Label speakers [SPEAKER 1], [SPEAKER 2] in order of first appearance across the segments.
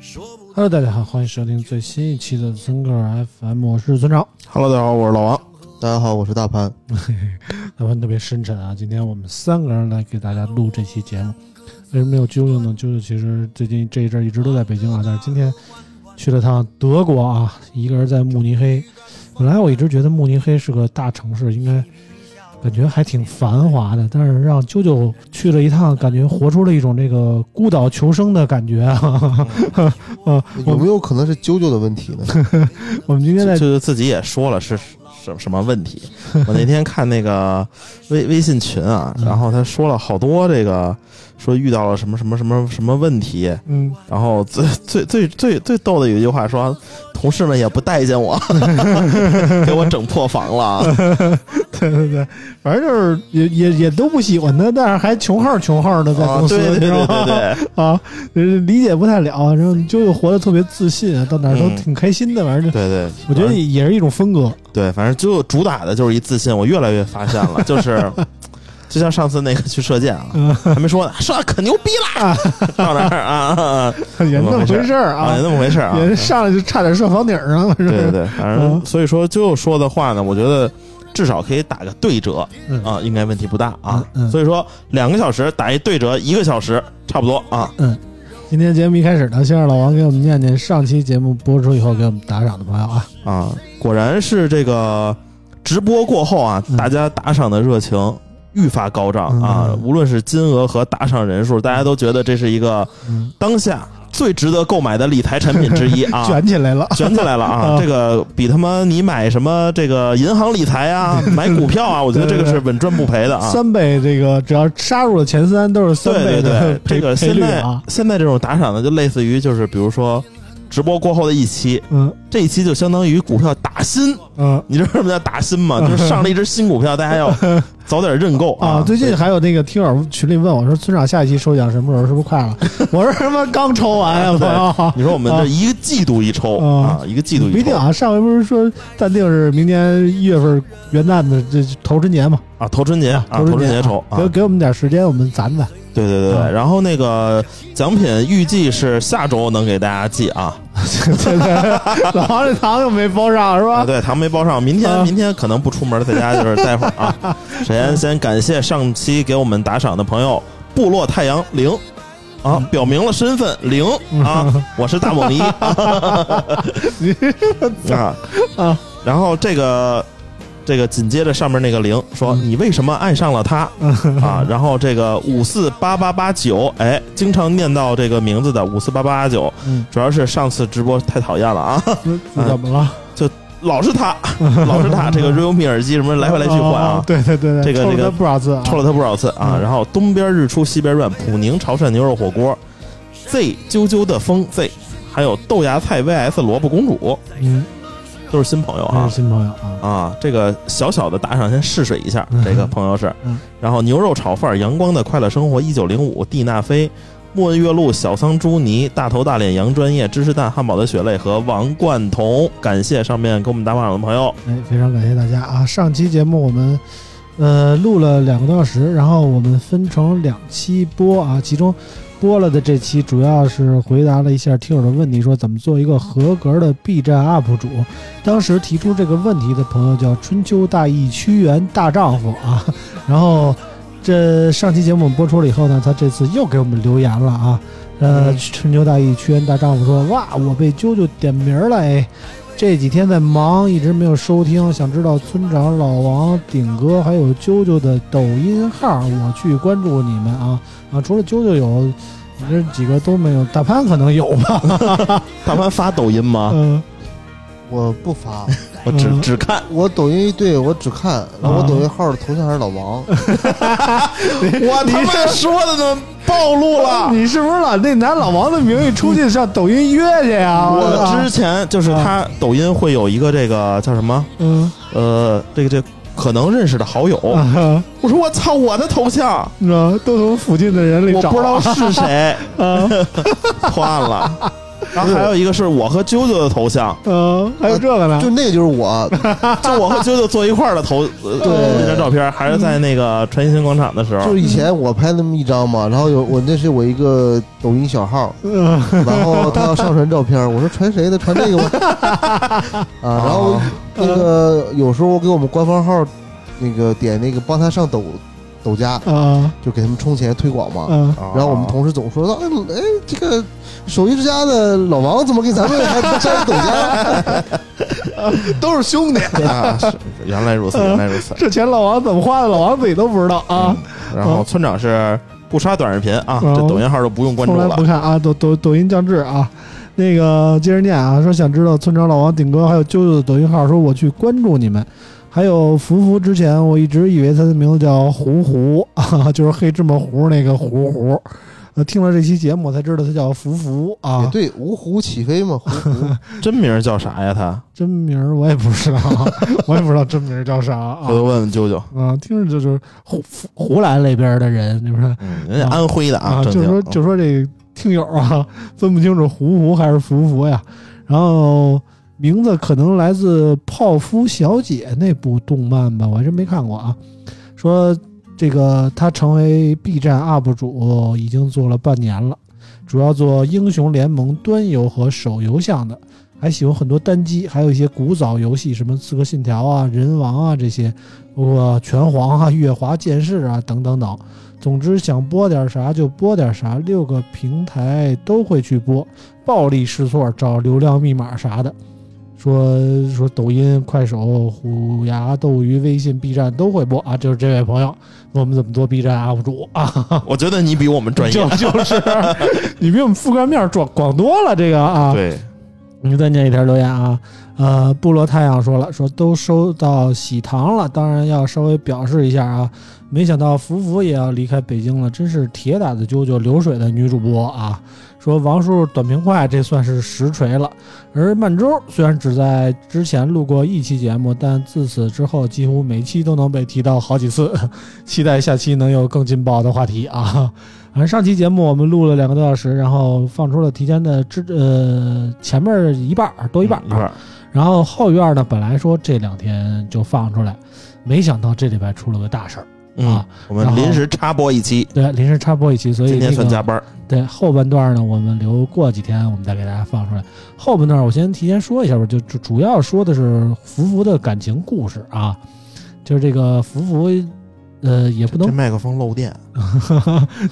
[SPEAKER 1] 说不
[SPEAKER 2] Hello，大家好，欢迎收听最新一期的村口 FM，我是村长。
[SPEAKER 3] Hello，大家好，我是老王。
[SPEAKER 4] 大家好，我是大潘。
[SPEAKER 2] 咱们特别深沉啊，今天我们三个人来给大家录这期节目。为什么没有啾啾呢？啾啾其实最近这一阵儿一直都在北京啊，但是今天去了趟德国啊，一个人在慕尼黑。本来我一直觉得慕尼黑是个大城市，应该感觉还挺繁华的，但是让啾啾去了一趟，感觉活出了一种这个孤岛求生的感觉啊。 啊，
[SPEAKER 4] 有没有可能是啾啾的问题呢？
[SPEAKER 2] 我们今天在
[SPEAKER 3] 就是自己也说了是什什么问题。我那天看那个微微信群啊，
[SPEAKER 2] 嗯
[SPEAKER 3] 然后他说了好多这个，说遇到了什么什么什么什么问题，
[SPEAKER 2] 嗯，
[SPEAKER 3] 然后最最最最最逗的有一句话说，同事们也不待 见我，给我整破防了。
[SPEAKER 2] 对 对对，反正就是也也也都不喜欢他，但是还穷号穷号的在
[SPEAKER 3] 啊
[SPEAKER 2] 公司，
[SPEAKER 3] 对对
[SPEAKER 2] 你知道
[SPEAKER 3] 对
[SPEAKER 2] 吗
[SPEAKER 3] 对对，
[SPEAKER 2] 啊，就是理解不太了，然后就是活得特别自信啊，到哪儿都
[SPEAKER 3] 嗯
[SPEAKER 2] 挺开心的，反正就
[SPEAKER 3] 对对，
[SPEAKER 2] 我觉得也是一种风格。
[SPEAKER 3] 对，反正就主打的就是一自信，我越来越发现了，就是 就像上次那个去射箭啊，
[SPEAKER 2] 嗯
[SPEAKER 3] 还没说呢，射可牛逼啦，到那儿啊，
[SPEAKER 2] 啊 也
[SPEAKER 3] 怎
[SPEAKER 2] 那么回
[SPEAKER 3] 回
[SPEAKER 2] 事儿
[SPEAKER 3] 啊，也
[SPEAKER 2] 啊，
[SPEAKER 3] 那么回事儿 啊，
[SPEAKER 2] 也上来就差点射房顶上了，是不
[SPEAKER 3] 对对
[SPEAKER 2] 是？
[SPEAKER 3] 对，反正
[SPEAKER 2] 嗯
[SPEAKER 3] 所以说就说的话呢，我觉得至少可以打个对折
[SPEAKER 2] 嗯
[SPEAKER 3] 啊，应该问题不大啊
[SPEAKER 2] 嗯嗯。
[SPEAKER 3] 所以说两个小时打一对折，一个小时差不多啊。
[SPEAKER 2] 今天节目一开始呢，先让老王给我们念念上期节目播出以后给我们打赏的朋友啊，
[SPEAKER 3] 啊，果然是这个直播过后啊，
[SPEAKER 2] 嗯
[SPEAKER 3] 大家打赏的热情愈发高涨啊
[SPEAKER 2] 嗯！
[SPEAKER 3] 无论是金额和打赏人数，大家都觉得这是一个
[SPEAKER 2] 嗯
[SPEAKER 3] 当下最值得购买的理财产品之一啊！
[SPEAKER 2] 卷起来了，
[SPEAKER 3] 卷起来了啊！
[SPEAKER 2] 啊
[SPEAKER 3] 这个比他妈你买什么这个银行理 财啊、买股票啊，我觉得这个是稳赚不赔的啊！
[SPEAKER 2] 三倍这个只要杀入了前三都是三
[SPEAKER 3] 对对
[SPEAKER 2] 倍的
[SPEAKER 3] 对，
[SPEAKER 2] 赔
[SPEAKER 3] 这个
[SPEAKER 2] 赔
[SPEAKER 3] 现
[SPEAKER 2] 率
[SPEAKER 3] 在
[SPEAKER 2] 啊，
[SPEAKER 3] 现在这种打赏呢，就类似于就是比如说直播过后的一期，
[SPEAKER 2] 嗯
[SPEAKER 3] 这一期就相当于股票打新，
[SPEAKER 2] 嗯。
[SPEAKER 3] 你知道什么叫打 新吗？就是上了一只新股票，大家要早点认购
[SPEAKER 2] 啊，最近还有那个听友群里问我说：“村长下一期抽奖什么时候？是不是快 了？”我说：“他妈刚抽完呀，
[SPEAKER 3] 对
[SPEAKER 2] 朋友。
[SPEAKER 3] 你说我们这一个季度一抽
[SPEAKER 2] 啊
[SPEAKER 3] 啊，一个”季度
[SPEAKER 2] 不一
[SPEAKER 3] 一抽
[SPEAKER 2] 定啊，上回不是说暂定是明年一月份元旦的这头春节嘛？
[SPEAKER 3] 啊，头春节啊，头
[SPEAKER 2] 春
[SPEAKER 3] 春节
[SPEAKER 2] 啊
[SPEAKER 3] 抽啊
[SPEAKER 2] 给，给我们点时间，我们攒 攒。
[SPEAKER 3] 对对对
[SPEAKER 2] 啊
[SPEAKER 3] 对。然后那个奖品预计是下周能给大家寄啊，
[SPEAKER 2] 现在老王这糖又没包上是
[SPEAKER 3] 啊
[SPEAKER 2] 吧？
[SPEAKER 3] 对，糖没包上，明
[SPEAKER 2] 啊
[SPEAKER 3] 天明天可能不出门，在家就是待会儿 啊。首先先感谢上期给我们打赏的朋友，部落太阳零。啊，表明了身份零
[SPEAKER 2] 嗯
[SPEAKER 3] 啊，我是大猛一 啊
[SPEAKER 2] 啊！
[SPEAKER 3] 然后这个这个紧接着上面那个零说
[SPEAKER 2] 嗯
[SPEAKER 3] 你为什么爱上了他啊？然后这个五四八八八九，哎，经常念到这个名字的五四八八八九
[SPEAKER 2] 嗯，
[SPEAKER 3] 主要是上次直播太讨厌了啊，
[SPEAKER 2] 怎怎么了？
[SPEAKER 3] 老是 他，老是他，这个 realme 耳机什么来回来去换
[SPEAKER 2] 啊
[SPEAKER 3] 啊，
[SPEAKER 2] 对对对对，
[SPEAKER 3] 这个
[SPEAKER 2] 抽了
[SPEAKER 3] 这个
[SPEAKER 2] 他不少次啊，
[SPEAKER 3] 抽了他不少次啊。
[SPEAKER 2] 嗯
[SPEAKER 3] 然后东边日出西边乱，普宁潮汕牛肉火锅，Z 啾啾的风 Z，还有豆芽菜 VS 萝卜公主，
[SPEAKER 2] 嗯，
[SPEAKER 3] 都是新朋友
[SPEAKER 2] 这
[SPEAKER 3] 啊
[SPEAKER 2] 是。新朋友啊，
[SPEAKER 3] 啊，这个小小的打赏先试水一下，这个朋友是
[SPEAKER 2] 嗯，
[SPEAKER 3] 然后牛肉炒饭、阳光的快乐生活、一九零五、蒂娜菲、莫月露、小桑朱尼、大头大脸、杨专业、芝士蛋汉堡的血泪和王冠彤，感谢上面给我们打榜的朋友，
[SPEAKER 2] 哎，非常感谢大家啊！上期节目我们呃录了两个多小时，然后我们分成两期播啊，其中播了的这期主要是回答了一下听友的问题，说怎么做一个合格的 B 站 UP 主。当时提出这个问题的朋友叫春秋大义屈原大丈夫啊， 然后这上期节目我们播出了以后呢，他这次又给我们留言了啊。呃，春秋大义屈原大丈夫说：“哇，我被啾啾点名了哎，这几天在忙，一直没有收听，想知道村长、老王、顶哥还有啾啾的抖音号，我去关注你们啊啊！除了啾啾有，你这几个都没有，大潘可能有吧？
[SPEAKER 3] 大潘发抖音吗？
[SPEAKER 2] 嗯，
[SPEAKER 4] 我不发，
[SPEAKER 3] 我只
[SPEAKER 2] 嗯
[SPEAKER 3] 只看，
[SPEAKER 4] 我抖音对我只看，然后我抖音号的头像还是老王，
[SPEAKER 3] 我他妈说的呢，暴露了。
[SPEAKER 2] 你是不是老那拿老王的名义出去上抖音约去啊呀、
[SPEAKER 3] 我
[SPEAKER 2] 操
[SPEAKER 3] 之前就是他抖音会有一个这个叫什么
[SPEAKER 2] 嗯
[SPEAKER 3] 呃，这个这个可能认识的好友，
[SPEAKER 2] 啊，
[SPEAKER 3] 我说我操，我的头像
[SPEAKER 2] 你知道都从附近的人里
[SPEAKER 3] 我
[SPEAKER 2] 找，
[SPEAKER 3] 不知道是谁，
[SPEAKER 2] 啊，
[SPEAKER 3] 换了。然后还有一个是我和啾啾的头像，
[SPEAKER 2] 嗯，还有这个呢
[SPEAKER 4] 就，那个就是我，
[SPEAKER 3] 就我和啾啾坐一块儿的头，呃
[SPEAKER 4] 对
[SPEAKER 3] 那张照片还是在那个传新广场的时
[SPEAKER 4] 就
[SPEAKER 3] 候
[SPEAKER 4] 是以前我拍那么一张嘛，然后有我那是我一个抖音小号，
[SPEAKER 2] 嗯
[SPEAKER 4] 然后他要上传照片，我说传谁的？传这个吧。啊，然后那个有时候我给我们官方号那个点那个帮他上抖抖加，
[SPEAKER 2] 啊
[SPEAKER 4] 就给他们充钱推广嘛。
[SPEAKER 2] 啊
[SPEAKER 4] 然后我们同事总说到，哎哎，这个手艺之家的老王怎么给咱们还沾抖啊加？
[SPEAKER 3] 都是兄弟啊，是原来如此，原来如 此。
[SPEAKER 2] 这钱老王怎么花的，老王自己都不知道啊，
[SPEAKER 3] 然后村长是不刷短视频啊，
[SPEAKER 2] 嗯
[SPEAKER 3] 这抖音号就不用关注
[SPEAKER 2] 从来
[SPEAKER 3] 了
[SPEAKER 2] 不。看啊，抖抖抖音降智啊。那个接着念啊，说想知道村长老王、顶哥还有啾啾的抖音号，说我去关注你们。还有福福，之前我一直以为他的名字叫胡胡啊，就是黑芝麻糊那个胡胡。呃，听了这期节目我才知道他叫福福
[SPEAKER 4] 也
[SPEAKER 2] 啊，
[SPEAKER 4] 对，芜湖起飞 嘛，芜湖。
[SPEAKER 3] 真名叫啥呀？他
[SPEAKER 2] 真名儿我也不知道， 我也不知道真名儿叫啥啊
[SPEAKER 3] 回头问问啾啾。
[SPEAKER 2] 啊，听着就是湖湖南那边的人，你说
[SPEAKER 3] 嗯，人家安徽的
[SPEAKER 2] 啊，
[SPEAKER 3] 正
[SPEAKER 2] 就
[SPEAKER 3] 经。
[SPEAKER 2] 说就说这听友啊，分不清楚胡福还是福福呀。然后名字可能来自《泡芙小姐》那部动漫吧，我还真没看过啊。说这个他成为 B 站 UP 主已经做了半年了，主要做英雄联盟端游和手游项的，还喜欢很多单机，还有一些古早游戏，什么《刺客信条》啊、《人王》啊这些，包括《拳皇》啊、《月华剑士啊》等等等。总之，想播点啥就播点啥，六个平台都会去播，暴力试错、找流量密码啥的。说说抖音、快手、虎牙、斗鱼、微信、B 站都会播啊，就是这位朋友，我们怎么做 B 站 UP 主啊？
[SPEAKER 3] 我觉得你比我们专
[SPEAKER 2] 就
[SPEAKER 3] 业。
[SPEAKER 2] 就是， 你比我们覆盖面广广多了，这个啊。
[SPEAKER 3] 对，
[SPEAKER 2] 我们再念一条留言啊，呃，部落太阳说了，说都收到喜糖了，当然要稍微表示一下啊。没想到福福也要离开北京了，真是铁打的啾啾，流水的女主播啊。说王叔短平快，这算是实锤了。而曼周虽然只在之前录过一期节目，但自此之后几乎每期都能被提到好几次， 期待下期能有更劲爆的话题啊。反正上期节目我们录了两个多小时，然后放出了提前的之呃前面一半儿多一半儿、啊
[SPEAKER 3] 一半儿。
[SPEAKER 2] 然后后院呢本来说这两天就放出来，没想到这礼拜出了个大事儿，
[SPEAKER 3] 嗯
[SPEAKER 2] 啊，
[SPEAKER 3] 我们临时插播一期，
[SPEAKER 2] 对，临时插播一期，所以、那
[SPEAKER 3] 今
[SPEAKER 2] 个、
[SPEAKER 3] 天算加班儿。
[SPEAKER 2] 对后半段呢，我们留过几天我们再给大家放出来。后半段我先提前说一下吧，就主主要说的是福福的感情故事啊，就是这个福福，呃，也不能，
[SPEAKER 3] 麦克风漏电，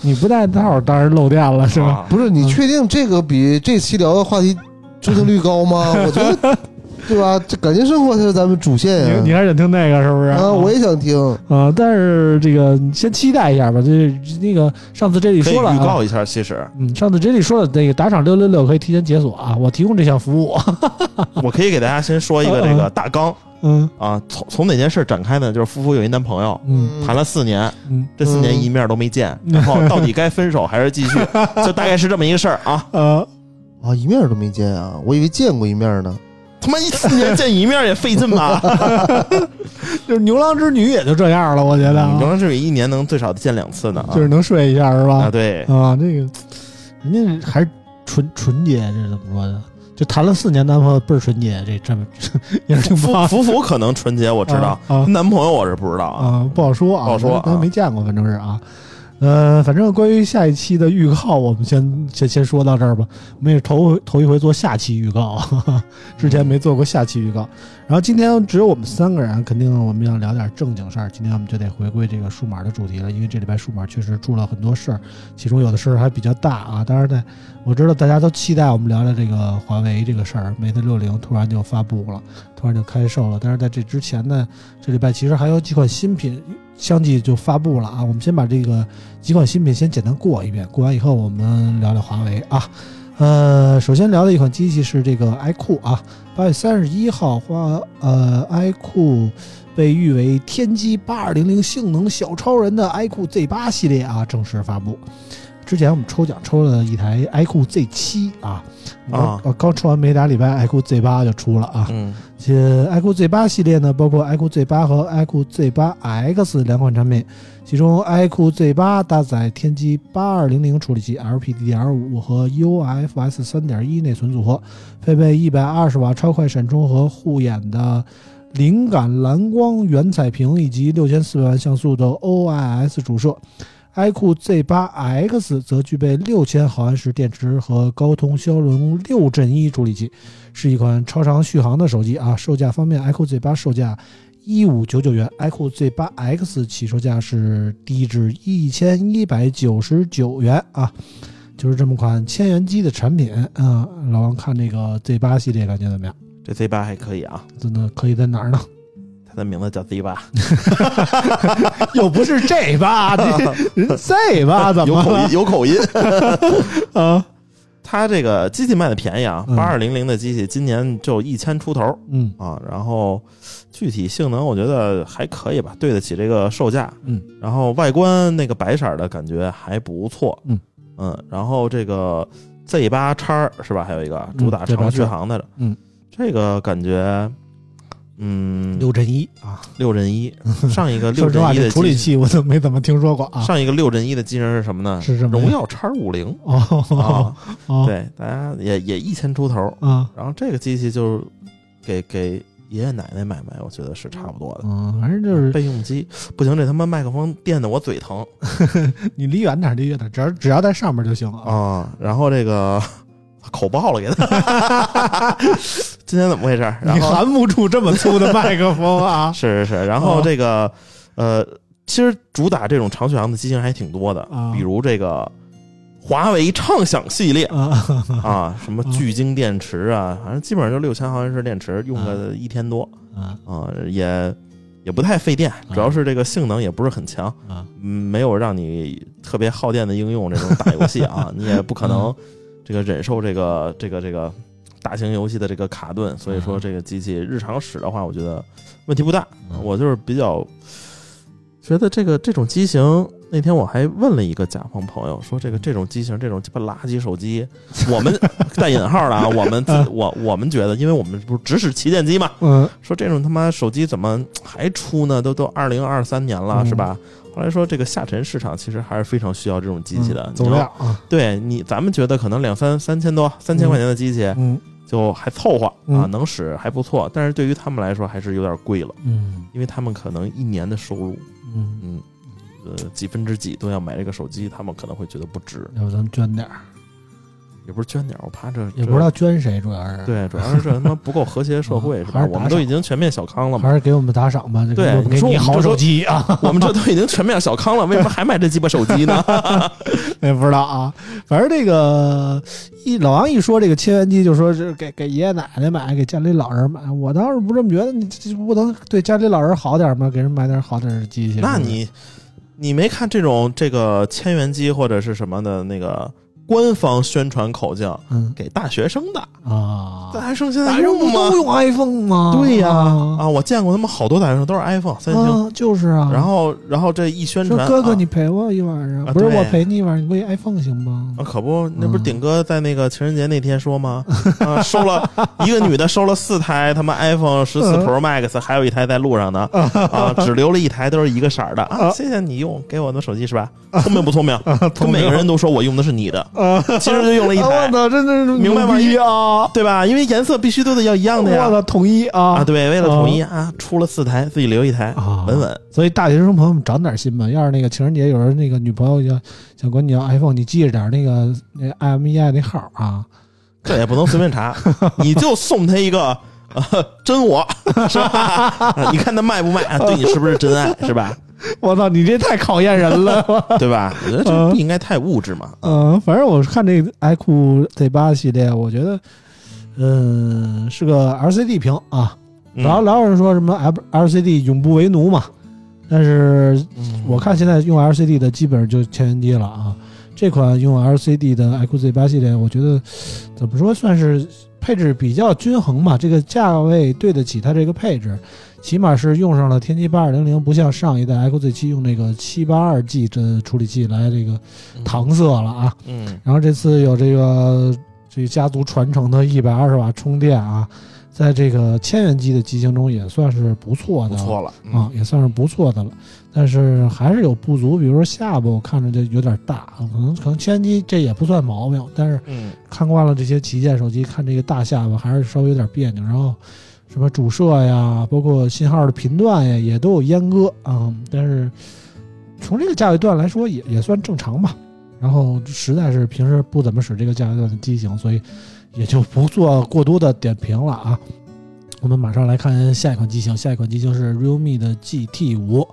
[SPEAKER 2] 你不戴套儿当然漏电了是吧？
[SPEAKER 3] 吧？
[SPEAKER 4] 不是你确定这个比这期聊的话题收听率高 吗？我觉得，对吧？这感情生活才是咱们主线
[SPEAKER 2] 你你
[SPEAKER 4] 呀。
[SPEAKER 2] 还想听那个是不是？
[SPEAKER 3] 呃
[SPEAKER 4] 啊，我也想听。
[SPEAKER 2] 啊，但是这个先期待一下吧。这那个上次这里
[SPEAKER 3] 可以
[SPEAKER 2] 说了、
[SPEAKER 3] 预
[SPEAKER 2] 啊，
[SPEAKER 3] 告一下，其实
[SPEAKER 2] 嗯，上次这里说了，那个打赏六六六可以提前解锁啊，我提供这项服务。
[SPEAKER 3] 我可以给大家先说一个
[SPEAKER 2] 嗯嗯
[SPEAKER 3] 这个大纲
[SPEAKER 2] 嗯
[SPEAKER 3] 啊，从从哪件事展开呢？就是夫妇有一男朋友，
[SPEAKER 2] 嗯
[SPEAKER 3] 谈了四年，
[SPEAKER 2] 嗯
[SPEAKER 3] 这四年一面都没见，然后到底该分手还是继 续，就大概是这么一个事儿啊。
[SPEAKER 2] 呃，
[SPEAKER 4] 啊，一面都没见啊，我以为见过一面呢。
[SPEAKER 3] 他妈一四年见一面也费 劲吧？
[SPEAKER 2] 就是牛郎织女也就这样了，我觉得啊、
[SPEAKER 3] 嗯牛郎织女一年能最少见两次呢 啊
[SPEAKER 2] 就是能睡一下是
[SPEAKER 3] 啊！
[SPEAKER 2] 吧？
[SPEAKER 3] 对，
[SPEAKER 2] 啊，这个人家还是纯纯洁，这是怎么说的？就谈了四年男朋友倍儿纯洁，这 这么也是挺棒
[SPEAKER 3] 夫夫妇可能纯洁我知道
[SPEAKER 2] 啊啊，
[SPEAKER 3] 男朋友我是不知道啊。
[SPEAKER 2] 啊，不好说啊，
[SPEAKER 3] 不好说啊
[SPEAKER 2] 咱咱没见过，反正是啊。呃，反正关于下一期的预告，我们先先先说到这儿吧。我们也是头回头一回做下期预告， 之前没做过下期预告。然后今天只有我们三个人，肯定我们要聊点正经事儿。今天我们就得回归这个数码的主题了，因为这礼拜数码确实出了很多事儿，其中有的事儿还比较大啊。当然在，我知道大家都期待我们聊聊这个华为这个事儿，Mate 六零突然就发布了，突然就开售了。但是在这之前呢，这礼拜其实还有几款新品相继就发布了啊。我们先把这个几款新品先简单过一遍，过完以后我们聊聊华为啊。呃，首先聊的一款机器是这个 iQOO 啊，八月三十一号，花呃 iQOO 被誉为天玑八二零零性能小超人的 iQOO Z 八系列啊正式发布。之前我们抽奖抽了一台 iQOO Z 七啊，
[SPEAKER 3] 啊
[SPEAKER 2] 我刚抽完没俩礼拜，iQOO Z 八就出了啊。
[SPEAKER 3] 嗯
[SPEAKER 2] 且 iQOO Z 八系列呢，包括 iQOO Z 八和 iQOO Z 八 X 两款产品，其中 iQOO Z 八搭载天玑八二零零处理器 LPDDR5 和 UFS 三点一内存组合，配备一百二十瓦超快闪充和护眼的灵感蓝光原彩屏以及六千四百万像素的 OIS 主摄。iQOO Z 八 X 则具备六千毫安时电池和高通骁龙六阵一处理器，是一款超长续航的手机啊。售价方面，iQOO Z 八售价一五九九元，iQOO Z 八 X 起售价是低至一千一百九十九元啊。就是这么款千元机的产品啊、嗯老王看这个 Z 八系列感觉怎么样？
[SPEAKER 3] 这 Z 八还可以啊，
[SPEAKER 2] 真的可以在哪儿呢？
[SPEAKER 3] 它的名字叫 Z 八，
[SPEAKER 2] 又不是 J 八， 人 Z 八怎
[SPEAKER 3] 有
[SPEAKER 2] 么
[SPEAKER 3] 口
[SPEAKER 2] 了
[SPEAKER 3] 音有口音。
[SPEAKER 2] 啊？
[SPEAKER 3] 它这个机器卖的便宜啊，
[SPEAKER 2] 嗯
[SPEAKER 3] 八二零零的机器今年就一千出头
[SPEAKER 2] 嗯
[SPEAKER 3] 啊，然后具体性能我觉得还可以吧，对得起这个售价。
[SPEAKER 2] 嗯，
[SPEAKER 3] 然后外观那个白色儿的感觉还不错。
[SPEAKER 2] 嗯
[SPEAKER 3] 嗯然后这个 Z 八叉是吧？还有一个主打
[SPEAKER 2] 嗯，Z8
[SPEAKER 3] 长续航的，
[SPEAKER 2] 嗯，
[SPEAKER 3] 这个感觉。嗯，
[SPEAKER 2] 六阵一啊，
[SPEAKER 3] 六 阵一，上一个
[SPEAKER 2] 说
[SPEAKER 3] 六
[SPEAKER 2] 实话，
[SPEAKER 3] 阵一
[SPEAKER 2] 这
[SPEAKER 3] 的
[SPEAKER 2] 处理
[SPEAKER 3] 机
[SPEAKER 2] 器我都没怎么听说过啊。
[SPEAKER 3] 上一个六阵一的机身是什么呢？
[SPEAKER 2] 是什么呀
[SPEAKER 3] 荣耀叉五零
[SPEAKER 2] 哦
[SPEAKER 3] 啊，
[SPEAKER 2] 哦
[SPEAKER 3] 对，大家也也一千出头。
[SPEAKER 2] 啊
[SPEAKER 3] 然后这个机器就是给给爷爷奶奶买卖，我觉得是差不多的。
[SPEAKER 2] 嗯，反正就是
[SPEAKER 3] 备用机不行，这他妈麦克风电的我嘴疼
[SPEAKER 2] 你离远点，离远点，只要只要在上面就行了。
[SPEAKER 3] 啊！然后这个 口爆了给他， 今天怎么回事儿？
[SPEAKER 2] 你
[SPEAKER 3] 然后
[SPEAKER 2] 含不住这么粗的麦克风 啊
[SPEAKER 3] 是是是，然后这个呃，其实主打这种长续航的机型还挺多的
[SPEAKER 2] 啊，
[SPEAKER 3] 比如这个华为畅享系列
[SPEAKER 2] 啊！
[SPEAKER 3] 啊，什么
[SPEAKER 2] 啊
[SPEAKER 3] 巨晶电池啊，反正基本上就六千毫安时电池，用个
[SPEAKER 2] 嗯
[SPEAKER 3] 一天多
[SPEAKER 2] 啊
[SPEAKER 3] 啊，也也不太费电，主
[SPEAKER 2] 嗯
[SPEAKER 3] 要是这个性能也不是很强，
[SPEAKER 2] 啊
[SPEAKER 3] 嗯没有让你特别耗电的应用，这种打游戏 啊，你也不可
[SPEAKER 2] 嗯
[SPEAKER 3] 能这个忍受这个这个这个大型游戏的这个卡顿，所以说
[SPEAKER 2] 嗯
[SPEAKER 3] 这个机器日常使的话，我觉得问题不大。
[SPEAKER 2] 嗯
[SPEAKER 3] 我就是比较觉得这个这种机型，那天我还问了一个甲方朋友，说这个这种机型，这种鸡巴垃圾手机， 我们带引号的啊，我们自
[SPEAKER 2] 嗯
[SPEAKER 3] 我我们觉得，因为我们不是只使旗舰机嘛，
[SPEAKER 2] 嗯
[SPEAKER 3] 说这种他妈手机怎么还出呢？都都二零二三年了，
[SPEAKER 2] 嗯
[SPEAKER 3] 是吧？后来说这个下沉市场其实还是非常需要这种机器的，
[SPEAKER 2] 嗯
[SPEAKER 3] 你
[SPEAKER 2] 总
[SPEAKER 3] 要
[SPEAKER 2] 量啊，
[SPEAKER 3] 对你，咱们觉得可能两三三千多、三千块钱的机器
[SPEAKER 2] 嗯
[SPEAKER 3] 就还凑合啊，
[SPEAKER 2] 嗯
[SPEAKER 3] 能使还不错，但是对于他们来说还是有点贵了，
[SPEAKER 2] 嗯
[SPEAKER 3] 因为他们可能一年的收入，
[SPEAKER 2] 嗯，
[SPEAKER 3] 嗯，呃，几分之几都要买这个手机，他们可能会觉得不值，
[SPEAKER 2] 嗯要不咱们捐点儿，
[SPEAKER 3] 也不是捐点儿，我怕这
[SPEAKER 2] 也不知。道捐谁，主要是
[SPEAKER 3] 这对，主要是这他妈不够和谐社会，
[SPEAKER 2] 嗯还
[SPEAKER 3] 是吧？
[SPEAKER 2] 是打
[SPEAKER 3] 我们都已经全面小康了嘛，
[SPEAKER 2] 还是给我们打赏吧。这个
[SPEAKER 3] 对
[SPEAKER 2] 我们
[SPEAKER 3] 你
[SPEAKER 2] 给
[SPEAKER 3] 说
[SPEAKER 2] 你
[SPEAKER 3] 我们
[SPEAKER 2] 好
[SPEAKER 3] 这
[SPEAKER 2] 手
[SPEAKER 3] 都
[SPEAKER 2] 机啊，
[SPEAKER 3] 我们这都已经全面小康了，为什么还买这鸡巴手机呢？
[SPEAKER 2] 也不知道啊。反正这个一老王一说这个千元机，就说是给给爷爷奶奶买，给家里老人买。我当时不这么觉得，你这这不能对家里老人好点吗？给人买点好点的机器。
[SPEAKER 3] 那你你没看这种这个千元机或者是什么的那个官方宣传口径
[SPEAKER 2] 嗯
[SPEAKER 3] 给大学生的，
[SPEAKER 2] 啊，
[SPEAKER 3] 大学生现
[SPEAKER 2] 大
[SPEAKER 3] 在
[SPEAKER 2] 学生不
[SPEAKER 3] 用吗
[SPEAKER 2] 都？用 iPhone 吗？
[SPEAKER 3] 对呀、
[SPEAKER 2] 啊，
[SPEAKER 3] 啊，我见过他们好多大学生都是 iPhone 三星，
[SPEAKER 2] 啊就是啊。
[SPEAKER 3] 然后然后这一宣
[SPEAKER 2] 说
[SPEAKER 3] 传，
[SPEAKER 2] 哥哥
[SPEAKER 3] 啊
[SPEAKER 2] 你陪我一晚上，
[SPEAKER 3] 啊
[SPEAKER 2] 不是
[SPEAKER 3] 对
[SPEAKER 2] 我陪你一晚上，你给我一 iPhone 行吗？
[SPEAKER 3] 啊，可不，那不是
[SPEAKER 2] 嗯
[SPEAKER 3] 顶哥在那个情人节那天说吗？啊，收了一个女的收了四台他妈 iPhone 十四
[SPEAKER 2] 嗯
[SPEAKER 3] Pro Max，还有一台在路上 呢，啊，只留了一台，都是
[SPEAKER 2] 嗯
[SPEAKER 3] 一个色儿的啊。谢谢你用给我的手机是吧？聪明不聪明？跟每个人都说我用的是你的，
[SPEAKER 2] 啊，
[SPEAKER 3] 其实就用了一
[SPEAKER 2] 啊我
[SPEAKER 3] 台，
[SPEAKER 2] 操，真的是
[SPEAKER 3] 哎明白吗
[SPEAKER 2] 牛逼啊！
[SPEAKER 3] 对吧？因为颜色必须都得要一样的
[SPEAKER 2] 我
[SPEAKER 3] 呀。
[SPEAKER 2] 操，统一啊
[SPEAKER 3] 啊，对，为了统一啊，出了四台，自己留一台，
[SPEAKER 2] 啊，
[SPEAKER 3] 稳。稳。
[SPEAKER 2] 所以大学生朋友们长点心吧，要是那个情人节有人那个女朋友要想管你要 iPhone，你记着点那个那 IMEI 那号 啊。
[SPEAKER 3] 这也不能随便查，你就送他一个。呃，真我是吧？ 啊你看他卖不卖？啊对你是不是真爱？是吧？
[SPEAKER 2] 我操，你这太考验人了。
[SPEAKER 3] 对吧？我觉得这不应该太物质嘛。
[SPEAKER 2] 嗯，反正我看这个 iQOO Z 八系列，我觉得，嗯，是个 LCD 屏啊。
[SPEAKER 3] 嗯
[SPEAKER 2] 老老有人说什么 L LCD 永不为奴嘛，但是我看现在用 LCD 的基本上就千元机了啊。这款用 LCD 的 iQOO Z 八系列，我觉得怎么说算是配置比较均衡吧，这个价位对得起它这个配置，起码是用上了天玑八二零零，不像上一代 iQOO Z 七用那个七八二 G 的处理器来这个搪塞了啊。
[SPEAKER 3] 嗯，
[SPEAKER 2] 然后这次有这个这家族传承的一百二十瓦充电啊，在这个千元机的机型中也算是不错
[SPEAKER 3] 不
[SPEAKER 2] 的，
[SPEAKER 3] 错嗯了
[SPEAKER 2] 啊，，也算是不错的了。但是还是有不足，比如说下巴我看着就有点大，可能可能千元机这也不算毛病，但是
[SPEAKER 3] 嗯
[SPEAKER 2] 看惯了这些旗舰手机，看这个大下巴还是稍微有点别扭。然后什么主摄呀，包括信号的频段呀，也都有阉割啊、嗯但是从这个价位段来说也，也算正常吧。然后实在是平时不怎么使这个价位段的机型，所以也就不做过多的点评了啊。我们马上来看下一款机型，下一款机型是 realme 的 GT 五。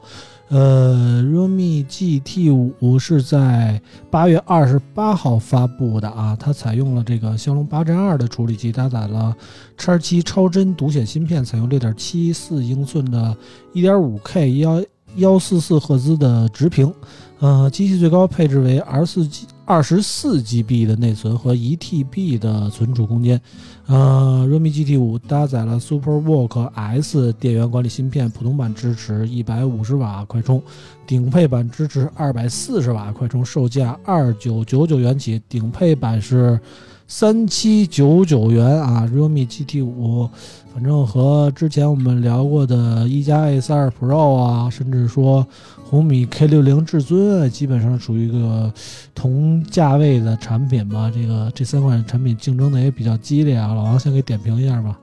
[SPEAKER 2] 呃，realme GT 五是在八月二十八号发布的啊，它采用了这个骁龙八战二的处理器，搭载了叉七超真独显芯片，采用六点七四英寸的 1.5K 幺幺四四赫兹的直屏，呃，机器最高配置为二四 G 二十四 GB 的内存和一 TB 的存储空间。呃，realme GT 五搭载了 SuperVOOC S 电源管理芯片，普通版支持一百五十瓦快充。顶配版支持二百四十瓦快充，售价二九九九元起，顶配版是三七九九元啊。realme GT 五，反正和之前我们聊过的一加 S 二 Pro 啊，甚至说红米 K 六零至尊啊，基本上属于一个同价位的产品吧。这个这三款产品竞争的也比较激烈啊。老王先给点评一下吧。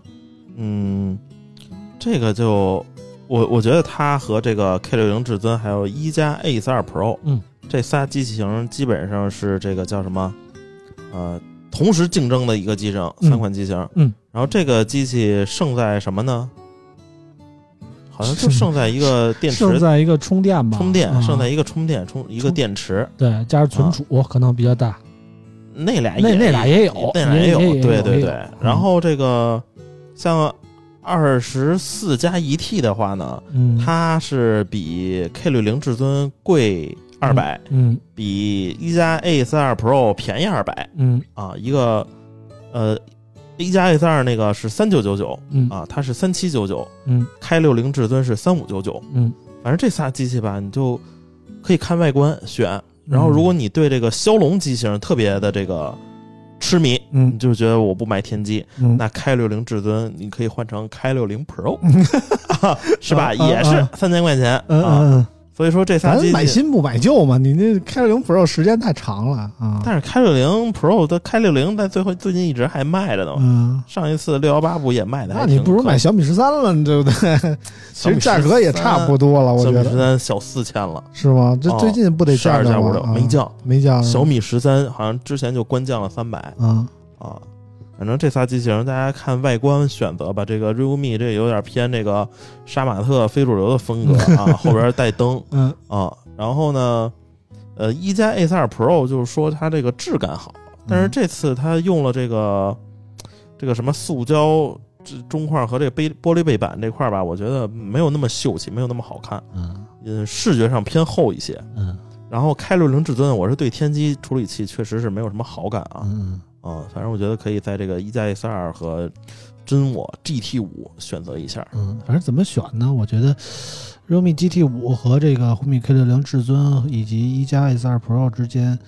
[SPEAKER 3] 嗯，这个就我我觉得它和这个 K 六零至尊还有一加 A 三二 Pro，
[SPEAKER 2] 嗯，
[SPEAKER 3] 这仨机型基本上是这个叫什么？呃，同时竞争的一个机型，
[SPEAKER 2] 嗯
[SPEAKER 3] 三款机型，
[SPEAKER 2] 嗯，
[SPEAKER 3] 然后这个机器胜在什么呢？好像就胜在一个电
[SPEAKER 2] 胜
[SPEAKER 3] 池
[SPEAKER 2] 在一个充电吧，
[SPEAKER 3] 充电，
[SPEAKER 2] 啊
[SPEAKER 3] 胜在一个啊充电充一个
[SPEAKER 2] 充
[SPEAKER 3] 电池，
[SPEAKER 2] 对，加上存储可能比较大。
[SPEAKER 3] 那俩
[SPEAKER 2] 那
[SPEAKER 3] 哎也
[SPEAKER 2] 那俩也有
[SPEAKER 3] 那俩哦也有
[SPEAKER 2] 也也，也
[SPEAKER 3] 对
[SPEAKER 2] 有嗯
[SPEAKER 3] 对
[SPEAKER 2] 也
[SPEAKER 3] 对
[SPEAKER 2] 有。
[SPEAKER 3] 然后这个像二十四加一 T 的话呢，
[SPEAKER 2] 嗯，
[SPEAKER 3] 它是比 K 六零至尊贵二百、
[SPEAKER 2] 嗯
[SPEAKER 3] 比一加 A 三二 Pro 便宜二百
[SPEAKER 2] 嗯
[SPEAKER 3] 啊，一个呃一加 A 三二那个是三九九九
[SPEAKER 2] 嗯
[SPEAKER 3] 啊，它是三七九九
[SPEAKER 2] 嗯
[SPEAKER 3] ，K 六零至尊是三五九九，
[SPEAKER 2] 嗯，
[SPEAKER 3] 反正这仨机器吧，你就可以看外观选。然后，
[SPEAKER 2] 嗯
[SPEAKER 3] 如果你对这个骁龙机型特别的这个痴迷，你
[SPEAKER 2] 嗯
[SPEAKER 3] 就觉得我不买天玑，
[SPEAKER 2] 嗯
[SPEAKER 3] 那 K 六零至尊你可以换成 K 六零 Pro，啊是吧？
[SPEAKER 5] 嗯
[SPEAKER 2] 啊啊
[SPEAKER 3] 也是
[SPEAKER 2] 啊
[SPEAKER 3] 三千块钱
[SPEAKER 2] 嗯
[SPEAKER 3] 啊。
[SPEAKER 2] 嗯，
[SPEAKER 3] 所以说这仨
[SPEAKER 5] 咱
[SPEAKER 3] 机
[SPEAKER 5] 买
[SPEAKER 3] 器，
[SPEAKER 5] 新不买旧嘛，你那开零 Pro 时间太长了啊。
[SPEAKER 3] 但是 K 六零 Pro 的 K 六零在最后最近一直还卖着呢嘛。
[SPEAKER 5] 嗯，
[SPEAKER 3] 上一次六幺八不也卖的？
[SPEAKER 5] 那你不如买，小米十三了，你对不对？其实价格也差不多了，我
[SPEAKER 3] 小
[SPEAKER 5] 觉
[SPEAKER 3] 米十
[SPEAKER 5] 得
[SPEAKER 3] 三小四千了，
[SPEAKER 5] 是吗？这
[SPEAKER 3] 哦
[SPEAKER 5] 最近不得
[SPEAKER 3] 十
[SPEAKER 5] 降
[SPEAKER 3] 二
[SPEAKER 5] 了
[SPEAKER 3] 加五
[SPEAKER 5] 吗？
[SPEAKER 3] 六
[SPEAKER 5] 啊
[SPEAKER 3] 没降。
[SPEAKER 5] 没降。
[SPEAKER 3] 小米十三好像之前就官降了三百
[SPEAKER 5] 啊，
[SPEAKER 3] 啊。反正这仨机型大家看外观选择吧。这个 realme 这有点偏这个杀马特非主流的风格啊， 后边带灯，
[SPEAKER 5] 嗯
[SPEAKER 3] 啊，然后呢，呃，一加 A 3 2 Pro 就是说它这个质感好，但
[SPEAKER 5] 嗯
[SPEAKER 3] 是这次它用了这个这个什么塑胶这中框和这个杯玻璃背板这块儿吧，我觉得没有那么秀气，没有那么好看，
[SPEAKER 2] 嗯
[SPEAKER 3] 嗯，视觉上偏厚一些。
[SPEAKER 2] 嗯
[SPEAKER 3] 然后开六零至尊，我是对天玑处理器确实是没有什么好感啊，
[SPEAKER 2] 嗯
[SPEAKER 3] 啊，反正我觉得可以在这个一加 A 3 2和真我 GT 五选择一下。
[SPEAKER 2] 嗯，反正怎么选呢？我觉得 realme GT 五和这个红米 K 六零至尊以及一加 S 二 Pro 之间，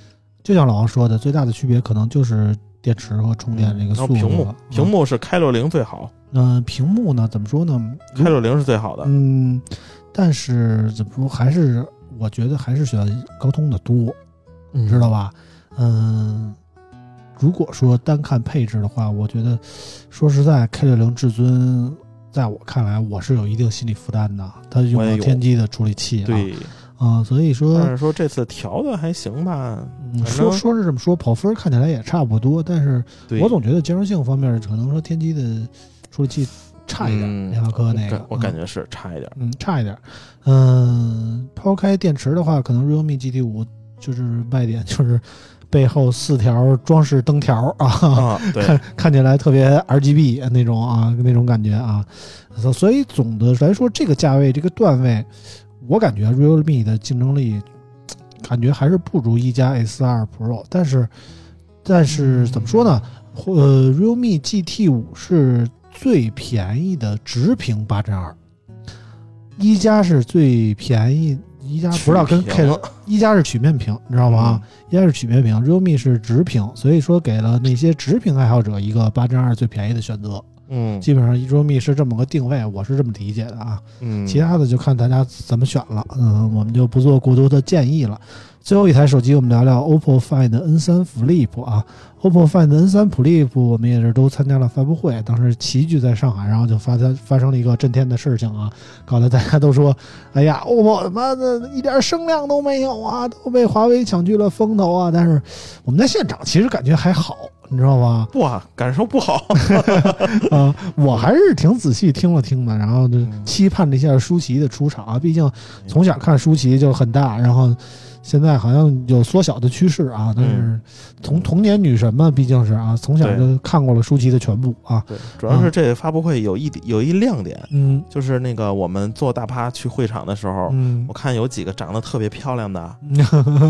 [SPEAKER 2] 就像老王说的，最大的区别可能就是电池和充电这个
[SPEAKER 3] 嗯然
[SPEAKER 2] 速
[SPEAKER 3] 后
[SPEAKER 2] 度
[SPEAKER 3] 屏幕
[SPEAKER 2] 了。，啊
[SPEAKER 3] 屏幕是开六零最好，
[SPEAKER 2] 嗯，呃屏幕呢？怎么说呢？
[SPEAKER 3] 开六零是最好的。
[SPEAKER 2] 嗯，但是怎么说，还是我觉得还是选高通的多，你知道吧？嗯，如果说单看配置的话，我觉得说实在，K 六零至尊在我看来我是有一定心理负担的，它用
[SPEAKER 3] 我也
[SPEAKER 2] 了
[SPEAKER 3] 有
[SPEAKER 2] 天玑的处理器啊，
[SPEAKER 3] 对，
[SPEAKER 2] 啊、所以说
[SPEAKER 3] 但是说这次调的还行吧，
[SPEAKER 2] 嗯
[SPEAKER 3] 反
[SPEAKER 2] 说
[SPEAKER 3] 正
[SPEAKER 2] 说是这么说，跑分儿看起来也差不多，但是
[SPEAKER 3] 对
[SPEAKER 2] 我总觉得兼容性方面，可能说天玑的处理器差一点
[SPEAKER 3] 嗯
[SPEAKER 2] 儿，联发科那
[SPEAKER 3] 感
[SPEAKER 2] 个，
[SPEAKER 3] 我
[SPEAKER 2] 嗯
[SPEAKER 3] 感觉是差一点儿。
[SPEAKER 2] 嗯差一点儿。嗯，抛开电池的话，可能 Realme GT 五就是卖点就是背后四条装饰灯条儿啊。
[SPEAKER 3] 啊，对，
[SPEAKER 2] 看看起来特别 RGB 那种啊，那种感觉啊，所所以总的来说，这个价位这个段位，我感觉 Realme 的竞争力感觉还是不如一加 S 二 Pro，但是但是怎么说呢？呃，Realme GT 五是最便宜的直屏八针二，一加是最便宜，一加不知道跟
[SPEAKER 3] 曲
[SPEAKER 2] K
[SPEAKER 3] 屏
[SPEAKER 2] 零，一加是曲面屏，你知道吗？一加是曲面屏，Realme 是直屏，所以说给了那些直屏爱好者一个八针二最便宜的选择。
[SPEAKER 3] 嗯
[SPEAKER 2] 基本上 Realme 是这么个定位，我是这么理解的啊。
[SPEAKER 3] 嗯，
[SPEAKER 2] 其他的就看大家怎么选了，嗯，我们就不做过多的建议了。最后一台手机，我们聊聊 OPPO Find N3 Flip 啊，OPPO Find N3 Flip，我们也是都参加了发布会，当时齐聚在上海，然后就发生发生了一个震天的事情啊，搞得大家都说，哎呀，OPPO 他妈的一点声量都没有啊，都被华为抢去了风头啊。但是我们在现场其实感觉还好，你知道吗？
[SPEAKER 3] 哇，感受不好。
[SPEAKER 2] 嗯啊，我还是挺仔细听了听的，然后就
[SPEAKER 3] 嗯
[SPEAKER 2] 期盼了一下舒淇的出场啊。毕竟从小看舒淇就很大，然后现在好像有缩小的趋势啊。但是
[SPEAKER 3] 嗯
[SPEAKER 2] 从童年女神嘛，毕竟是啊，从小
[SPEAKER 3] 对
[SPEAKER 2] 就看过了舒淇的全部啊。
[SPEAKER 3] 对，主要是这发布会有一有一亮点，
[SPEAKER 2] 嗯
[SPEAKER 3] 就是那个我们坐大巴去会场的时候，
[SPEAKER 2] 嗯
[SPEAKER 3] 哦我，看有几个长得特别漂亮的，啊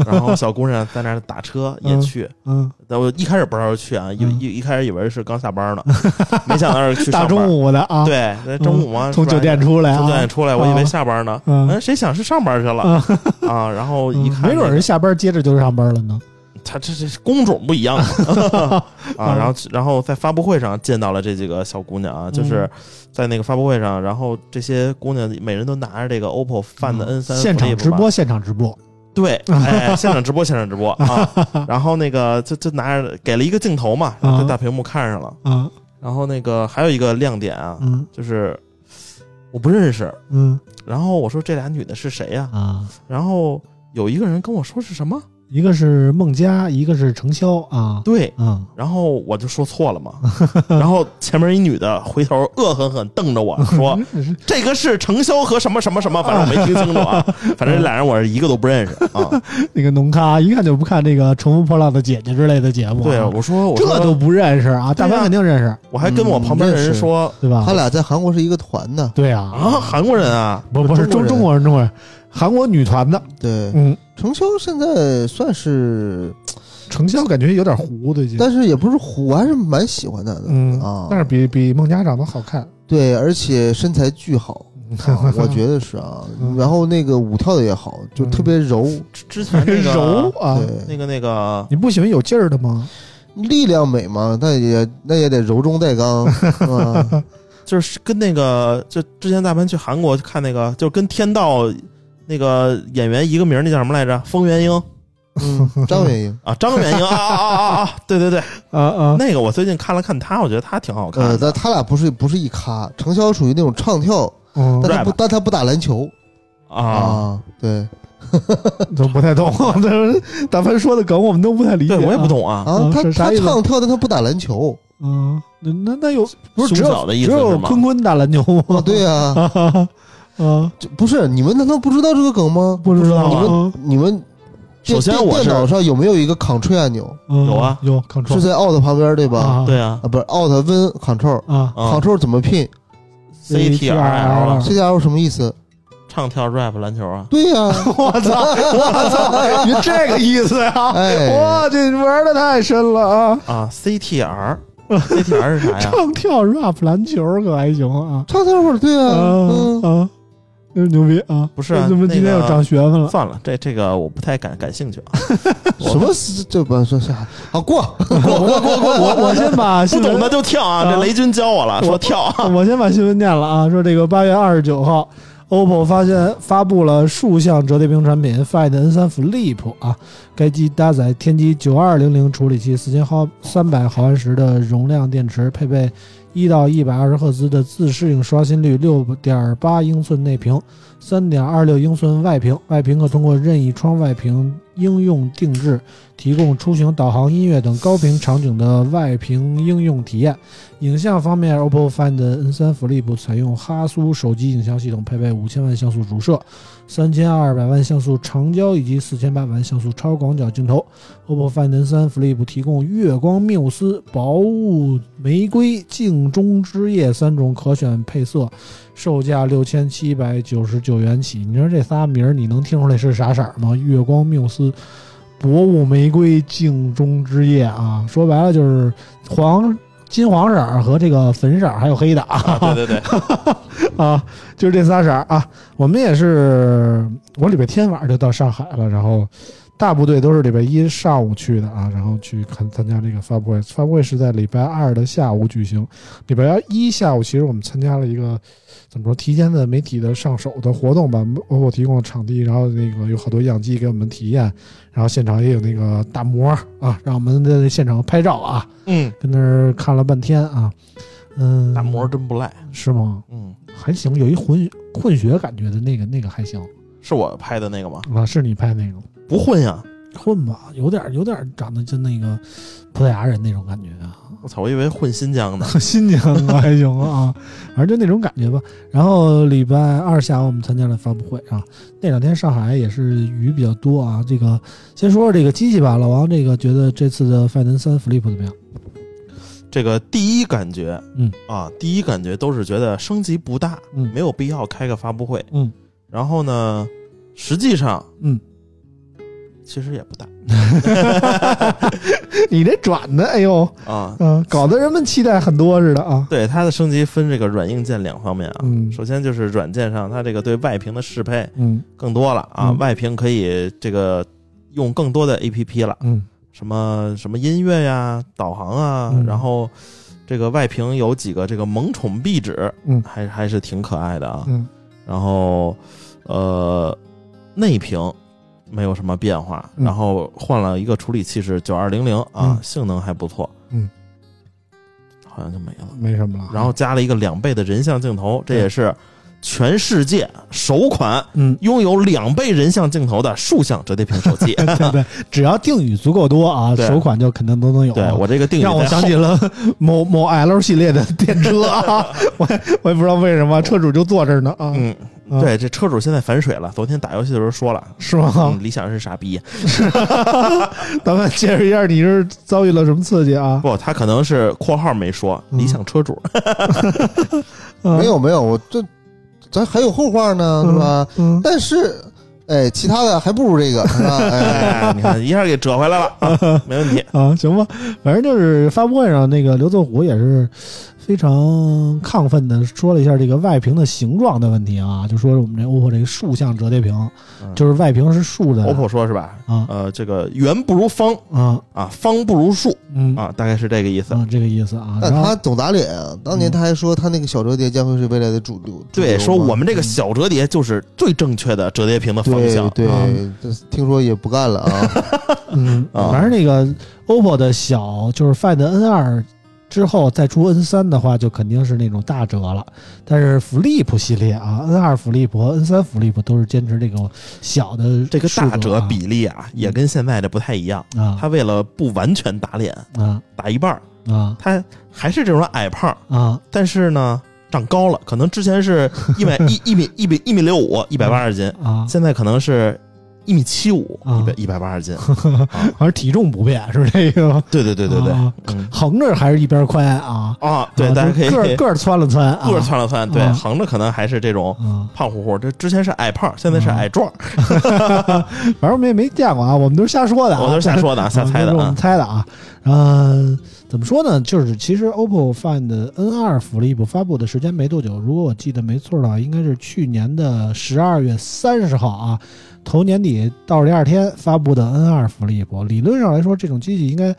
[SPEAKER 3] 然后小姑娘在那儿打 车也
[SPEAKER 2] 嗯
[SPEAKER 3] 去。
[SPEAKER 2] 嗯，
[SPEAKER 3] 但我一开始不知道去啊，一
[SPEAKER 2] 嗯
[SPEAKER 3] 一一开始以为是刚下班呢， 没想到是去
[SPEAKER 2] 大
[SPEAKER 3] 上班
[SPEAKER 2] 中。午的啊，，
[SPEAKER 3] 对，那中午嘛，
[SPEAKER 2] 从
[SPEAKER 3] 是吧
[SPEAKER 2] 酒店出来
[SPEAKER 3] 从酒
[SPEAKER 2] 啊
[SPEAKER 3] 店。出来，我以为
[SPEAKER 2] 啊
[SPEAKER 3] 下班呢。
[SPEAKER 2] 嗯
[SPEAKER 3] 嗯，谁想是上班去了啊？然后一
[SPEAKER 2] 嗯
[SPEAKER 3] 看，
[SPEAKER 2] 没准人
[SPEAKER 3] 人
[SPEAKER 2] 下班接着就上班了呢。
[SPEAKER 3] 他这这工种不一样 嘛啊。然后然后在发布会上见到了这几个小姑娘啊，
[SPEAKER 2] 嗯
[SPEAKER 3] 就是在那个发布会上，然后这些姑娘每人都拿着这个 OPPO Find
[SPEAKER 2] 嗯
[SPEAKER 3] N 三
[SPEAKER 2] 现场直播，现场直播，
[SPEAKER 3] 对，哎，现场直播，现场直播啊。然后那个就就拿着给了一个镜头嘛，然后在大屏幕看上了。
[SPEAKER 2] 啊，
[SPEAKER 3] 然后那个还有一个亮点啊，
[SPEAKER 2] 嗯
[SPEAKER 3] 就是我不认识。
[SPEAKER 2] 嗯
[SPEAKER 3] 然后我说这俩女的是谁呀、
[SPEAKER 2] 啊，
[SPEAKER 3] 然后有一个人跟我说是什么？
[SPEAKER 2] 一个是孟佳，一个是程潇啊，
[SPEAKER 3] 对，
[SPEAKER 2] 嗯，
[SPEAKER 3] 然后我就说错 了嘛，然后前面一女的回头恶狠狠瞪着 我说：“这个是程潇和什么什么什么，反正我没听清楚啊，反正这俩人我是一个都不认识 啊。
[SPEAKER 2] 那个农咖一看就不看这个《乘风破浪的姐姐》之类的节”目
[SPEAKER 3] 对，
[SPEAKER 2] 啊，
[SPEAKER 3] 我说我
[SPEAKER 2] 这都
[SPEAKER 3] 说
[SPEAKER 2] 不认识啊，
[SPEAKER 3] 对
[SPEAKER 2] 大
[SPEAKER 3] 啊
[SPEAKER 2] 凡肯定认识，
[SPEAKER 3] 我还跟我旁边的人说
[SPEAKER 2] 对吧？
[SPEAKER 4] 他俩在韩国是一个团的，
[SPEAKER 2] 对啊，
[SPEAKER 3] 啊，韩国人啊，
[SPEAKER 2] 不不是
[SPEAKER 4] 中
[SPEAKER 2] 中
[SPEAKER 4] 国人
[SPEAKER 2] 中国人中国人，韩国女团的，
[SPEAKER 4] 对，
[SPEAKER 2] 嗯，
[SPEAKER 4] 程潇现在算是，
[SPEAKER 2] 程潇感觉有点糊最近，
[SPEAKER 4] 但是也不是虎，我还是蛮喜欢他的，
[SPEAKER 2] 嗯
[SPEAKER 4] 啊，
[SPEAKER 2] 但是比比孟佳长得好看，
[SPEAKER 4] 对，而且身材巨 好，啊我觉得是啊
[SPEAKER 2] 嗯。
[SPEAKER 4] 然后那个舞跳的也好，就特别柔，
[SPEAKER 3] 之前那 个
[SPEAKER 2] 柔啊，
[SPEAKER 3] 那
[SPEAKER 4] 对，
[SPEAKER 3] 个那个
[SPEAKER 2] 你不喜欢有劲儿的吗？
[SPEAKER 4] 力量美嘛，那也那也得柔中 带刚，啊，
[SPEAKER 3] 就是跟那个就之前大潘去韩国看那个，就跟天道那个演员一个名儿，那叫什么来着？风元英
[SPEAKER 4] 嗯，张元英，
[SPEAKER 3] 啊，张元英啊啊啊啊 啊！对对对，
[SPEAKER 2] 啊啊，
[SPEAKER 3] 那个我最近看了看他，我觉得他挺好看
[SPEAKER 4] 呃，
[SPEAKER 3] 的。
[SPEAKER 4] 但他俩不是不是一咖，程潇属于那种唱跳，
[SPEAKER 2] 嗯
[SPEAKER 4] 但他不
[SPEAKER 3] 哦 Rap
[SPEAKER 4] 但他不打篮球
[SPEAKER 3] 啊，
[SPEAKER 4] 啊，对
[SPEAKER 2] 都不 太懂，大凡说的梗我们都不太理解，
[SPEAKER 3] 对我也不，懂啊，
[SPEAKER 4] 啊
[SPEAKER 2] 嗯，
[SPEAKER 4] 他
[SPEAKER 2] 是啥
[SPEAKER 4] 他
[SPEAKER 2] 意思
[SPEAKER 4] 唱跳，但他不打篮球
[SPEAKER 2] 嗯，那那那有
[SPEAKER 3] 不是
[SPEAKER 2] 只
[SPEAKER 3] 指
[SPEAKER 2] 有
[SPEAKER 3] 导的意
[SPEAKER 2] 只
[SPEAKER 3] 思是
[SPEAKER 2] 有
[SPEAKER 3] 吗？
[SPEAKER 2] 坤坤打篮球
[SPEAKER 4] 啊，
[SPEAKER 2] 吗？
[SPEAKER 4] 对呀，
[SPEAKER 2] 啊，啊，
[SPEAKER 4] 这不是你们难道不知道这个梗吗？
[SPEAKER 2] 不知道
[SPEAKER 3] 不知道
[SPEAKER 2] 啊。
[SPEAKER 4] 你们
[SPEAKER 3] 首
[SPEAKER 4] 电
[SPEAKER 3] 先
[SPEAKER 4] 电
[SPEAKER 3] 我是
[SPEAKER 4] 电脑上有没有一个 Ctrl 按钮？
[SPEAKER 2] 嗯
[SPEAKER 3] 有啊
[SPEAKER 2] 有 Ctrl
[SPEAKER 4] 是在 Alt 旁边对吧？
[SPEAKER 2] 啊
[SPEAKER 3] 对啊
[SPEAKER 4] 啊，不是 Alt Win Ctrl。
[SPEAKER 2] 啊，
[SPEAKER 3] 啊
[SPEAKER 4] Ctrl 怎么拼
[SPEAKER 3] ，C T R L 啊
[SPEAKER 2] 嗯，
[SPEAKER 4] ？C 加 L 什么意思？
[SPEAKER 3] 唱跳 rap 篮球啊，
[SPEAKER 4] 对呀，
[SPEAKER 2] 我操我哎操，你这个意思呀？
[SPEAKER 4] 哎
[SPEAKER 2] 哇，这玩的太深了啊！
[SPEAKER 3] 啊，C T R，C T R 是啥哎呀？
[SPEAKER 2] 唱跳 rap 篮球可还行啊？
[SPEAKER 4] 唱跳会儿对呀，
[SPEAKER 2] 啊
[SPEAKER 4] 嗯，
[SPEAKER 2] 啊，真是牛逼啊！
[SPEAKER 3] 不是啊
[SPEAKER 2] 怎么今天
[SPEAKER 3] 那个
[SPEAKER 2] 又长学问了？
[SPEAKER 3] 算了，这这个我不太感感兴趣 啊，我
[SPEAKER 4] 什么是这不说啥？好过，
[SPEAKER 3] 我我我我我
[SPEAKER 2] 我先把
[SPEAKER 3] 不
[SPEAKER 2] 新
[SPEAKER 3] 懂
[SPEAKER 2] 闻
[SPEAKER 3] 的，就跳啊，
[SPEAKER 2] 啊
[SPEAKER 3] 这雷军教我了，说跳啊，
[SPEAKER 2] 我先把新闻念了啊，说这个八月二十九号。 OPPO 发现发布了数项折叠屏产品 Find N3 Flip 啊，该机搭载天玑九二零零处理器，四千毫三百毫安时的容量电池，配备一到一百二十赫兹的自适应刷新率，六点八英寸内屏，三点二六英寸外屏，外屏可通过任意窗外屏应用定制，提供出行、导航、音乐等高频场景的外屏应用体验。影像方面，OPPO Find N3 Flip 采用哈苏手机影像系统，配备五千万像素主摄、三千二百万像素长焦以及四千八百万像素超广角镜头。OPPO Find N3 Flip 提供月光缪斯、薄雾玫瑰、镜中之夜三种可选配色，售价六千七百九十九元起。你说这仨名儿，你能听出来是啥色儿吗？月光缪斯。薄雾玫瑰、镜中之夜啊，说白了就是黄金黄色儿和这个粉色儿还有黑的 啊，
[SPEAKER 3] 啊对对对，
[SPEAKER 2] 啊，就是这仨色儿啊。我们也是，我礼拜天晚上就到上海了，然后大部队都是礼拜一上午去的啊，然后去看参加这个发布会。发布会是在礼拜二的下午举行，礼拜一下午其实我们参加了一个怎么说提前的媒体的上手的活动吧，OPPO 提供了场地，然后那个有好多样机给我们体验，然后现场也有那个大模儿啊，让我们在现场拍照啊。
[SPEAKER 3] 嗯，
[SPEAKER 2] 跟那儿看了半天啊，嗯，
[SPEAKER 3] 大模真不赖，
[SPEAKER 2] 是吗？
[SPEAKER 3] 嗯，
[SPEAKER 2] 还行，有一混混血感觉的那个那个还行
[SPEAKER 3] 是我拍的那个吗？
[SPEAKER 2] 啊，是你拍那个
[SPEAKER 3] 不混呀，
[SPEAKER 2] 混吧，有点有点长得就那个葡萄牙人那种感觉啊，
[SPEAKER 3] 我操，我以为混新疆呢。
[SPEAKER 2] 新疆啊还行啊， 反正就那种感觉吧。然后礼拜二下午我们参加了发布会啊，那两天上海也是雨比较多啊。这个先说说这个机器吧，老王这个觉得这次的 Find 三 Flip 怎么样？
[SPEAKER 3] 这个第一感觉，
[SPEAKER 2] 嗯
[SPEAKER 3] 啊，第一感觉都是觉得升级不大，
[SPEAKER 2] 嗯
[SPEAKER 3] 没有必要开个发布会，
[SPEAKER 2] 嗯。
[SPEAKER 3] 然后呢，实际上，
[SPEAKER 2] 嗯，
[SPEAKER 3] 其实也不大
[SPEAKER 2] 你这转的，哎呦，
[SPEAKER 3] 啊。
[SPEAKER 2] 嗯、搞得人们期待很多似的啊。
[SPEAKER 3] 对它的升级分这个软硬件两方面啊，
[SPEAKER 2] 嗯
[SPEAKER 3] 首先就是软件上，它这个对外屏的适配
[SPEAKER 2] 嗯
[SPEAKER 3] 更多了啊，
[SPEAKER 2] 嗯
[SPEAKER 3] 外屏可以这个用更多的 A P P 了，
[SPEAKER 2] 嗯
[SPEAKER 3] 什么什么音乐呀、导航啊，
[SPEAKER 2] 嗯
[SPEAKER 3] 然后这个外屏有几个这个萌宠壁纸，
[SPEAKER 2] 嗯
[SPEAKER 3] 还还是挺可爱的啊。
[SPEAKER 2] 嗯
[SPEAKER 3] 然后呃，内屏没有什么变化，
[SPEAKER 2] 嗯
[SPEAKER 3] 然后换了一个处理器是九二零零啊，
[SPEAKER 2] 嗯
[SPEAKER 3] 性能还不错，
[SPEAKER 2] 嗯，
[SPEAKER 3] 好像就没了。
[SPEAKER 2] 没什么了。
[SPEAKER 3] 然后加了一个两倍的人像镜头，这
[SPEAKER 2] 对
[SPEAKER 3] 也是全世界首款
[SPEAKER 2] 嗯，
[SPEAKER 3] 拥有两倍人像镜头的竖向折叠屏 手机。
[SPEAKER 2] 对对，只要定语足够多啊，
[SPEAKER 3] 对
[SPEAKER 2] 首款就肯定都能有。啊
[SPEAKER 3] 对我这个定义
[SPEAKER 2] 让我
[SPEAKER 3] 在
[SPEAKER 2] 想
[SPEAKER 3] 后
[SPEAKER 2] 起了某某 L 系列的电车啊，我也我也不知道为什么车主就坐这儿呢啊，
[SPEAKER 3] 嗯，
[SPEAKER 2] 啊
[SPEAKER 3] 对，这车主现在反水了。昨天打游戏的时候说了，
[SPEAKER 2] 是吗
[SPEAKER 3] 嗯、？理想是傻逼，
[SPEAKER 2] 咱们解释一下，你是遭遇了什么刺激啊？
[SPEAKER 3] 不，他可能是括号没说，
[SPEAKER 2] 嗯
[SPEAKER 3] 理想车主。
[SPEAKER 2] 嗯
[SPEAKER 4] 没，有没有，我这咱还有后话呢，是吧？
[SPEAKER 2] 嗯，
[SPEAKER 4] 但是，哎，其他的还不如这个，是吧？ 哎，
[SPEAKER 3] 哎，你看一下给折回来了， 啊、没问题。
[SPEAKER 2] 啊，行吧，反正就是发布会上那个刘作虎也是非常亢奋的说了一下这个外屏的形状的问题啊，就说我们这 OPPO 这个竖向折叠屏，
[SPEAKER 3] 嗯
[SPEAKER 2] 就是外屏是竖的
[SPEAKER 3] OPPO 说是吧？
[SPEAKER 2] 啊
[SPEAKER 3] 呃，这个圆不如方
[SPEAKER 2] 啊
[SPEAKER 3] 啊，方不如竖
[SPEAKER 2] 嗯
[SPEAKER 3] 啊，大概是这个意思。
[SPEAKER 2] 啊这个意思啊，
[SPEAKER 4] 但
[SPEAKER 2] 然
[SPEAKER 4] 他
[SPEAKER 2] 后
[SPEAKER 4] 总打脸啊！当年他还说他那个小折叠将会是未来的主流，
[SPEAKER 3] 嗯对，
[SPEAKER 4] 主流
[SPEAKER 3] 说
[SPEAKER 4] 嘛
[SPEAKER 3] 我们这个小折叠就是最正确的折叠屏的方向
[SPEAKER 4] 对。对
[SPEAKER 2] 啊，
[SPEAKER 4] 这听说也不干了啊，
[SPEAKER 2] 嗯
[SPEAKER 3] 啊
[SPEAKER 2] 反正那个 OPPO 的小就是 Find N 二。之后再出 N 三的话，就肯定是那种大折了。但是 Flip 系列啊，N 二 Flip 和 N 三 Flip 都是坚持这种小的
[SPEAKER 3] 这个
[SPEAKER 2] 竖
[SPEAKER 3] 大折
[SPEAKER 2] 啊
[SPEAKER 3] 比例啊，也跟现在这不太一样。
[SPEAKER 2] 啊
[SPEAKER 3] 他为了不完全打脸，
[SPEAKER 2] 啊
[SPEAKER 3] 打一半儿，
[SPEAKER 2] 啊
[SPEAKER 3] 他还是这种矮胖，
[SPEAKER 2] 啊
[SPEAKER 3] 但是呢，长高了，可能之 前是一百一一米一米一米六五，一百八十斤，
[SPEAKER 2] 啊！
[SPEAKER 3] 现在可能是一米七五，
[SPEAKER 2] 啊
[SPEAKER 3] 一百一百八十 斤。
[SPEAKER 2] 反正体重不变是这个，
[SPEAKER 3] 对对对对对，
[SPEAKER 2] 啊
[SPEAKER 3] 嗯
[SPEAKER 2] 横着还是一边宽啊？
[SPEAKER 3] 啊，对，
[SPEAKER 2] 啊
[SPEAKER 3] 大家
[SPEAKER 2] 就
[SPEAKER 3] 可以
[SPEAKER 2] 个儿个儿窜了窜，
[SPEAKER 3] 个儿窜了窜，对，
[SPEAKER 2] 啊
[SPEAKER 3] 横着可能还是这种
[SPEAKER 2] 啊。
[SPEAKER 3] 胖乎乎，这之前是矮胖，现在
[SPEAKER 2] 嗯
[SPEAKER 3] 是矮壮，
[SPEAKER 2] 反正我们也没见过啊，我们都是瞎说的、啊，
[SPEAKER 3] 我都是瞎说的啊，瞎猜
[SPEAKER 2] 啊这
[SPEAKER 3] 的
[SPEAKER 2] 是 我们
[SPEAKER 3] 啊。
[SPEAKER 2] 猜的啊。嗯，怎么说呢？就是其实 OPPO Find N2 Flip 发布的时间没多久，如果我记得没错的话，应该是去年的十二月三十号啊。头年底到第二天发布的 N 二福利一波。理论上来说，这种机器应该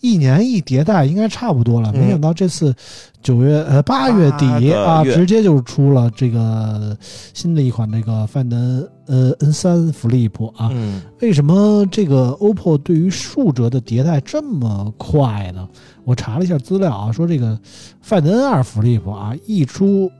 [SPEAKER 2] 一年一迭代，应该差不多了。
[SPEAKER 3] 嗯
[SPEAKER 2] 没想到这次九月呃八月
[SPEAKER 3] 八
[SPEAKER 2] 底
[SPEAKER 3] 个
[SPEAKER 2] 啊，
[SPEAKER 3] 月
[SPEAKER 2] 直接就出了这个新的一款这个 Find N 呃 N 三福利一波啊。
[SPEAKER 3] 嗯
[SPEAKER 2] 为什么这个 OPPO 对于数折的迭代这么快呢？我查了一下资料啊，说这个 Find N2 Flip 啊一出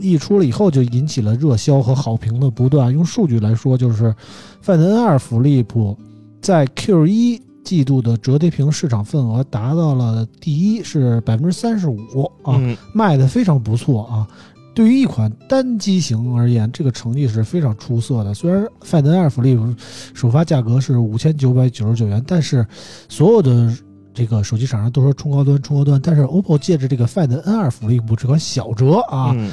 [SPEAKER 2] 一出了以后就引起了热销和好评的不断。用数据来说，就是 Find N2 Flip 在 Q 一季度的折叠屏市场份额达到了第一，是百分之三十五啊，
[SPEAKER 3] 嗯
[SPEAKER 2] 卖的非常不错啊。对于一款单机型而言，这个成绩是非常出色的。虽然 Find N2 Flip 首发价格是五千九百九十九元，但是所有的这个手机厂商都说冲高端，冲高端，但是 OPPO 借着这个 Find N2 Flip 这款小折啊，
[SPEAKER 3] 嗯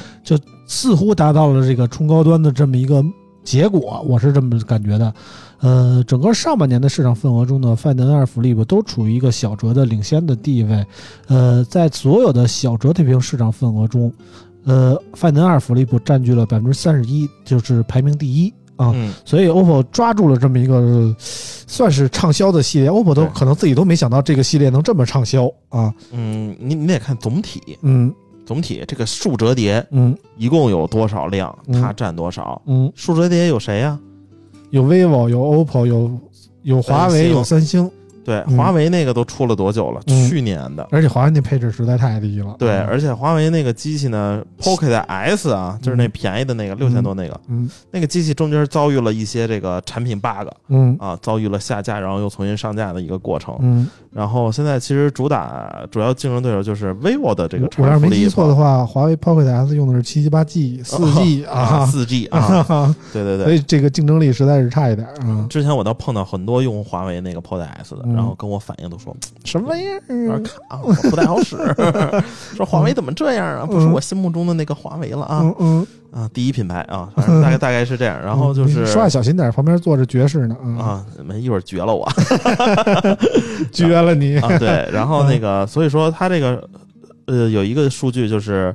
[SPEAKER 2] 似乎达到了这个冲高端的这么一个结果，我是这么感觉的。呃，整个上半年的市场份额中呢，Find N2 Flip 都处于一个小折的领先的地位。呃，在所有的小折叠屏市场份额中，呃，Find N2 Flip 占据了百分之三十一，就是排名第一啊。
[SPEAKER 3] 嗯
[SPEAKER 2] 所以 OPPO 抓住了这么一个呃算是畅销的系列，OPPO 都
[SPEAKER 3] 对
[SPEAKER 2] 可能自己都没想到这个系列能这么畅销啊。
[SPEAKER 3] 嗯，你你得看总体，
[SPEAKER 2] 嗯
[SPEAKER 3] 总体这个数折叠
[SPEAKER 2] 嗯
[SPEAKER 3] 一共有多少量，
[SPEAKER 2] 嗯
[SPEAKER 3] 它占多少？
[SPEAKER 2] 嗯，
[SPEAKER 3] 数折叠有谁呀、
[SPEAKER 2] 有 vivo，有 OPPO，有有华为，有三星，
[SPEAKER 3] 对，
[SPEAKER 2] 嗯
[SPEAKER 3] 华为那个都出了多久了？
[SPEAKER 2] 嗯
[SPEAKER 3] 去年的。
[SPEAKER 2] 而且华为那配置实在太低了。嗯
[SPEAKER 3] 对，而且华为那个机器呢，Pocket S 啊，就是那便宜的那个六千多那个，
[SPEAKER 2] 嗯
[SPEAKER 3] 那个机器中间遭遇了一些这个产品 bug
[SPEAKER 2] 嗯
[SPEAKER 3] 啊，遭遇了下架，然后又重新上架的一个过程。
[SPEAKER 2] 嗯，
[SPEAKER 3] 然后现在其实主打主要竞争对手就是 vivo 的这个
[SPEAKER 2] 嗯我我要是没记错的
[SPEAKER 3] 话
[SPEAKER 2] 话，华为 Pocket S 用的是七七八 G、四 G 啊，
[SPEAKER 3] 四 G 啊，对对嗯
[SPEAKER 2] 所
[SPEAKER 3] 对。
[SPEAKER 2] 以这个竞争力实在是差一点啊。
[SPEAKER 3] 之前我倒碰到很多用华为那个 Pod S 的，
[SPEAKER 2] 嗯
[SPEAKER 3] 然后跟我反映都说
[SPEAKER 2] 什么玩意
[SPEAKER 3] 有
[SPEAKER 2] 儿
[SPEAKER 3] 点？卡，我不太好使， 说华为怎么这样啊？不是我心目中的那个华为了啊
[SPEAKER 2] 嗯嗯，
[SPEAKER 3] 啊，第一品牌啊，反正 大概大概是这样。然后就
[SPEAKER 2] 嗯
[SPEAKER 3] 是
[SPEAKER 2] 你说话小心点，旁边坐着爵士呢啊，
[SPEAKER 3] 啊，没一会儿绝 了我
[SPEAKER 2] 撅了你。
[SPEAKER 3] 啊，对，然后
[SPEAKER 2] 嗯
[SPEAKER 3] 那个，所以说它这个呃有一个数据就是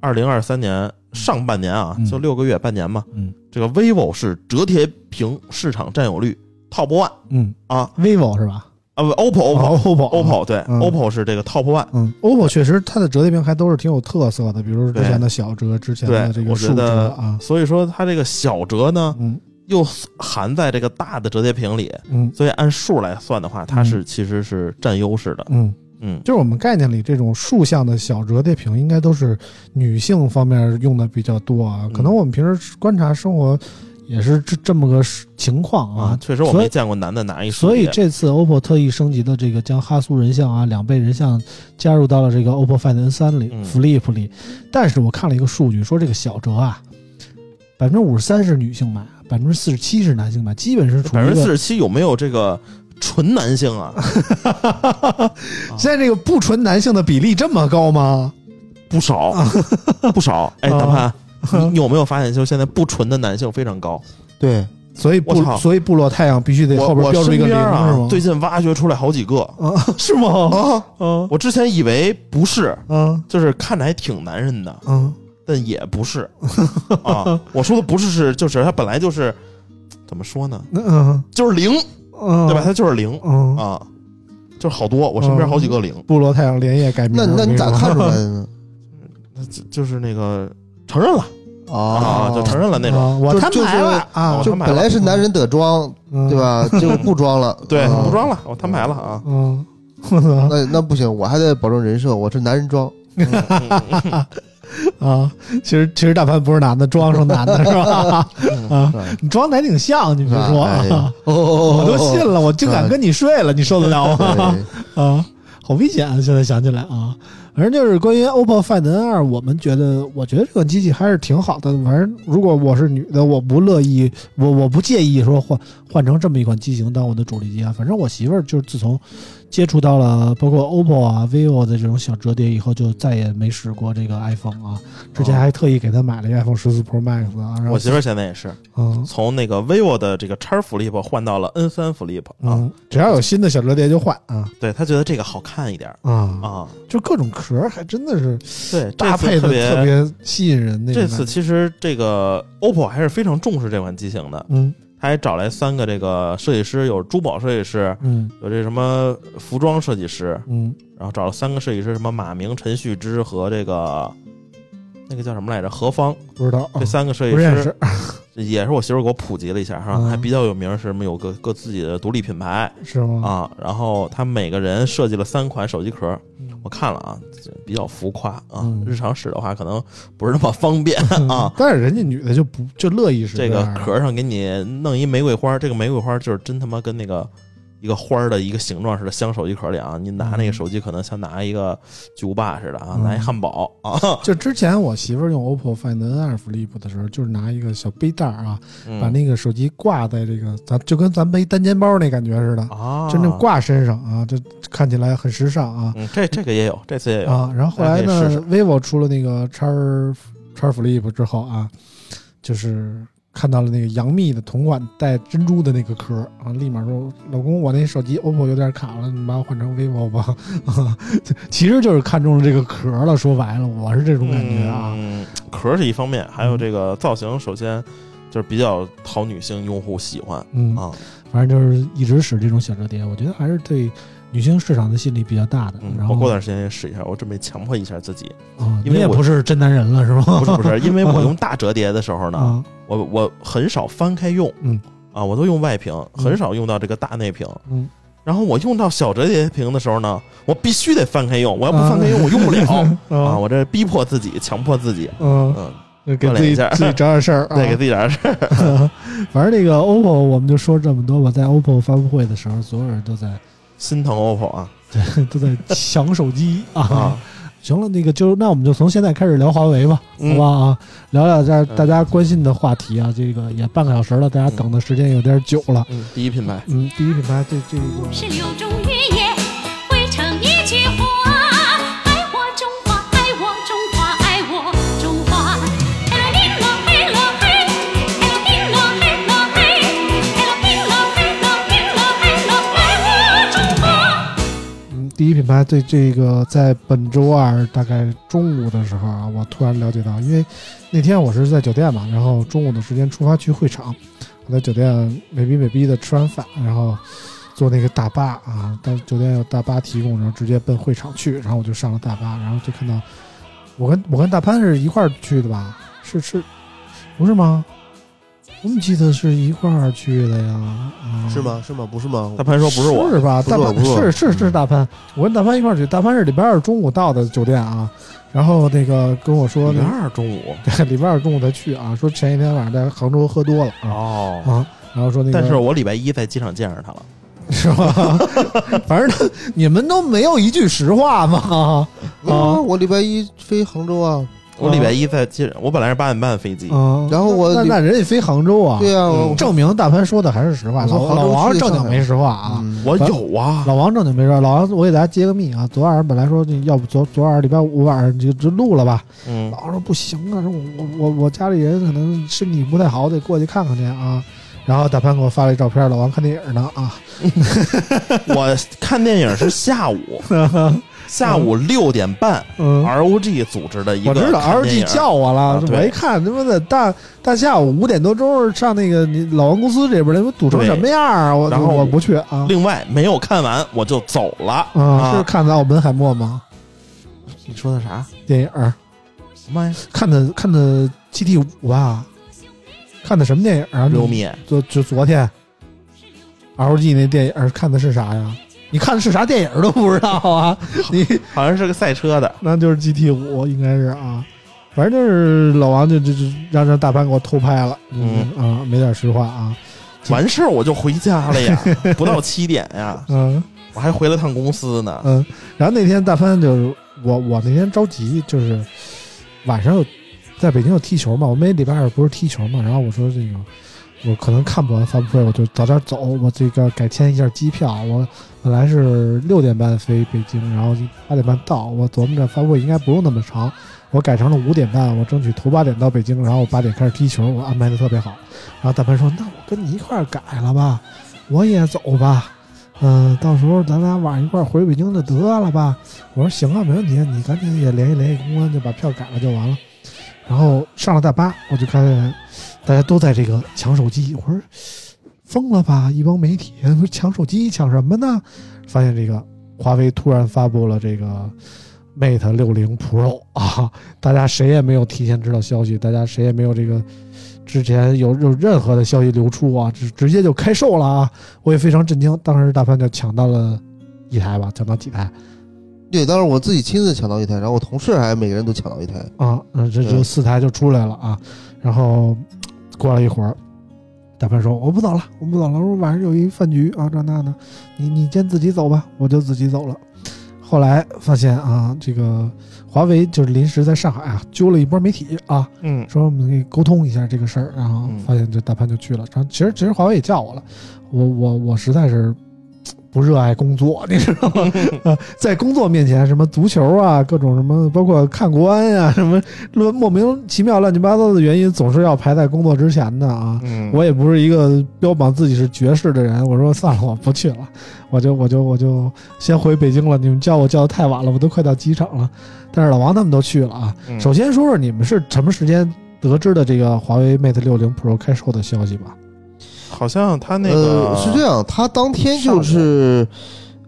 [SPEAKER 3] 二零二三年上半年啊
[SPEAKER 2] 嗯，
[SPEAKER 3] 就六个月半年嘛，
[SPEAKER 2] 嗯，
[SPEAKER 3] 这个 vivo 是折叠屏市场占有率 top one
[SPEAKER 2] 嗯
[SPEAKER 3] 啊
[SPEAKER 2] ，vivo 是吧哦
[SPEAKER 3] 啊不 oppo oppo
[SPEAKER 2] ？OPPO
[SPEAKER 3] oppo 对
[SPEAKER 2] 嗯
[SPEAKER 3] oppo 是这个 top one。
[SPEAKER 2] 嗯，OPPO 确实它的折叠屏还都是挺有特色的，比如说之前的小折，之前的这
[SPEAKER 3] 对，
[SPEAKER 2] 个
[SPEAKER 3] 我觉
[SPEAKER 2] 竖折
[SPEAKER 3] 得
[SPEAKER 2] 啊，
[SPEAKER 3] 所以说它这个小折呢，
[SPEAKER 2] 嗯
[SPEAKER 3] 又含在这个大的折叠屏里，
[SPEAKER 2] 嗯
[SPEAKER 3] 所以按数来算的话，它是其实是占优势的。
[SPEAKER 2] 嗯，
[SPEAKER 3] 嗯，
[SPEAKER 2] 就是我们概念里这种竖向的小折叠屏，应该都是女性方面用的比较多啊
[SPEAKER 3] 嗯。
[SPEAKER 2] 可能我们平时观察生活也是这这么个情况
[SPEAKER 3] 啊
[SPEAKER 2] 啊，。
[SPEAKER 3] 确实我
[SPEAKER 2] 所
[SPEAKER 3] 没
[SPEAKER 2] 以
[SPEAKER 3] 见过男的拿一竖
[SPEAKER 2] 所
[SPEAKER 3] 叠
[SPEAKER 2] 以这次 OPPO 特意升级的这个将哈苏人像啊两倍人像加入到了这个 OPPO Find N 三里、
[SPEAKER 3] 嗯
[SPEAKER 2] Flip 里，但是我看了一个数据，说这个小折啊，百分之五十三是女性买，百分之四十七是男性买，基本是处于
[SPEAKER 3] 百
[SPEAKER 2] 一
[SPEAKER 3] 分之四
[SPEAKER 2] 个。
[SPEAKER 3] 十七有没有这个纯男性啊？
[SPEAKER 2] 现在这个不纯男性的比例这么高吗？
[SPEAKER 3] 不少， 不 少。哎，
[SPEAKER 2] 啊
[SPEAKER 3] 谈判， 你你有没有发现，就是现在不纯的男性非常高？
[SPEAKER 4] 对，
[SPEAKER 2] 所以不
[SPEAKER 3] 我操
[SPEAKER 2] 所以部落太阳必须得
[SPEAKER 3] 我
[SPEAKER 2] 后边
[SPEAKER 3] 我
[SPEAKER 2] 标注一
[SPEAKER 3] 身
[SPEAKER 2] 个零、
[SPEAKER 3] 边
[SPEAKER 2] 是
[SPEAKER 3] 啊
[SPEAKER 2] 吗，？
[SPEAKER 3] 最近挖掘出来好几个。
[SPEAKER 2] 啊，是吗？啊啊
[SPEAKER 3] 我之前以为不是，
[SPEAKER 2] 啊
[SPEAKER 3] 就是看着还挺男人的，
[SPEAKER 4] 嗯
[SPEAKER 2] 啊！
[SPEAKER 3] 但也 不是啊。我说的不是是，就是他本来就是怎么说呢，
[SPEAKER 2] 那嗯
[SPEAKER 3] 就是零，
[SPEAKER 2] 嗯，
[SPEAKER 3] 对吧？他就是零
[SPEAKER 2] 嗯，
[SPEAKER 3] 啊，就是好多，我身边好几个零，
[SPEAKER 2] 部落太阳连夜改名
[SPEAKER 4] 那
[SPEAKER 2] 了。
[SPEAKER 4] 那你咋
[SPEAKER 2] 我跟
[SPEAKER 4] 看
[SPEAKER 2] 说
[SPEAKER 4] 出来？的呢？
[SPEAKER 3] 就就是那个承认了啊，就承认了那种。
[SPEAKER 2] 啊我
[SPEAKER 4] 就
[SPEAKER 2] 摊
[SPEAKER 4] 就是
[SPEAKER 2] 牌了哦啊
[SPEAKER 3] 我！
[SPEAKER 4] 就
[SPEAKER 3] 他买
[SPEAKER 4] 哦本
[SPEAKER 3] 了
[SPEAKER 4] 来是男人得装，
[SPEAKER 2] 嗯
[SPEAKER 4] 对？吧？结果不装了，
[SPEAKER 3] 对，
[SPEAKER 2] 哦
[SPEAKER 4] 啊
[SPEAKER 3] 不装了，我摊牌了啊。
[SPEAKER 2] 嗯，我操
[SPEAKER 4] 那那不行，我还得保证人设，我是男人装。
[SPEAKER 2] 啊！其实其实大潘不是男的，装成男的是吧？ 啊，你装的还挺像，你别说
[SPEAKER 4] 哎呀
[SPEAKER 2] 啊，
[SPEAKER 4] 哦哦， 哎
[SPEAKER 2] 我都信了，我竟敢跟你睡了，你受得 了吗？
[SPEAKER 4] 了。
[SPEAKER 2] 啊，好危险啊！现在想起来啊，反正就是关于 OPPO Find N2，我们觉得，我觉得这款机器还是挺好的。反正如果我是女的，我不乐意，我我不介意说换换成这么一款机型当我的主力机啊。反正我媳妇儿就是自从接触到了包括 OPPO 啊、vivo 的这种小折叠以后，就再也没使过这个 iPhone 啊。之
[SPEAKER 4] 哦
[SPEAKER 2] 前还特意给她买了一个 iPhone 十四 Pro Max 啊。然后
[SPEAKER 3] 我媳妇儿现在也是
[SPEAKER 2] 嗯
[SPEAKER 3] 从那个 vivo 的这个叉 Flip 换到了 N 三 Flip 啊，
[SPEAKER 2] 嗯，只要有新的小折叠就换啊
[SPEAKER 3] 对她觉得这个好看一点儿
[SPEAKER 2] 啊，
[SPEAKER 3] 啊。
[SPEAKER 2] 就各种壳儿还真的是。
[SPEAKER 3] 对，
[SPEAKER 2] 搭
[SPEAKER 3] 这次
[SPEAKER 2] 配的
[SPEAKER 3] 特别
[SPEAKER 2] 特别吸引人那种
[SPEAKER 3] 这
[SPEAKER 2] 感觉。
[SPEAKER 3] 次其实这个 OPPO 还是非常重视这款机型的，
[SPEAKER 2] 嗯
[SPEAKER 3] 它还找来三个这个设计师，有珠宝设计师，
[SPEAKER 2] 嗯
[SPEAKER 3] 有这什么服装设计师，
[SPEAKER 2] 嗯，
[SPEAKER 3] 然后找了三个设计师，什么马明、陈旭之和这个那个叫什么来着何芳，
[SPEAKER 2] 不知道啊
[SPEAKER 3] 这，三个设计
[SPEAKER 2] 不认
[SPEAKER 3] 师
[SPEAKER 2] 识，
[SPEAKER 3] 也是我媳妇儿给我普及了一下哈，
[SPEAKER 2] 嗯
[SPEAKER 3] 还比较有名，是什么有个各自己的独立品牌
[SPEAKER 2] 是吗？
[SPEAKER 3] 啊。然后他每个人设计了三款手机壳，
[SPEAKER 2] 嗯
[SPEAKER 3] 我看了啊，这比较浮夸啊
[SPEAKER 2] 嗯，
[SPEAKER 3] 日常使的话可能不是那么方便啊。
[SPEAKER 2] 但是人家女的就不就乐意是
[SPEAKER 3] 这个
[SPEAKER 2] 样的
[SPEAKER 3] 壳上给你弄一玫瑰花，这个玫瑰花就是真他妈跟那个一个花儿的一个形状似的，镶手机壳里啊。你拿那个手机可能像拿一个巨无霸似的啊，
[SPEAKER 2] 嗯
[SPEAKER 3] 拿一汉堡啊，
[SPEAKER 2] 就之前我媳妇儿用 OPPO Find N2 Flip 的时候，就是拿一个小背带儿啊，
[SPEAKER 3] 嗯
[SPEAKER 2] 把那个手机挂在这个，咱就跟咱背单肩包那感觉似的，
[SPEAKER 3] 啊，
[SPEAKER 2] 真正挂身上啊，这看起来很时尚啊
[SPEAKER 3] 嗯，这这个也有，这次也有
[SPEAKER 2] 啊。然后后来
[SPEAKER 3] 大家可以试
[SPEAKER 2] 呢
[SPEAKER 3] 试
[SPEAKER 2] ，vivo 出了那个叉叉 Flip 之后啊，就是看到了那个杨幂的同款带珍珠的那个壳啊，立马说：“老公，我那手机 OPPO 有点卡了，你把我换成 vivo 吧。” 啊，其实就是看中了这个壳了。说白了，我是这种感觉啊。嗯
[SPEAKER 3] 嗯，壳是一方面，还有这个造型，首先就是比较讨女性用户喜欢
[SPEAKER 2] 嗯，
[SPEAKER 3] 啊。
[SPEAKER 2] 反正就是一直使这种小折叠，我觉得还是对女性市场的吸引力比较大的。
[SPEAKER 3] 嗯，
[SPEAKER 2] 然
[SPEAKER 3] 我
[SPEAKER 2] 后
[SPEAKER 3] 过段时间也试一下，我准备强迫一下 自己。
[SPEAKER 2] 啊，
[SPEAKER 3] 因
[SPEAKER 2] 你
[SPEAKER 3] 为
[SPEAKER 2] 也
[SPEAKER 3] 我
[SPEAKER 2] 不是真男人了是吗？
[SPEAKER 3] 不是不是，因为我用大折叠的时候 呢，
[SPEAKER 2] 啊，
[SPEAKER 3] 我我很少翻开用，
[SPEAKER 2] 嗯
[SPEAKER 3] 啊，我都用外屏，
[SPEAKER 2] 嗯
[SPEAKER 3] 很少用到这个大内屏。
[SPEAKER 2] 嗯，
[SPEAKER 3] 然后我用到小折叠屏的时候呢，我必须得翻开用，我要不翻开用，我用不 了啊！
[SPEAKER 2] 啊，
[SPEAKER 3] 我这逼迫自己，强迫自己，
[SPEAKER 2] 嗯，
[SPEAKER 3] 嗯，
[SPEAKER 2] 给自己
[SPEAKER 3] 锻炼一下
[SPEAKER 2] 自己找点事 儿啊
[SPEAKER 3] 再。给自己点事儿。
[SPEAKER 2] 反正这个 OPPO 我们就说这么多吧。在 OPPO 发布会的时候，所有人都 在
[SPEAKER 3] 心疼 OPPO 啊
[SPEAKER 2] 都在抢手机啊
[SPEAKER 3] 啊。！
[SPEAKER 2] 行了，那个就那我们就从现在开始聊华为吧，好
[SPEAKER 3] 嗯
[SPEAKER 2] 吧啊，聊聊大家
[SPEAKER 3] 嗯
[SPEAKER 2] 大家关心的话题啊。这个也半个小时了，大家等的时间有点久了。
[SPEAKER 3] 嗯，第一品牌。
[SPEAKER 2] 嗯，第一品牌这这个。
[SPEAKER 6] 五十六种语言汇成一句话，爱我中华，爱我中华，爱我中华。哎啦叮啦嘿啦嘿，哎啦叮啦嘿啦嘿，哎啦叮啦嘿啦嘿啦嘿啦，爱我中华。
[SPEAKER 2] 嗯，第一品牌对这个在本周二大概中午的时候啊，我突然了解到，因为那天我是在酒店嘛，然后中午的时间出发去会场，我在酒店美逼美逼的吃完饭，然后坐那个大巴啊，到酒店有大巴提供，然后直接奔会场去，然后我就上了大巴，然后就看到我跟我跟大潘是一块儿去的吧？是是，不是吗？我怎么记得是一块儿去的呀？啊、
[SPEAKER 4] 是？吗？是吗？不是吗？
[SPEAKER 3] 大潘说不是我，嗯
[SPEAKER 2] 是吧？
[SPEAKER 4] 不是
[SPEAKER 2] 大
[SPEAKER 4] 我
[SPEAKER 2] 潘
[SPEAKER 4] 不是我
[SPEAKER 2] 是是是大潘，我跟大潘一块儿去，大潘是礼拜二中午到的酒店啊，然后那个跟我说
[SPEAKER 3] 礼拜二中午
[SPEAKER 2] 礼拜二中午才去啊，说前一天晚上在杭州喝多了啊
[SPEAKER 3] 哦，
[SPEAKER 2] 啊，然后说那个
[SPEAKER 3] 但是我礼拜一在机场见着他了。
[SPEAKER 2] 是吧？反正你们都没有一句实话嘛
[SPEAKER 4] 没有
[SPEAKER 3] 哦
[SPEAKER 4] 啊，我礼拜一飞杭州啊，
[SPEAKER 2] 哦
[SPEAKER 3] 我礼拜一在机，我本来是八点半飞机，
[SPEAKER 2] 啊，
[SPEAKER 4] 然后我
[SPEAKER 2] 那那人家飞杭州啊，
[SPEAKER 4] 对呀，我
[SPEAKER 2] 证明大潘说的还是实话，老
[SPEAKER 4] 我从杭州
[SPEAKER 2] 老王
[SPEAKER 4] 去
[SPEAKER 2] 正经
[SPEAKER 4] 上海
[SPEAKER 2] 没实话啊。
[SPEAKER 4] 嗯
[SPEAKER 3] 我有啊，
[SPEAKER 2] 老王正经没说，老王，我给大家揭个密啊！昨晚上本来说，要不昨昨晚上礼拜五晚上就就录了吧，
[SPEAKER 3] 嗯
[SPEAKER 2] 老说不行啊，说我我我我家里人可能身体不太好，得过去看看去啊。然后大潘给我发了一照片，老王看电影呢啊，
[SPEAKER 3] 嗯我看电影是 下午，下午六点半
[SPEAKER 2] 嗯，
[SPEAKER 3] ，ROG 组织的一个
[SPEAKER 2] 我知道
[SPEAKER 3] 看
[SPEAKER 2] L
[SPEAKER 3] 电
[SPEAKER 2] G
[SPEAKER 3] 影
[SPEAKER 2] 叫我了，
[SPEAKER 3] 啊对
[SPEAKER 2] 我一看他妈的大大下午五点多钟上那个你老王公司这边，那不堵成
[SPEAKER 3] 对
[SPEAKER 2] 什么样啊？我
[SPEAKER 3] 然后
[SPEAKER 2] 我不去啊
[SPEAKER 3] 另外没有看完我就走了
[SPEAKER 2] 啊！是看的奥本海默吗？
[SPEAKER 3] 你说的啥？
[SPEAKER 2] 电影儿
[SPEAKER 3] 什么呀？
[SPEAKER 2] 看的看的 G T 五吧？看的什么电影啊？
[SPEAKER 3] 六米
[SPEAKER 2] 就就昨天，L G 那电影儿看的是啥呀？你看的是啥电影儿都不知道啊？你
[SPEAKER 3] 好像是个赛 车的，
[SPEAKER 2] 那就是 G T 五应该是啊，反正就是老王就就就让让大潘给我偷拍了，
[SPEAKER 3] 嗯
[SPEAKER 2] 啊，没点实话啊，
[SPEAKER 3] 完事儿我就回家 了呀，不到七点呀，
[SPEAKER 2] 嗯
[SPEAKER 3] 我还回了趟公司呢。
[SPEAKER 2] 嗯，然后那天大潘就是我我那天着急就是晚上有在北京有踢球嘛，我们礼拜二不是踢球嘛，然后我说这个。我可能看不完发布会，我就早点走。我这个改签一下机票，我本来是六点半飞北京，然后八点半到。我琢磨着发布会应该不用那么长，我改成了五点半，我争取头八点到北京，然后我八点开始踢球，我安排的特别好。然后大潘说：“那我跟你一块儿改了吧，我也走吧，嗯、到时候咱俩晚上一块儿回北京就得了吧。”我说：“行啊，没问题，你赶紧也联系联系公安，就把票改了就完了。”然后上了大巴，我就看见大家都在这个抢手机，我说疯了吧？一帮媒体不是抢手机抢什么呢？发现这个华为突然发布了这个 Mate 六零 Pro 啊，大家谁也没有提前知道消息，大家谁也没有这个之前有有任何的消息流出啊，直直接就开售了啊！我也非常震惊，当时大潘就抢到了一台吧，抢到几台
[SPEAKER 4] 对，当时我自己亲自抢到一台，然后我同事还每个人都抢到一台。
[SPEAKER 2] 啊？嗯，这就
[SPEAKER 4] 对
[SPEAKER 2] 四台就出来了啊。然后过了一会儿，大潘说：“我不走了，我不走了，我晚上有一饭局啊，这那的，你你先自己走吧。”我就自己走了。后来发现啊，这个华为就是临时在上海啊揪了一波媒体啊，
[SPEAKER 3] 嗯
[SPEAKER 2] 说我们可以沟通一下这个事儿，然后
[SPEAKER 3] 嗯
[SPEAKER 2] 发现这大潘就去了。然后其实其实华为也叫我了，我我我实在是不热爱工作， 你知道 吗？呃在工作面前，什么足球啊，各种什么，包括看国安呀、什么乱莫名其妙乱七八糟的原因，总是要排在工作之前的啊。
[SPEAKER 3] 嗯
[SPEAKER 2] 我也不是一个标榜自己是爵士的人，我说算了，我不去了，我就我就我就先回北京了。你们叫我叫的太晚了，我都快到机场了。但是老王他们都去了啊。
[SPEAKER 3] 嗯
[SPEAKER 2] 首先说说你们是什么时间得知的这个华为 Mate 六零 Pro 开售的消息吧？
[SPEAKER 3] 好像他那个
[SPEAKER 4] 呃、是这样，他当天就是，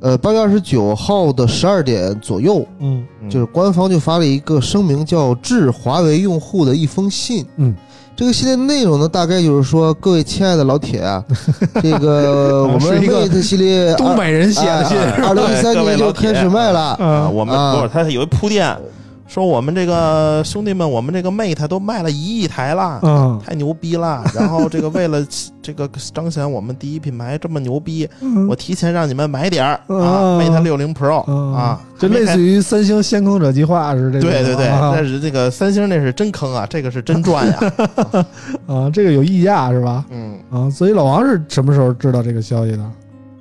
[SPEAKER 4] 呃，八月二十九号的十二点左右，
[SPEAKER 2] 嗯
[SPEAKER 3] 嗯
[SPEAKER 4] 就是官方就发了一个声明，叫致华为用户的一封信。
[SPEAKER 2] 嗯，
[SPEAKER 4] 这个信的内容呢，大概就是说，各位亲爱的老铁 啊，这个我们
[SPEAKER 2] 是一个
[SPEAKER 4] Mate 系列啊
[SPEAKER 2] 东北人写的信
[SPEAKER 4] 二零 一三
[SPEAKER 3] 各位
[SPEAKER 4] 年
[SPEAKER 3] 老
[SPEAKER 4] 就
[SPEAKER 3] 铁
[SPEAKER 4] 开始卖了。
[SPEAKER 3] 啊，
[SPEAKER 2] 啊，
[SPEAKER 3] 我们
[SPEAKER 4] 啊
[SPEAKER 3] 不是他有一铺垫，说我们这个兄弟们，我们这个 Mate 都卖了一亿台了。
[SPEAKER 2] 嗯
[SPEAKER 3] 太牛逼了！然后这个为了这个彰显我们第一品牌这么牛逼，
[SPEAKER 2] 嗯
[SPEAKER 3] 我提前让你们买点儿啊
[SPEAKER 2] 啊
[SPEAKER 3] ，Mate 六零 Pro
[SPEAKER 2] 嗯
[SPEAKER 3] 啊，
[SPEAKER 2] 就类似
[SPEAKER 3] 于
[SPEAKER 2] 于三星先坑者计划是这种
[SPEAKER 3] 对对对，
[SPEAKER 2] 啊
[SPEAKER 3] 但是这个三星那是真坑啊，这个是真赚 呀。
[SPEAKER 2] 啊，这个有溢价是吧？
[SPEAKER 3] 嗯，
[SPEAKER 2] 啊，所以老王是什么时候知道这个消息的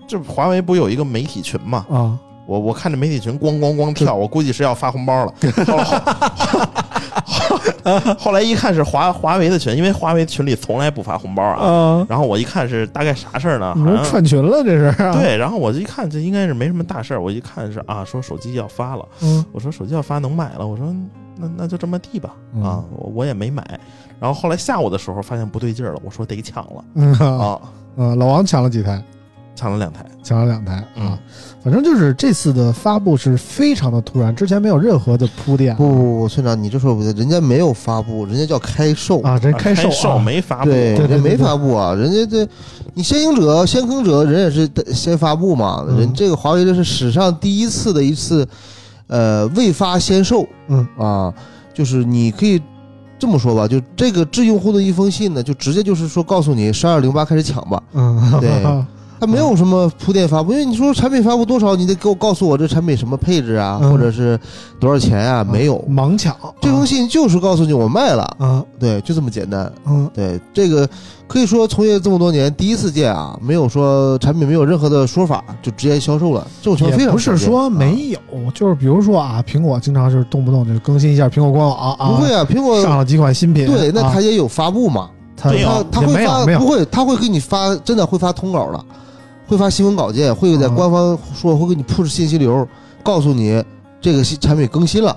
[SPEAKER 3] 这华为不有一个媒体群嘛？
[SPEAKER 2] 啊？
[SPEAKER 3] 我我看这媒体群咣咣咣跳，我估计是要发红包 了。后来后 后来一看是华华为的群，因为华为群里从来不发红包啊。
[SPEAKER 2] 啊，
[SPEAKER 3] 然后我一看是大概啥事儿呢？
[SPEAKER 2] 你
[SPEAKER 3] 好
[SPEAKER 2] 们
[SPEAKER 3] 像
[SPEAKER 2] 串群了这是？，
[SPEAKER 3] 对，然后我一看这应该是没什么大事儿，我一看是啊，说手机要发了，
[SPEAKER 2] 嗯
[SPEAKER 3] 我说手机要发能买了，我说那那就这么地吧
[SPEAKER 2] 嗯
[SPEAKER 3] 啊，我我也没买。然后后来下午的时候发现不对劲儿了，我说得抢了
[SPEAKER 2] 嗯啊
[SPEAKER 3] 啊，
[SPEAKER 2] 啊，老王抢了几台？
[SPEAKER 3] 抢了两台，
[SPEAKER 2] 抢了两台
[SPEAKER 3] 嗯
[SPEAKER 2] 啊，反正就是这次的发布是非常的突然，之前没有任何的铺垫
[SPEAKER 4] 不不不，村长，你这说不对，人家没有发布，人家叫开售。
[SPEAKER 2] 啊，这开售
[SPEAKER 3] 售
[SPEAKER 2] 啊
[SPEAKER 3] 没发布，
[SPEAKER 4] 对，
[SPEAKER 2] 对
[SPEAKER 4] 人家
[SPEAKER 2] 对
[SPEAKER 4] 没
[SPEAKER 2] 对
[SPEAKER 4] 发布啊，人家这你先行者、先坑者，人也是得先发布嘛。
[SPEAKER 2] 嗯
[SPEAKER 4] 人这个华为这是史上第一次的一次，呃，未发先售。
[SPEAKER 2] 嗯
[SPEAKER 4] 啊，就是你可以这么说吧，就这个致用户的一封信呢，就直接就是说告诉你十二零八开始抢吧，
[SPEAKER 2] 嗯，
[SPEAKER 4] 对它没有什么铺垫发布，因为你说产品发布多少，你得给我告诉我这产品什么配置啊，
[SPEAKER 2] 嗯
[SPEAKER 4] 或者是多少钱啊，没有。
[SPEAKER 2] 盲抢
[SPEAKER 4] 这封信就是告诉你我卖了，
[SPEAKER 2] 啊，
[SPEAKER 4] 对，就这么简单。
[SPEAKER 2] 嗯
[SPEAKER 4] 对，这个可以说从业这么多年第一次见啊，没有说产品没有任何的说法，就直接销售了，这种情呃况非
[SPEAKER 2] 也
[SPEAKER 4] 常
[SPEAKER 2] 不是
[SPEAKER 4] 少见
[SPEAKER 2] 说
[SPEAKER 4] 啊
[SPEAKER 2] 没有，就是比如说啊，苹果经常就是动不动就更新一下苹果官网啊，
[SPEAKER 4] 不会啊，苹果
[SPEAKER 2] 上了几款新品，
[SPEAKER 4] 对，那
[SPEAKER 2] 啊
[SPEAKER 4] 它也有发布嘛，
[SPEAKER 2] 它
[SPEAKER 3] 没有
[SPEAKER 4] 他他
[SPEAKER 2] 也
[SPEAKER 4] 会
[SPEAKER 2] 没有
[SPEAKER 4] 发
[SPEAKER 2] 没有
[SPEAKER 4] 不会，他会给你发，真的会发通稿的，会发新闻稿件，会在
[SPEAKER 2] 嗯
[SPEAKER 4] 官方说会给你 push 信息流，告诉你这个新产品更新了，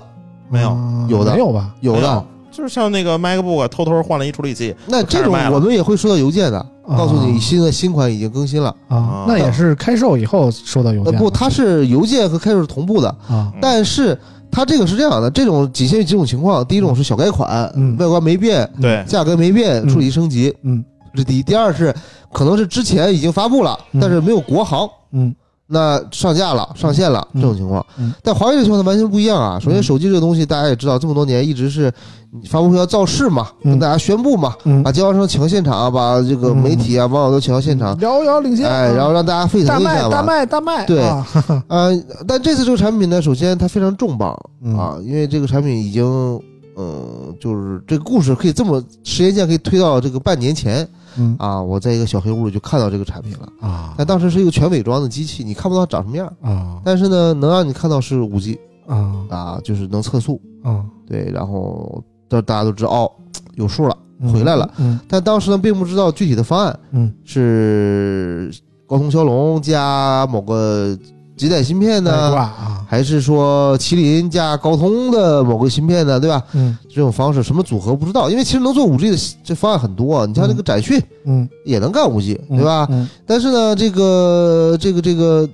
[SPEAKER 3] 没有
[SPEAKER 2] 嗯
[SPEAKER 4] 有的
[SPEAKER 2] 没有吧？
[SPEAKER 4] 有
[SPEAKER 3] 没
[SPEAKER 4] 的。
[SPEAKER 3] 就是像那个 MacBook 偷偷换了一处理器
[SPEAKER 4] 那这
[SPEAKER 3] 就
[SPEAKER 4] 种
[SPEAKER 3] 开始卖了
[SPEAKER 4] 我们也会收到邮件的，
[SPEAKER 2] 啊
[SPEAKER 4] 告诉你新的新款已经更新了。
[SPEAKER 2] 啊，那也是开售以后收到邮
[SPEAKER 4] 呃，
[SPEAKER 2] 件的，
[SPEAKER 4] 不，它是邮件和开售是同步的，
[SPEAKER 2] 啊，
[SPEAKER 4] 但是它这个是这样的，这种仅限于几种情况，第一种是小改款，
[SPEAKER 2] 嗯
[SPEAKER 4] 外观没变，
[SPEAKER 3] 对
[SPEAKER 4] 价格没变，
[SPEAKER 2] 嗯
[SPEAKER 4] 处理升级，
[SPEAKER 2] 嗯
[SPEAKER 4] 这是第一。第二是可能是之前已经发布了，
[SPEAKER 2] 嗯
[SPEAKER 4] 但是没有国行。
[SPEAKER 2] 嗯
[SPEAKER 4] 那上架了、上线了
[SPEAKER 2] 嗯
[SPEAKER 4] 这种情况，
[SPEAKER 2] 嗯
[SPEAKER 4] 但华为的情况它完全不一样啊。首先，
[SPEAKER 2] 嗯
[SPEAKER 4] 手机这个东西大家也知道，这么多年一直是你发布会要造势嘛，
[SPEAKER 2] 嗯
[SPEAKER 4] 跟大家宣布嘛，
[SPEAKER 2] 嗯
[SPEAKER 4] 把，经销商请到现场啊，把这个
[SPEAKER 2] 嗯
[SPEAKER 4] 媒体啊、网友都请到现场，
[SPEAKER 2] 遥遥领先，啊
[SPEAKER 4] 哎，然后让大家沸
[SPEAKER 2] 大
[SPEAKER 4] 腾一
[SPEAKER 2] 卖
[SPEAKER 4] 下
[SPEAKER 2] 大
[SPEAKER 4] 嘛。
[SPEAKER 2] 卖大卖，
[SPEAKER 4] 对
[SPEAKER 2] 啊
[SPEAKER 4] 呃，但这次这个产品呢，首先它非常重磅
[SPEAKER 2] 嗯
[SPEAKER 4] 啊，因为这个产品已经，嗯，就是这个故事可以这么时间线可以推到这个半年前
[SPEAKER 2] 嗯
[SPEAKER 4] 啊，我在一个小黑屋里就看到这个产品了。
[SPEAKER 2] 啊
[SPEAKER 4] 但当时是一个全伪装的机器，你看不到它长什么样，
[SPEAKER 2] 啊
[SPEAKER 4] 但是呢，能让你看到是五 G。
[SPEAKER 2] 啊
[SPEAKER 4] 啊，就是能测速，
[SPEAKER 2] 啊，
[SPEAKER 4] 对，然后但大家都知道哦，有数了。
[SPEAKER 2] 嗯
[SPEAKER 4] 回来了，
[SPEAKER 2] 嗯
[SPEAKER 4] 但当时呢，并不知道具体的方案
[SPEAKER 2] 嗯
[SPEAKER 4] 是高通骁龙加某个几代芯片
[SPEAKER 2] 带挂
[SPEAKER 4] 呢？
[SPEAKER 2] 啊，
[SPEAKER 4] 还是说麒麟加高通的某个芯片呢？对吧？
[SPEAKER 2] 嗯
[SPEAKER 4] 这种方式什么组合不知道，因为其实能做五 G 的这方案很多啊，你像这个展讯
[SPEAKER 2] 嗯，
[SPEAKER 4] 也能干五 G，
[SPEAKER 2] 嗯
[SPEAKER 4] 对吧？
[SPEAKER 2] 嗯
[SPEAKER 4] 但是呢，这个这个这个，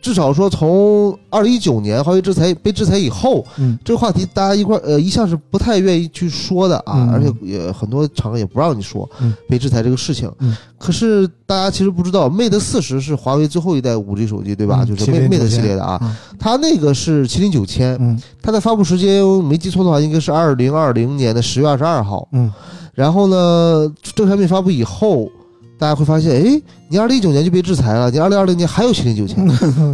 [SPEAKER 4] 至少说从二零一九年华为制裁被制裁以后，
[SPEAKER 2] 嗯
[SPEAKER 4] 这个话题大家一块儿呃一向是不太愿意去说的啊，
[SPEAKER 2] 嗯
[SPEAKER 4] 而且也很多厂也不让你说、
[SPEAKER 2] 嗯
[SPEAKER 4] 被制裁这个事情。
[SPEAKER 2] 嗯
[SPEAKER 4] 可是大家其实不知道，Mate 四十是华为最后一代五 G 手机，对吧？
[SPEAKER 2] 嗯
[SPEAKER 4] 就是
[SPEAKER 2] 麒
[SPEAKER 4] Mate
[SPEAKER 2] 麟
[SPEAKER 4] Mate
[SPEAKER 2] 9000
[SPEAKER 4] 系列的啊，
[SPEAKER 2] 嗯
[SPEAKER 4] 它那个是麒麟九千、
[SPEAKER 2] 嗯
[SPEAKER 4] 它的发布时间我没记错的话，应该是二零二零年的十月二十二号。
[SPEAKER 2] 嗯，
[SPEAKER 4] 然后呢，这个产品发布以后，大家会发现，哎，你二零一九年就被制裁了，你二零二零年还有麒麟九千。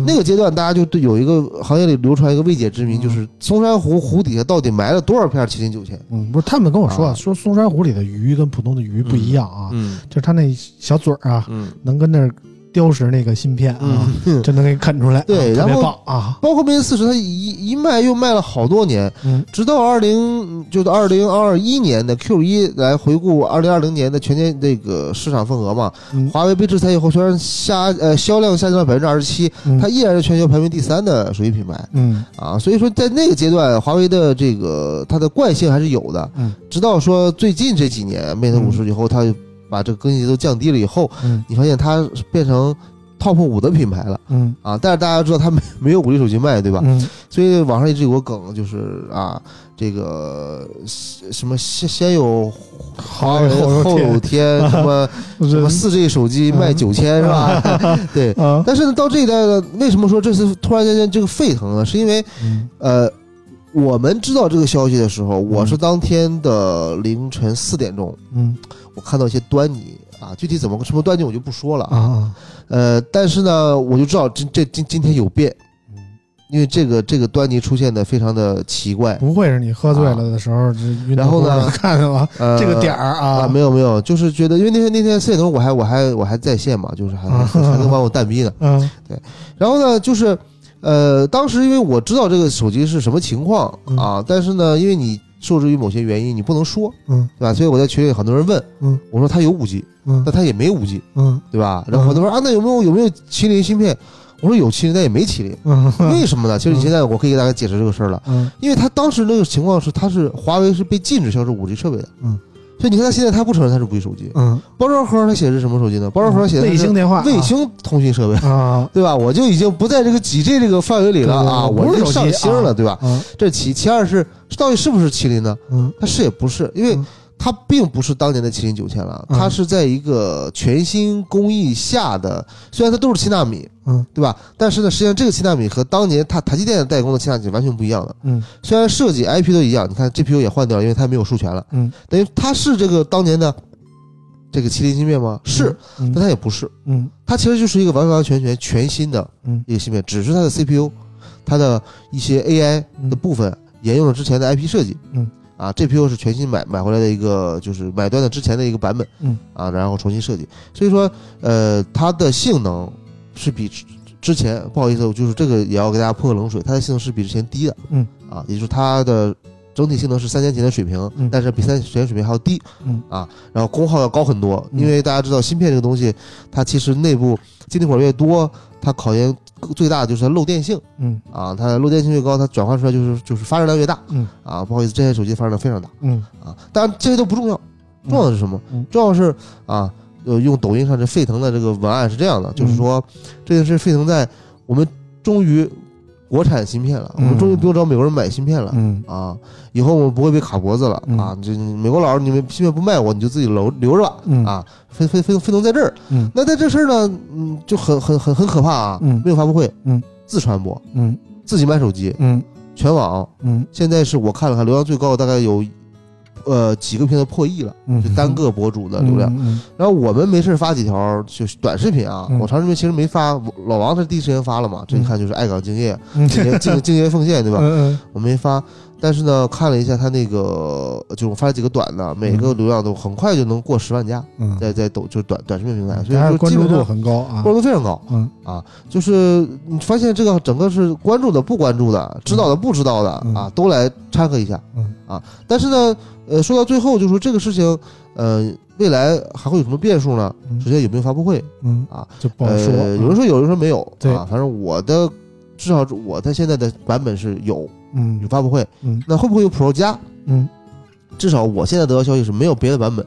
[SPEAKER 4] 那个阶段，大家就对有一个行业里流传一个未解之谜，
[SPEAKER 2] 嗯
[SPEAKER 4] 就是松山湖湖底下到底埋了多少片麒麟九千？
[SPEAKER 2] 嗯，不是，他们跟我说
[SPEAKER 4] 啊
[SPEAKER 2] 说松山湖里的鱼跟普通的鱼不一样啊，
[SPEAKER 3] 嗯
[SPEAKER 2] 就是它那小嘴儿啊，
[SPEAKER 3] 嗯
[SPEAKER 2] 能跟那儿雕石那个芯片啊，真能给啃出来，
[SPEAKER 4] 嗯对
[SPEAKER 2] 啊特别
[SPEAKER 4] 然后
[SPEAKER 2] 棒啊，
[SPEAKER 4] 包括 Mate 四十，它一一卖又卖了好多年，
[SPEAKER 2] 嗯
[SPEAKER 4] 直到二零就是二零二一年的 Q 一来回顾二零二零年的全年这个市场份额嘛，
[SPEAKER 2] 嗯
[SPEAKER 4] 华为被制裁以后，虽然下呃销量下降了百分之二十七，
[SPEAKER 2] 嗯
[SPEAKER 4] 它依然是全球排名第三的手机品牌
[SPEAKER 2] 嗯
[SPEAKER 4] 啊。所以说，在那个阶段，华为的这个它的惯性还是有的。
[SPEAKER 2] 嗯，
[SPEAKER 4] 直到说最近这几年 Mate 五十以后，它把这个更新节奏降低了以后，
[SPEAKER 2] 嗯
[SPEAKER 4] 你发现它变成 Top 五的品牌了
[SPEAKER 2] 嗯
[SPEAKER 4] 啊。但是大家知道它没没有五 G 手机卖，对吧？
[SPEAKER 2] 嗯
[SPEAKER 4] 所以网上一直有个梗，就是啊，这个什什么先先有华为
[SPEAKER 2] 后有
[SPEAKER 4] 后有
[SPEAKER 2] 天
[SPEAKER 4] 天，什么
[SPEAKER 2] 我
[SPEAKER 4] 什
[SPEAKER 2] 觉
[SPEAKER 4] 么
[SPEAKER 2] 得
[SPEAKER 4] 四 G 手机卖
[SPEAKER 2] 嗯
[SPEAKER 4] 九千是吧？对。
[SPEAKER 2] 啊，
[SPEAKER 4] 但是呢，到这一代呢，为什么说这次突然间这个沸腾呢？是因为
[SPEAKER 2] 嗯
[SPEAKER 4] 呃，我们知道这个消息的时候，我是当天的凌晨四点钟，
[SPEAKER 2] 嗯
[SPEAKER 4] 我看到一些端倪啊，具体怎么什么端倪我就不说了
[SPEAKER 2] 啊。啊，
[SPEAKER 4] 呃，但是呢，我就知道今这今今天有变，
[SPEAKER 2] 嗯
[SPEAKER 4] 因为这个这个端倪出现的非常的奇怪。
[SPEAKER 2] 不会是你喝醉了的时候，这晕
[SPEAKER 4] 然后呢
[SPEAKER 2] 乎乎的看见了
[SPEAKER 4] 呃，
[SPEAKER 2] 这个点儿
[SPEAKER 4] 啊，
[SPEAKER 2] 啊，
[SPEAKER 4] 没有没有，就是觉得因为那天那天四点钟我还我还我还在线嘛，就是还
[SPEAKER 2] 啊
[SPEAKER 4] 还能玩我蛋逼呢。
[SPEAKER 2] 嗯
[SPEAKER 4] 然后呢，就是呃，当时因为我知道这个手机是什么情况
[SPEAKER 2] 嗯
[SPEAKER 4] 啊，但是呢，因为你受制于某些原因，你不能说，
[SPEAKER 2] 嗯
[SPEAKER 4] 对吧？所以我在群里很多人问，
[SPEAKER 2] 嗯，
[SPEAKER 4] 我说它有五 G，
[SPEAKER 2] 嗯
[SPEAKER 4] 但它也没五 G，
[SPEAKER 2] 嗯
[SPEAKER 4] 对吧？然后很多人说啊，那有没有有没有麒麟芯片？我说有麒麟，但也没麒麟，
[SPEAKER 2] 嗯
[SPEAKER 4] 为什么呢？其实
[SPEAKER 2] 嗯
[SPEAKER 4] 你现在我可以给大家解释这个事儿了，
[SPEAKER 2] 嗯
[SPEAKER 4] 因为它当时那个情况是，它是华为是被禁止销售五 G 设备的，
[SPEAKER 2] 嗯，
[SPEAKER 4] 所以你看它现在它不承认它是五 G 手机，
[SPEAKER 2] 嗯，
[SPEAKER 4] 包装盒上它写的是什么手机呢？包装盒上写的
[SPEAKER 2] 卫
[SPEAKER 4] 是
[SPEAKER 2] 星电话，
[SPEAKER 4] 卫星通讯设备。
[SPEAKER 2] 啊
[SPEAKER 4] 对吧？我就已经不在这个几 G 这个范围里了啊，
[SPEAKER 2] 对对对不
[SPEAKER 4] 我
[SPEAKER 2] 是
[SPEAKER 4] 已
[SPEAKER 2] 手
[SPEAKER 4] 经
[SPEAKER 2] 机
[SPEAKER 4] 上星了，对吧？
[SPEAKER 2] 啊
[SPEAKER 4] 这其其二是到底是不是麒麟呢？
[SPEAKER 2] 嗯
[SPEAKER 4] 它是也不是，因为
[SPEAKER 2] 嗯
[SPEAKER 4] 它并不是当年的麒麟九千了，
[SPEAKER 2] 嗯
[SPEAKER 4] 它是在一个全新工艺下的，虽然它都是七纳米，
[SPEAKER 2] 嗯，
[SPEAKER 4] 对吧？但是呢，实际上这个七纳米和当年它台积电代工的七纳米完全不一样的。
[SPEAKER 2] 嗯
[SPEAKER 4] 虽然设计 IP 都一样，你看 GPU 也换掉了，因为它没有授权了，
[SPEAKER 2] 嗯，
[SPEAKER 4] 等于它是这个当年的这个麒麟芯片吗？是，但
[SPEAKER 2] 嗯
[SPEAKER 4] 它也不是。
[SPEAKER 2] 嗯
[SPEAKER 4] 它其实就是一个完完全全全新的
[SPEAKER 2] 嗯
[SPEAKER 4] 一个芯片，只是它的 CPU，它的一些 AI 的部分沿用了之前的 IP 设计，
[SPEAKER 2] 嗯，
[SPEAKER 4] 啊，GPU 是全新买买回来的一个，就是买断的之前的一个版本，
[SPEAKER 2] 嗯，
[SPEAKER 4] 啊，然后重新设计，所以说，呃，它的性能是比之之前不好意思，我就是这个也要给大家泼个冷水，它的性能是比之前低的，
[SPEAKER 2] 嗯，
[SPEAKER 4] 啊，也就是它的整体性能是三年前的水平，
[SPEAKER 2] 嗯
[SPEAKER 4] 但是比三年前水平还要低，
[SPEAKER 2] 嗯
[SPEAKER 4] 啊，然后功耗要高很多，
[SPEAKER 2] 嗯
[SPEAKER 4] 因为大家知道芯片这个东西，它其实内部晶体管越多，它考验最大的就是它漏电性
[SPEAKER 2] 嗯
[SPEAKER 4] 啊，它漏电性越高，它转化出来就是就是发热量越大，
[SPEAKER 2] 嗯
[SPEAKER 4] 啊，不好意思，这台手机发热量非常大
[SPEAKER 2] 嗯
[SPEAKER 4] 啊，当然这些都不重要，
[SPEAKER 2] 嗯
[SPEAKER 4] 重要的是什么？
[SPEAKER 2] 嗯
[SPEAKER 4] 重要的是啊，呃，用抖音上这沸腾的这个文案是这样
[SPEAKER 2] 嗯
[SPEAKER 4] 的，就是说这件事沸腾在我们终于国产芯片了，我们终于不用找美国人买芯片了，
[SPEAKER 2] 嗯
[SPEAKER 4] 啊，以后我们不会被卡脖子了、
[SPEAKER 2] 嗯
[SPEAKER 4] 啊！这美国佬，你们芯片不卖我，你就自己留留着吧、
[SPEAKER 2] 嗯
[SPEAKER 4] 啊！分分分分农在这儿，
[SPEAKER 2] 嗯
[SPEAKER 4] 那在这事儿呢，嗯，就很很很很可怕啊！
[SPEAKER 2] 嗯
[SPEAKER 4] 没有发布会，
[SPEAKER 2] 嗯，
[SPEAKER 4] 自传播，
[SPEAKER 2] 嗯
[SPEAKER 4] 自己买手机，
[SPEAKER 2] 嗯
[SPEAKER 4] 全网
[SPEAKER 2] 嗯
[SPEAKER 4] 现在是我看了看，流量最高的大概有，呃，几个平台破亿了，
[SPEAKER 2] 嗯，
[SPEAKER 4] 就单个博主的流量。
[SPEAKER 2] 嗯
[SPEAKER 4] 然后我们没事儿发几条就是短视频啊，
[SPEAKER 2] 嗯
[SPEAKER 4] 我长视频其实没发，老王是第一时间发了嘛，这一看就是爱岗 敬业，
[SPEAKER 2] 嗯
[SPEAKER 4] 敬业敬敬业奉献，对吧？
[SPEAKER 2] 嗯
[SPEAKER 4] 我没发，但是呢，看了一下他那个，就是我发了几个短的，每个流量都很快就能过十万加，
[SPEAKER 2] 嗯，
[SPEAKER 4] 在在抖就是短短视频平台，啊所
[SPEAKER 2] 大家
[SPEAKER 4] 以说
[SPEAKER 2] 嗯关
[SPEAKER 4] 基
[SPEAKER 2] 注
[SPEAKER 4] 本
[SPEAKER 2] 度
[SPEAKER 4] 上
[SPEAKER 2] 很高啊
[SPEAKER 4] 关，注度非常高。
[SPEAKER 2] 嗯
[SPEAKER 4] 啊就是你发现这个整个是关注的、不关注的、知道的、不知道的
[SPEAKER 2] 嗯
[SPEAKER 4] 啊，都来掺和一下
[SPEAKER 2] 嗯，
[SPEAKER 4] 啊。但是呢，呃，说到最后，就说这个事情，呃，未来还会有什么变数呢？
[SPEAKER 2] 嗯
[SPEAKER 4] 首先有没有发布会？
[SPEAKER 2] 嗯
[SPEAKER 4] 啊，
[SPEAKER 2] 就不好说。嗯
[SPEAKER 4] 呃，有人说有，有人说没有
[SPEAKER 2] 对
[SPEAKER 4] 啊。反正我的至少我在现在的版本是有有
[SPEAKER 2] 嗯
[SPEAKER 4] 发布会，
[SPEAKER 2] 嗯
[SPEAKER 4] 那会不会有 Pro 加？
[SPEAKER 2] 嗯
[SPEAKER 4] 至少我现在得到消息是没有别的版本，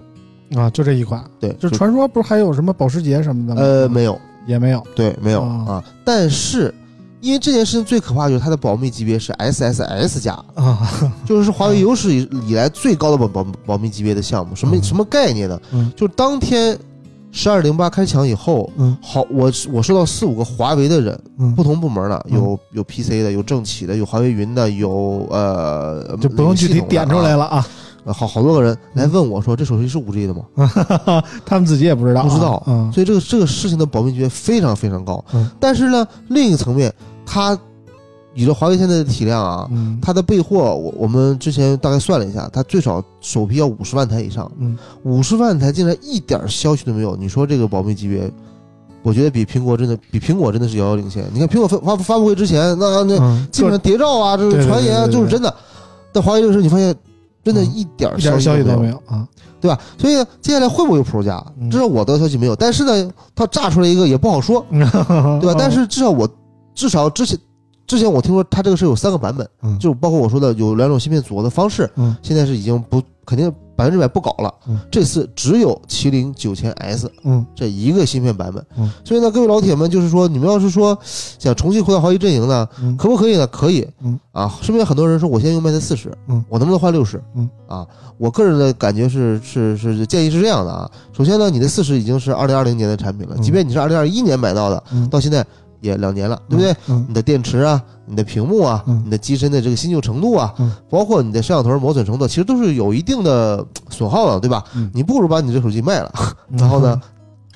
[SPEAKER 2] 啊，就这一款，
[SPEAKER 4] 对，
[SPEAKER 2] 就传说不是还有什么保时捷什么的吗？嗯
[SPEAKER 4] 呃没有，
[SPEAKER 2] 也没有。
[SPEAKER 4] 对，没有
[SPEAKER 2] 啊
[SPEAKER 4] 啊。但是因为这件事情最可怕的就是它的保密级别是 SSS 加，
[SPEAKER 2] 啊，
[SPEAKER 4] 就是华为有史以以来最高的保保保密级别的项目，什么
[SPEAKER 2] 嗯
[SPEAKER 4] 什么概念呢？
[SPEAKER 2] 嗯
[SPEAKER 4] 就是当天十二零八开抢以后，
[SPEAKER 2] 嗯
[SPEAKER 4] 好，我我收到四五个华为的人，
[SPEAKER 2] 嗯，
[SPEAKER 4] 不同部门的，
[SPEAKER 2] 嗯
[SPEAKER 4] 有有 PC 的，有政企的，有华为云的，有呃，
[SPEAKER 2] 就不用具体点出来
[SPEAKER 4] 了，
[SPEAKER 2] 了啊，
[SPEAKER 4] 呃好好多个人来
[SPEAKER 2] 嗯
[SPEAKER 4] 问我说，这手机是五 G 的吗？
[SPEAKER 2] 他们自己也不知道啊，
[SPEAKER 4] 不知道
[SPEAKER 2] 嗯
[SPEAKER 4] 所以这个这个事情的保密级别非常非常高
[SPEAKER 2] 嗯。
[SPEAKER 4] 但是呢，另一个层面，它以这华为现在的体量啊，
[SPEAKER 2] 嗯
[SPEAKER 4] 它的备货，我我们之前大概算了一下，它最少首批要五十万台以上，
[SPEAKER 2] 嗯
[SPEAKER 4] 五十万台竟然一点消息都没有，你说这个保密级别？我觉得比苹果真的比苹果真的是遥遥领先。你看苹果发发发布会之前，那那
[SPEAKER 2] 嗯，
[SPEAKER 4] 基本上谍照啊，这
[SPEAKER 2] 对
[SPEAKER 4] 种
[SPEAKER 2] 对
[SPEAKER 4] 传言啊
[SPEAKER 2] 对对
[SPEAKER 4] 就是
[SPEAKER 2] 对
[SPEAKER 4] 真的。但华为这个事，你发现真的
[SPEAKER 2] 嗯
[SPEAKER 4] 一点儿
[SPEAKER 2] 一点
[SPEAKER 4] 消
[SPEAKER 2] 消息
[SPEAKER 4] 息
[SPEAKER 2] 都
[SPEAKER 4] 没
[SPEAKER 2] 没
[SPEAKER 4] 有，
[SPEAKER 2] 有啊，
[SPEAKER 4] 对吧？所以呢接下来会不会有 Pro 加
[SPEAKER 2] 嗯？
[SPEAKER 4] 至少我得到消息没有。但是呢，它炸出来一个也不 好说，
[SPEAKER 2] 嗯对
[SPEAKER 4] 对吧？但是至少我至少之前之前我听说它这个是有三个版本，
[SPEAKER 2] 嗯
[SPEAKER 4] 就包括我说的有两种芯片组合的方式，
[SPEAKER 2] 嗯
[SPEAKER 4] 现在是已经不肯定百分之百不搞了。
[SPEAKER 2] 嗯
[SPEAKER 4] 这次只有麒麟九千 S
[SPEAKER 2] 嗯
[SPEAKER 4] 这一个芯片版本。
[SPEAKER 2] 嗯
[SPEAKER 4] 所以呢，各位老铁们，就是说你们要是说想重新回到华为阵营呢，
[SPEAKER 2] 嗯
[SPEAKER 4] 可不可以呢？可以，
[SPEAKER 2] 嗯
[SPEAKER 4] 啊，身边很多人说我现在用 Mate 四十，
[SPEAKER 2] 嗯
[SPEAKER 4] 我能不能换六十？
[SPEAKER 2] 嗯
[SPEAKER 4] 啊，我个人的感觉是是是建议是这样的啊，首先呢，你的四十已经是二零二零年的产品了，
[SPEAKER 2] 嗯
[SPEAKER 4] 即便你是二零二一年买到的，
[SPEAKER 2] 嗯
[SPEAKER 4] 到现在也两年了，对不对？？
[SPEAKER 2] 嗯
[SPEAKER 4] 你的电池啊，你的屏幕啊，
[SPEAKER 2] 嗯
[SPEAKER 4] 你的机身的这个新旧程度啊，
[SPEAKER 2] 嗯
[SPEAKER 4] 包括你的摄像头磨损程度，其实都是有一定的呃损耗了，对吧？
[SPEAKER 2] 嗯
[SPEAKER 4] 你不如把你这手机卖了，
[SPEAKER 2] 嗯
[SPEAKER 4] 然后呢，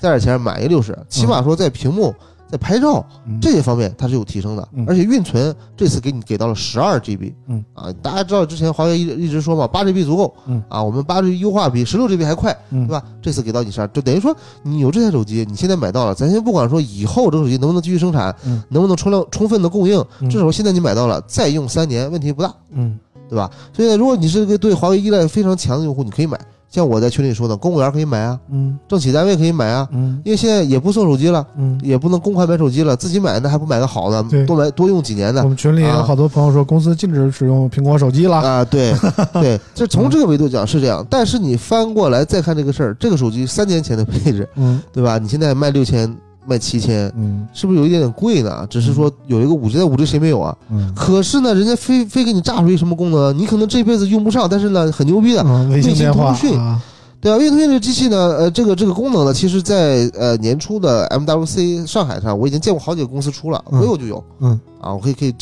[SPEAKER 4] 带点钱买一六十，起码说在屏幕、在拍照
[SPEAKER 2] 嗯
[SPEAKER 4] 这些方面它是有提升的
[SPEAKER 2] 嗯，
[SPEAKER 4] 而且运存这次给你给到了十二 GB，
[SPEAKER 2] 嗯
[SPEAKER 4] 啊，大家知道之前华为一一直说嘛，八 GB 足够，
[SPEAKER 2] 嗯
[SPEAKER 4] 啊，我们八 GB 优化比十六 GB 还快，
[SPEAKER 2] 嗯
[SPEAKER 4] 对吧？这次给到你十二，就等于说你有这台手机，你现在买到了，咱先不管说以后这个手机能不能继续生产，
[SPEAKER 2] 嗯
[SPEAKER 4] 能不能充量充分的供应，
[SPEAKER 2] 嗯
[SPEAKER 4] 至少现在你买到了，再用三年问题不大，
[SPEAKER 2] 嗯
[SPEAKER 4] 对吧？所以呢，如果你是个对华为依赖非常强的用户，你可以买，像我在群里说的，公务员可以买啊，
[SPEAKER 2] 嗯
[SPEAKER 4] 政企单位可以买啊，
[SPEAKER 2] 嗯
[SPEAKER 4] 因为现在也不送手机了。
[SPEAKER 2] 嗯，
[SPEAKER 4] 也不能公款买手机了，自己买那还不买个好
[SPEAKER 2] 对
[SPEAKER 4] 的，多买多用几年
[SPEAKER 2] 我
[SPEAKER 4] 的
[SPEAKER 2] 们群里有好多朋友说公司禁止使用苹果手机了，
[SPEAKER 4] 啊？对对，这从这个维度讲是这样，但是你翻过来再看这个事儿，这个手机三年前的配置，
[SPEAKER 2] 嗯
[SPEAKER 4] 对吧？你现在卖六千，卖七千，
[SPEAKER 2] 嗯
[SPEAKER 4] 是不是有一点点贵呢？只是说有一个五 G，但五 G 谁没有啊？
[SPEAKER 2] 嗯。
[SPEAKER 4] 可是呢，人家非非给你炸出一什么功能，啊你可能这辈子用不上，但是呢，很牛逼的，
[SPEAKER 2] 嗯，微信电话
[SPEAKER 4] 啊微信通讯
[SPEAKER 2] 啊，
[SPEAKER 4] 对啊，运通讯这个机器呢，呃，这个这个功能呢，其实在呃年初的 MWC 上海上，我已经见过好几个公司出了，
[SPEAKER 2] 嗯
[SPEAKER 4] 我有就有，
[SPEAKER 2] 嗯
[SPEAKER 4] 啊，我可以可以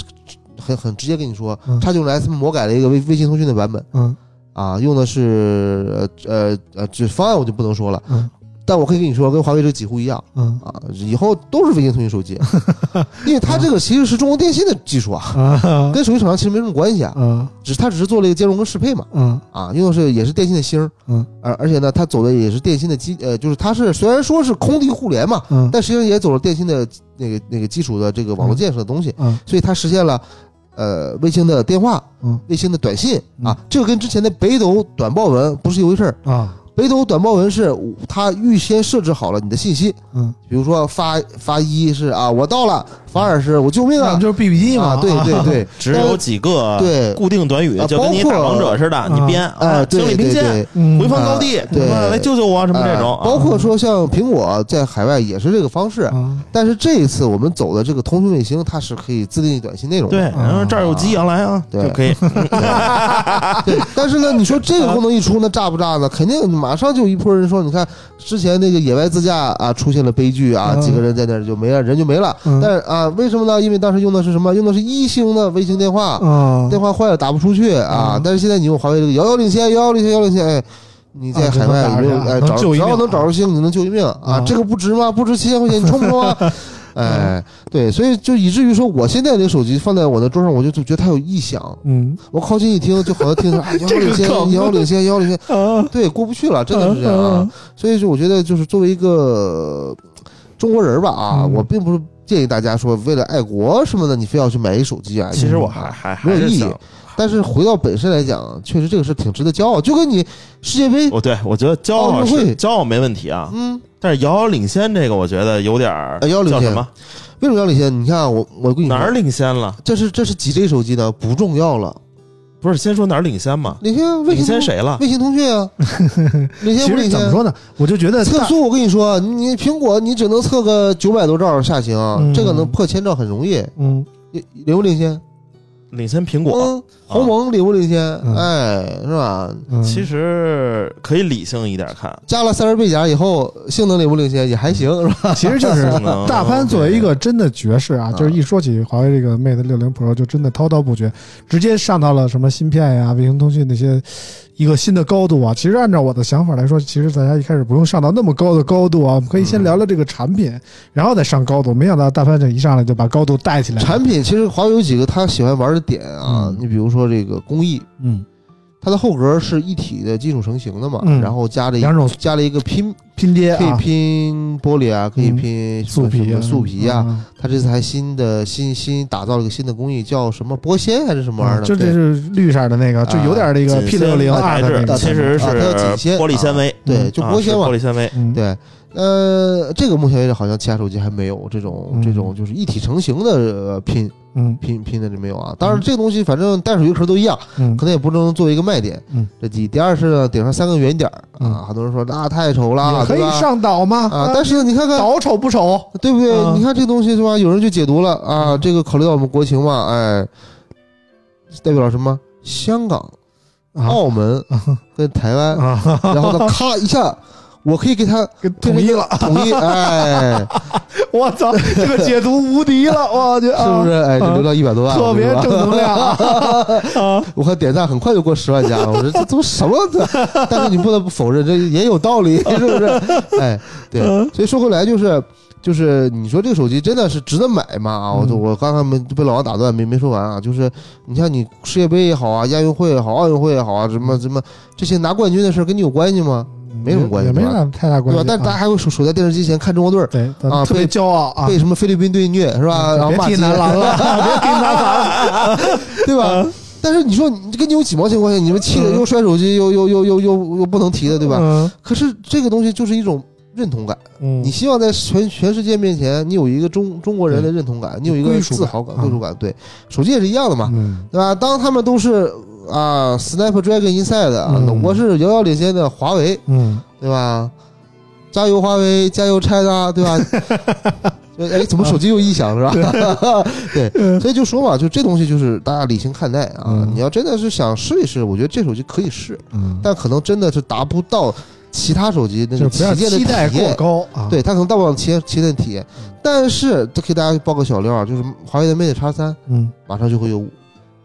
[SPEAKER 4] 很很直接跟你说
[SPEAKER 2] 嗯，
[SPEAKER 4] 叉九零 S 魔改了一个微微信通讯的版本
[SPEAKER 2] 嗯
[SPEAKER 4] 啊，用的是呃呃呃，这方案我就不能说了，
[SPEAKER 2] 嗯
[SPEAKER 4] 但我可以跟你说，跟华为这个几乎一样
[SPEAKER 2] 嗯
[SPEAKER 4] 啊，以后都是微信通讯 手机，因为它这个其实是中国电信的技术啊，
[SPEAKER 2] 啊
[SPEAKER 4] 跟手机厂商其实没什么关系啊，
[SPEAKER 2] 啊
[SPEAKER 4] 只它只是做了一个兼容跟适配嘛。
[SPEAKER 2] 嗯
[SPEAKER 4] 啊，用的是也是电信的星儿，
[SPEAKER 2] 嗯，
[SPEAKER 4] 而而且呢，它走的也是电信的基，呃，就是它是虽然说是空地互联嘛，
[SPEAKER 2] 嗯
[SPEAKER 4] 但实际上也走了电信的那个那个基础的这个网络建设的东西，
[SPEAKER 2] 嗯
[SPEAKER 4] 所以它实现了，呃，卫星的电话，
[SPEAKER 2] 嗯，
[SPEAKER 4] 卫星的短信
[SPEAKER 2] 嗯
[SPEAKER 4] 啊，这个跟之前的北斗短报文不是一回事儿。
[SPEAKER 2] 啊
[SPEAKER 4] 北斗短报文是它预先设置好了你的信息，
[SPEAKER 2] 嗯，
[SPEAKER 4] 比如说发发一是啊，我到了；发二是我救命
[SPEAKER 2] 那
[SPEAKER 4] 啊
[SPEAKER 2] 不，就是 BB 机
[SPEAKER 4] 啊，
[SPEAKER 2] 吗？
[SPEAKER 4] 对对对，
[SPEAKER 3] 只有几个
[SPEAKER 4] 对
[SPEAKER 3] 固定短语，
[SPEAKER 4] 啊
[SPEAKER 3] 就跟你
[SPEAKER 4] 包括
[SPEAKER 3] 打王者似的，你编啊
[SPEAKER 4] 哎，
[SPEAKER 3] 清
[SPEAKER 4] 对
[SPEAKER 3] 理
[SPEAKER 4] 对
[SPEAKER 3] 兵
[SPEAKER 4] 对
[SPEAKER 3] 线，。
[SPEAKER 2] 嗯，
[SPEAKER 3] 回防高地，
[SPEAKER 4] 嗯对
[SPEAKER 3] 什么来救救我什么这种
[SPEAKER 4] 啊
[SPEAKER 3] 啊，嗯
[SPEAKER 4] 包括说像苹果在海外也是这个方式，
[SPEAKER 2] 啊
[SPEAKER 4] 但是这一次我们走的这个通讯卫星，它是可以自定义短信内容
[SPEAKER 3] 对，
[SPEAKER 4] 的。
[SPEAKER 3] 然后这儿有鸡羊来啊，
[SPEAKER 4] 啊对
[SPEAKER 3] 就 可以。
[SPEAKER 4] 对，但是呢，你说这个功能一出，那炸不炸呢？肯定马上就一波人说，你看之前那个野外自驾啊，出现了悲剧啊，
[SPEAKER 2] 嗯
[SPEAKER 4] 几个人在那儿就没了，人就没了。
[SPEAKER 2] 嗯
[SPEAKER 4] 但是啊，为什么呢？因为当时用的是什么？用的是一星的卫星电话，
[SPEAKER 2] 啊，
[SPEAKER 4] 电话坏了打不出去啊。
[SPEAKER 2] 嗯
[SPEAKER 4] 但是现在你用华为这个遥遥领先，遥遥领先，遥遥领先，哎。你在
[SPEAKER 2] 啊
[SPEAKER 4] 海外
[SPEAKER 2] 就能打
[SPEAKER 4] 有没有
[SPEAKER 2] 着
[SPEAKER 4] 哎
[SPEAKER 2] 能
[SPEAKER 4] 找
[SPEAKER 2] 救
[SPEAKER 4] 只
[SPEAKER 2] 一
[SPEAKER 4] 要
[SPEAKER 2] 命
[SPEAKER 4] 能找着星，你能救一命啊！
[SPEAKER 2] 啊
[SPEAKER 4] 这个不值吗？不值七千块钱，你充不 充啊？哎，对，所以就以至于说，我现在这个手机放在我的桌上，我就就觉得它有异响。
[SPEAKER 2] 嗯
[SPEAKER 4] 我靠近一听，就好像听 着啊，遥遥领先，遥遥领先，遥遥领先，
[SPEAKER 2] 啊，
[SPEAKER 4] 对，过不去了，真的是这样
[SPEAKER 2] 嗯
[SPEAKER 4] 啊。所以就我觉得，就是作为一个呃中国人吧啊，
[SPEAKER 2] 嗯
[SPEAKER 4] 我并不是建议大家说为了爱国什么的，你非要去买一手机啊。
[SPEAKER 3] 其实我还还还
[SPEAKER 4] 没有
[SPEAKER 3] 是
[SPEAKER 4] 意义
[SPEAKER 3] 想，
[SPEAKER 4] 但是回到本身来讲，确实这个是挺值得骄傲，就跟你世界杯，
[SPEAKER 3] 哦我对我觉得骄傲
[SPEAKER 4] 奥运
[SPEAKER 3] 是
[SPEAKER 4] 会
[SPEAKER 3] 骄傲没问题啊，
[SPEAKER 4] 嗯，
[SPEAKER 3] 但是遥遥领先这个，我觉得有点儿
[SPEAKER 4] 呃遥遥领
[SPEAKER 3] 叫
[SPEAKER 4] 先
[SPEAKER 3] 什么
[SPEAKER 4] 为什么要领先？你看啊我，我跟你说
[SPEAKER 3] 哪儿领先了？
[SPEAKER 4] 这是这是几 G 手机呢？不重要了，
[SPEAKER 3] 不是先说哪儿领先吗？
[SPEAKER 4] 领先微
[SPEAKER 3] 领
[SPEAKER 4] 信
[SPEAKER 3] 先
[SPEAKER 4] 同
[SPEAKER 3] 谁了？
[SPEAKER 4] 微信同学啊，领
[SPEAKER 5] 其
[SPEAKER 4] 先不
[SPEAKER 5] 实
[SPEAKER 4] 领
[SPEAKER 5] 怎么
[SPEAKER 4] 先？
[SPEAKER 5] 说呢，我就觉得
[SPEAKER 4] 测速，我跟你说，你苹果你只能测个九百多兆下行，
[SPEAKER 2] 嗯
[SPEAKER 4] 这个能破千兆很容易。
[SPEAKER 2] 嗯，
[SPEAKER 4] 领领不领先？
[SPEAKER 3] 领先苹果。啊
[SPEAKER 4] 嗯，鸿蒙领不领先？
[SPEAKER 2] 嗯
[SPEAKER 4] 哎，是吧？
[SPEAKER 2] 嗯
[SPEAKER 3] 其实可以理性一点看，
[SPEAKER 4] 加了散热背夹以后，性能领不领先也还行，是吧？
[SPEAKER 2] 其实就是
[SPEAKER 3] 可能
[SPEAKER 2] 大潘作为一个真的爵士啊，就是一说起华为这个 Mate 六零 Pro 就真的滔滔不绝，直接上到了什么芯片呀、卫星通讯那些一个新的高度啊。其实按照我的想法来说，其实大家一开始不用上到那么高的高度啊，我们可以先聊聊这个产品，然后再上高度。没想到大潘这一上来就把高度带起来了，
[SPEAKER 4] 产品其实华为有几个他喜欢玩的点啊
[SPEAKER 2] 嗯，
[SPEAKER 4] 你比如说这个工艺，
[SPEAKER 2] 嗯，
[SPEAKER 4] 它的后格是一体的金属成型的嘛，
[SPEAKER 2] 嗯
[SPEAKER 4] 然后加了一
[SPEAKER 2] 两种
[SPEAKER 4] 加了一个拼
[SPEAKER 2] 拼接
[SPEAKER 4] 可以
[SPEAKER 2] 啊，嗯
[SPEAKER 4] 拼玻璃啊，可以拼什
[SPEAKER 2] 素
[SPEAKER 4] 么
[SPEAKER 2] 皮
[SPEAKER 4] 什
[SPEAKER 2] 啊
[SPEAKER 4] 么素皮
[SPEAKER 2] 呀
[SPEAKER 4] 啊。，它这次还新的新新打造了一个新的工艺，叫什么玻纤还是什么玩意
[SPEAKER 2] 嗯
[SPEAKER 4] 儿的？
[SPEAKER 2] 就这
[SPEAKER 4] 对
[SPEAKER 2] 是绿色的那个，
[SPEAKER 4] 啊
[SPEAKER 2] 就有点那个
[SPEAKER 3] 仅
[SPEAKER 2] P
[SPEAKER 3] 限
[SPEAKER 2] 六零
[SPEAKER 3] 材
[SPEAKER 2] R 的
[SPEAKER 3] 质
[SPEAKER 2] 那个，
[SPEAKER 3] 其实是
[SPEAKER 4] 啊它要仅限
[SPEAKER 3] 玻璃纤维，
[SPEAKER 4] 对，就
[SPEAKER 3] 啊
[SPEAKER 4] 玻纤
[SPEAKER 3] 是
[SPEAKER 4] 嘛
[SPEAKER 3] 玻。璃纤维。
[SPEAKER 2] 嗯，
[SPEAKER 4] 对，呃，这个目前为止好像其他手机还没有这种
[SPEAKER 2] 嗯
[SPEAKER 4] 这种就是一体成型的呃拼
[SPEAKER 2] 嗯
[SPEAKER 4] 拼拼的这没有啊。当然，这个东西反正带手机壳都一样，
[SPEAKER 2] 嗯
[SPEAKER 4] 可能也不能作为一个卖点。
[SPEAKER 2] 嗯，
[SPEAKER 4] 这第一，第二是呢，顶上三个圆点儿
[SPEAKER 2] 嗯
[SPEAKER 4] 啊，很多人说那太丑了，
[SPEAKER 2] 也可
[SPEAKER 4] 对
[SPEAKER 2] 以
[SPEAKER 4] 吧
[SPEAKER 2] 上岛吗？
[SPEAKER 4] 啊，但是你看看
[SPEAKER 2] 岛丑不丑？
[SPEAKER 4] 对不对？
[SPEAKER 2] 啊
[SPEAKER 4] 你看这东西是吧？有人就解读了啊，
[SPEAKER 2] 嗯
[SPEAKER 4] 这个考虑到我们国情嘛，哎，代表了什么？香港、
[SPEAKER 2] 啊
[SPEAKER 4] 澳 门跟台湾，
[SPEAKER 2] 啊，
[SPEAKER 4] 然后呢，咔一下，我可以给他
[SPEAKER 2] 给统一了，
[SPEAKER 4] 统一，哎，
[SPEAKER 2] 我操，这个解读无敌了，我去，
[SPEAKER 4] 是不是？
[SPEAKER 2] 啊
[SPEAKER 4] 哎，这流量一百多万，
[SPEAKER 2] 特别
[SPEAKER 4] 我跟你
[SPEAKER 2] 正
[SPEAKER 4] 说
[SPEAKER 2] 能量 啊！啊
[SPEAKER 4] 我看点赞很快就过十万加了，我说这都什么的？但是你不得不否认，这也有道理，是不是？ 哎，对，
[SPEAKER 2] 嗯
[SPEAKER 4] 所以说回来就是。就是你说这个手机真的是值得买吗？啊，我就
[SPEAKER 2] 嗯
[SPEAKER 4] 我刚才没被老王打断，没没说完啊。就是你像你世界杯也好啊，亚运会也好，奥运会也好啊，什么什么这些拿冠军的事儿跟你有关系吗？没什么关系
[SPEAKER 2] 也没
[SPEAKER 4] 吧
[SPEAKER 2] 啥太大
[SPEAKER 4] 对
[SPEAKER 2] 关
[SPEAKER 4] 吧
[SPEAKER 2] 系。？
[SPEAKER 4] 但是大家还会守守在电视机前看中国队儿
[SPEAKER 2] 啊对咱
[SPEAKER 4] 啊
[SPEAKER 2] 特别
[SPEAKER 4] 被
[SPEAKER 2] 骄傲啊！嗯
[SPEAKER 4] 被什么菲律宾队虐是吧？然后
[SPEAKER 2] 别
[SPEAKER 4] 骂
[SPEAKER 2] 提
[SPEAKER 4] 街
[SPEAKER 2] 男篮 了，别提男篮了。
[SPEAKER 4] 对吧？但是你说你跟你有几毛钱关系？你们气的
[SPEAKER 2] 嗯
[SPEAKER 4] 又摔手机，又又又又又又不能提的，对吧？
[SPEAKER 2] 嗯？
[SPEAKER 4] 可是这个东西就是一种认同感，
[SPEAKER 2] 嗯，
[SPEAKER 4] 你希望在全全世界面前，你有一个中中国人的认同感，你有一个
[SPEAKER 2] 归属感
[SPEAKER 4] 自豪感、
[SPEAKER 2] 啊
[SPEAKER 4] 归属感。对，手机也是一样的嘛，
[SPEAKER 2] 嗯
[SPEAKER 4] 对吧？当他们都是啊，Snapdragon Inside 啊，
[SPEAKER 2] 嗯
[SPEAKER 4] 我是遥遥领先的华为，
[SPEAKER 2] 嗯，
[SPEAKER 4] 对吧？加油华为，加油 China，对吧？ 就哎，怎么手机又异响是吧？ 对，所以就说嘛，就这东西就是大家理性看待啊
[SPEAKER 2] 嗯。
[SPEAKER 4] 你要真的是想试一试，我觉得这手机可以试，
[SPEAKER 2] 嗯
[SPEAKER 4] 但可能真的是达不到其他手机那
[SPEAKER 2] 就是
[SPEAKER 4] 种
[SPEAKER 2] 不
[SPEAKER 4] 旗
[SPEAKER 2] 要
[SPEAKER 4] 舰的
[SPEAKER 2] 期待
[SPEAKER 4] 嗯体
[SPEAKER 2] 过
[SPEAKER 4] 验。
[SPEAKER 2] 高啊。
[SPEAKER 4] 对，它可能达不到旗旗舰体验，但是这给大家爆个小料啊，就是华为的 Mate X 三
[SPEAKER 2] 嗯
[SPEAKER 4] 马上就会有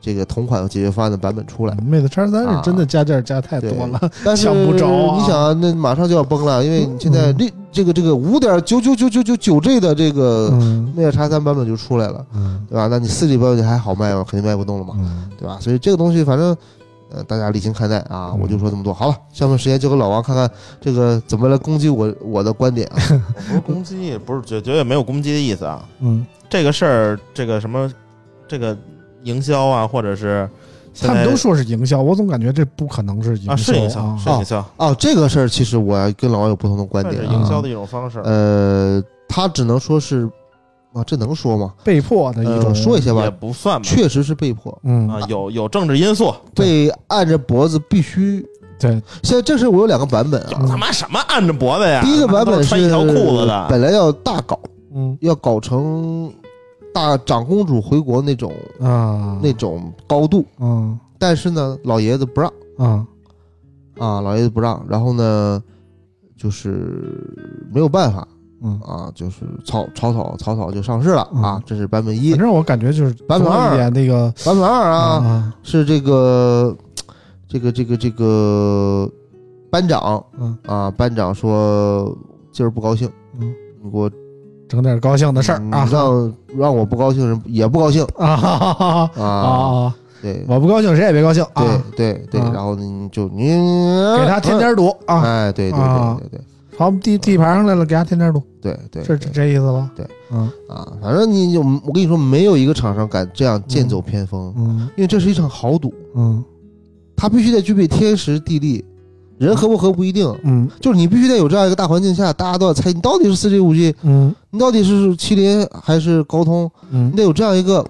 [SPEAKER 4] 这个同款解决方案的版本出来。
[SPEAKER 2] ，Mate 叉三是
[SPEAKER 4] 啊
[SPEAKER 2] 真的加价加太
[SPEAKER 4] 对
[SPEAKER 2] 多了，
[SPEAKER 4] 但是
[SPEAKER 2] 抢不着啊
[SPEAKER 4] 你想啊，那马上就要崩了，因为你现在
[SPEAKER 2] 嗯
[SPEAKER 4] 这这个这个五点九九九九九九 G 的这个
[SPEAKER 2] 嗯
[SPEAKER 4] Mate X 三版本就出来了，
[SPEAKER 2] 嗯
[SPEAKER 4] 对吧？那你四 G 版本你还好卖吗？肯定卖不动了嘛，
[SPEAKER 2] 嗯，
[SPEAKER 4] 对吧？所以这个东西反正。呃，大家理性看待啊，
[SPEAKER 2] 嗯
[SPEAKER 4] 我就说这么多。好了，下面时间交给老王看看这个怎么来攻击我我的观点啊。
[SPEAKER 3] 我不是攻击，不是绝绝对没有攻击的意思啊。
[SPEAKER 2] 嗯，
[SPEAKER 3] 这个事儿，这个什么，这个营销啊，或者是现
[SPEAKER 2] 他们
[SPEAKER 3] 在
[SPEAKER 2] 都说是营销，我总感觉这不可能是
[SPEAKER 3] 啊，
[SPEAKER 2] 营
[SPEAKER 3] 是营销，
[SPEAKER 2] 啊
[SPEAKER 3] 是营销，
[SPEAKER 4] 哦，这个事儿其实我跟老王有不同的观
[SPEAKER 3] 算是
[SPEAKER 4] 点
[SPEAKER 3] 营销
[SPEAKER 4] 啊。
[SPEAKER 3] 的一种方式。
[SPEAKER 4] 呃，他只能说是，啊，这能说吗？
[SPEAKER 2] 被迫的一
[SPEAKER 4] 呃，
[SPEAKER 2] 种
[SPEAKER 4] 说一下
[SPEAKER 3] 也
[SPEAKER 4] 吧，
[SPEAKER 3] 不算吧，
[SPEAKER 4] 确实是被迫，
[SPEAKER 2] 嗯
[SPEAKER 3] 啊，有有政治因素，
[SPEAKER 4] 被按着脖子必须
[SPEAKER 2] 对，
[SPEAKER 4] 现在这事儿我有两个版本啊。
[SPEAKER 3] 他妈什么按着脖子呀？
[SPEAKER 4] 第一个版
[SPEAKER 3] 嗯他们都
[SPEAKER 4] 本
[SPEAKER 3] 穿一
[SPEAKER 4] 是
[SPEAKER 3] 条裤子的，
[SPEAKER 4] 本来要大搞，
[SPEAKER 2] 嗯
[SPEAKER 4] 要搞成大长公主回国那种
[SPEAKER 2] 啊，
[SPEAKER 4] 那种高度，
[SPEAKER 2] 嗯
[SPEAKER 4] 但是呢，老爷子不让
[SPEAKER 2] 啊
[SPEAKER 4] 啊，老爷子不让。然后呢，就是没有办法
[SPEAKER 2] 嗯，
[SPEAKER 4] 啊，就是草草草草草就上市了啊
[SPEAKER 2] 嗯。
[SPEAKER 4] 这是版本一
[SPEAKER 2] 反，正我感觉就是
[SPEAKER 4] 版本二
[SPEAKER 2] 总有一点那个
[SPEAKER 4] 版本二啊
[SPEAKER 2] 啊，
[SPEAKER 4] 是这个这个这个这个班长
[SPEAKER 2] 嗯
[SPEAKER 4] 啊，班长说今儿不高兴，
[SPEAKER 2] 嗯，
[SPEAKER 4] 你给我
[SPEAKER 2] 整点高兴的事儿
[SPEAKER 4] 嗯
[SPEAKER 2] 啊
[SPEAKER 4] 让让我不高兴人也不高兴
[SPEAKER 2] 啊哈哈哈
[SPEAKER 4] 啊，
[SPEAKER 2] 啊啊！
[SPEAKER 4] 对
[SPEAKER 2] 我不高兴，谁也别高兴啊！
[SPEAKER 4] 对对对，
[SPEAKER 2] 啊
[SPEAKER 4] 然后你就你
[SPEAKER 2] 给他添，点堵啊！
[SPEAKER 4] 哎，对对
[SPEAKER 2] 啊
[SPEAKER 4] 对对对，
[SPEAKER 2] 跑地地盘上来了，给他添点堵，
[SPEAKER 4] 对对，
[SPEAKER 2] 是
[SPEAKER 4] 对
[SPEAKER 2] 这这意思吧？
[SPEAKER 4] 对，
[SPEAKER 2] 嗯
[SPEAKER 4] 啊，反正你有，我跟你说，没有一个厂商敢这样剑走偏锋，
[SPEAKER 2] 嗯
[SPEAKER 4] 因为这是一场豪赌，
[SPEAKER 2] 嗯
[SPEAKER 4] 他必须得具备天时地利，人合不合不一定，
[SPEAKER 2] 嗯
[SPEAKER 4] 就是你必须得有这样一个大环境下，大家都要猜你到底是四 G 五 G，
[SPEAKER 2] 嗯
[SPEAKER 4] 你到底是麒麟还是高通，你
[SPEAKER 2] 嗯
[SPEAKER 4] 得有这样一个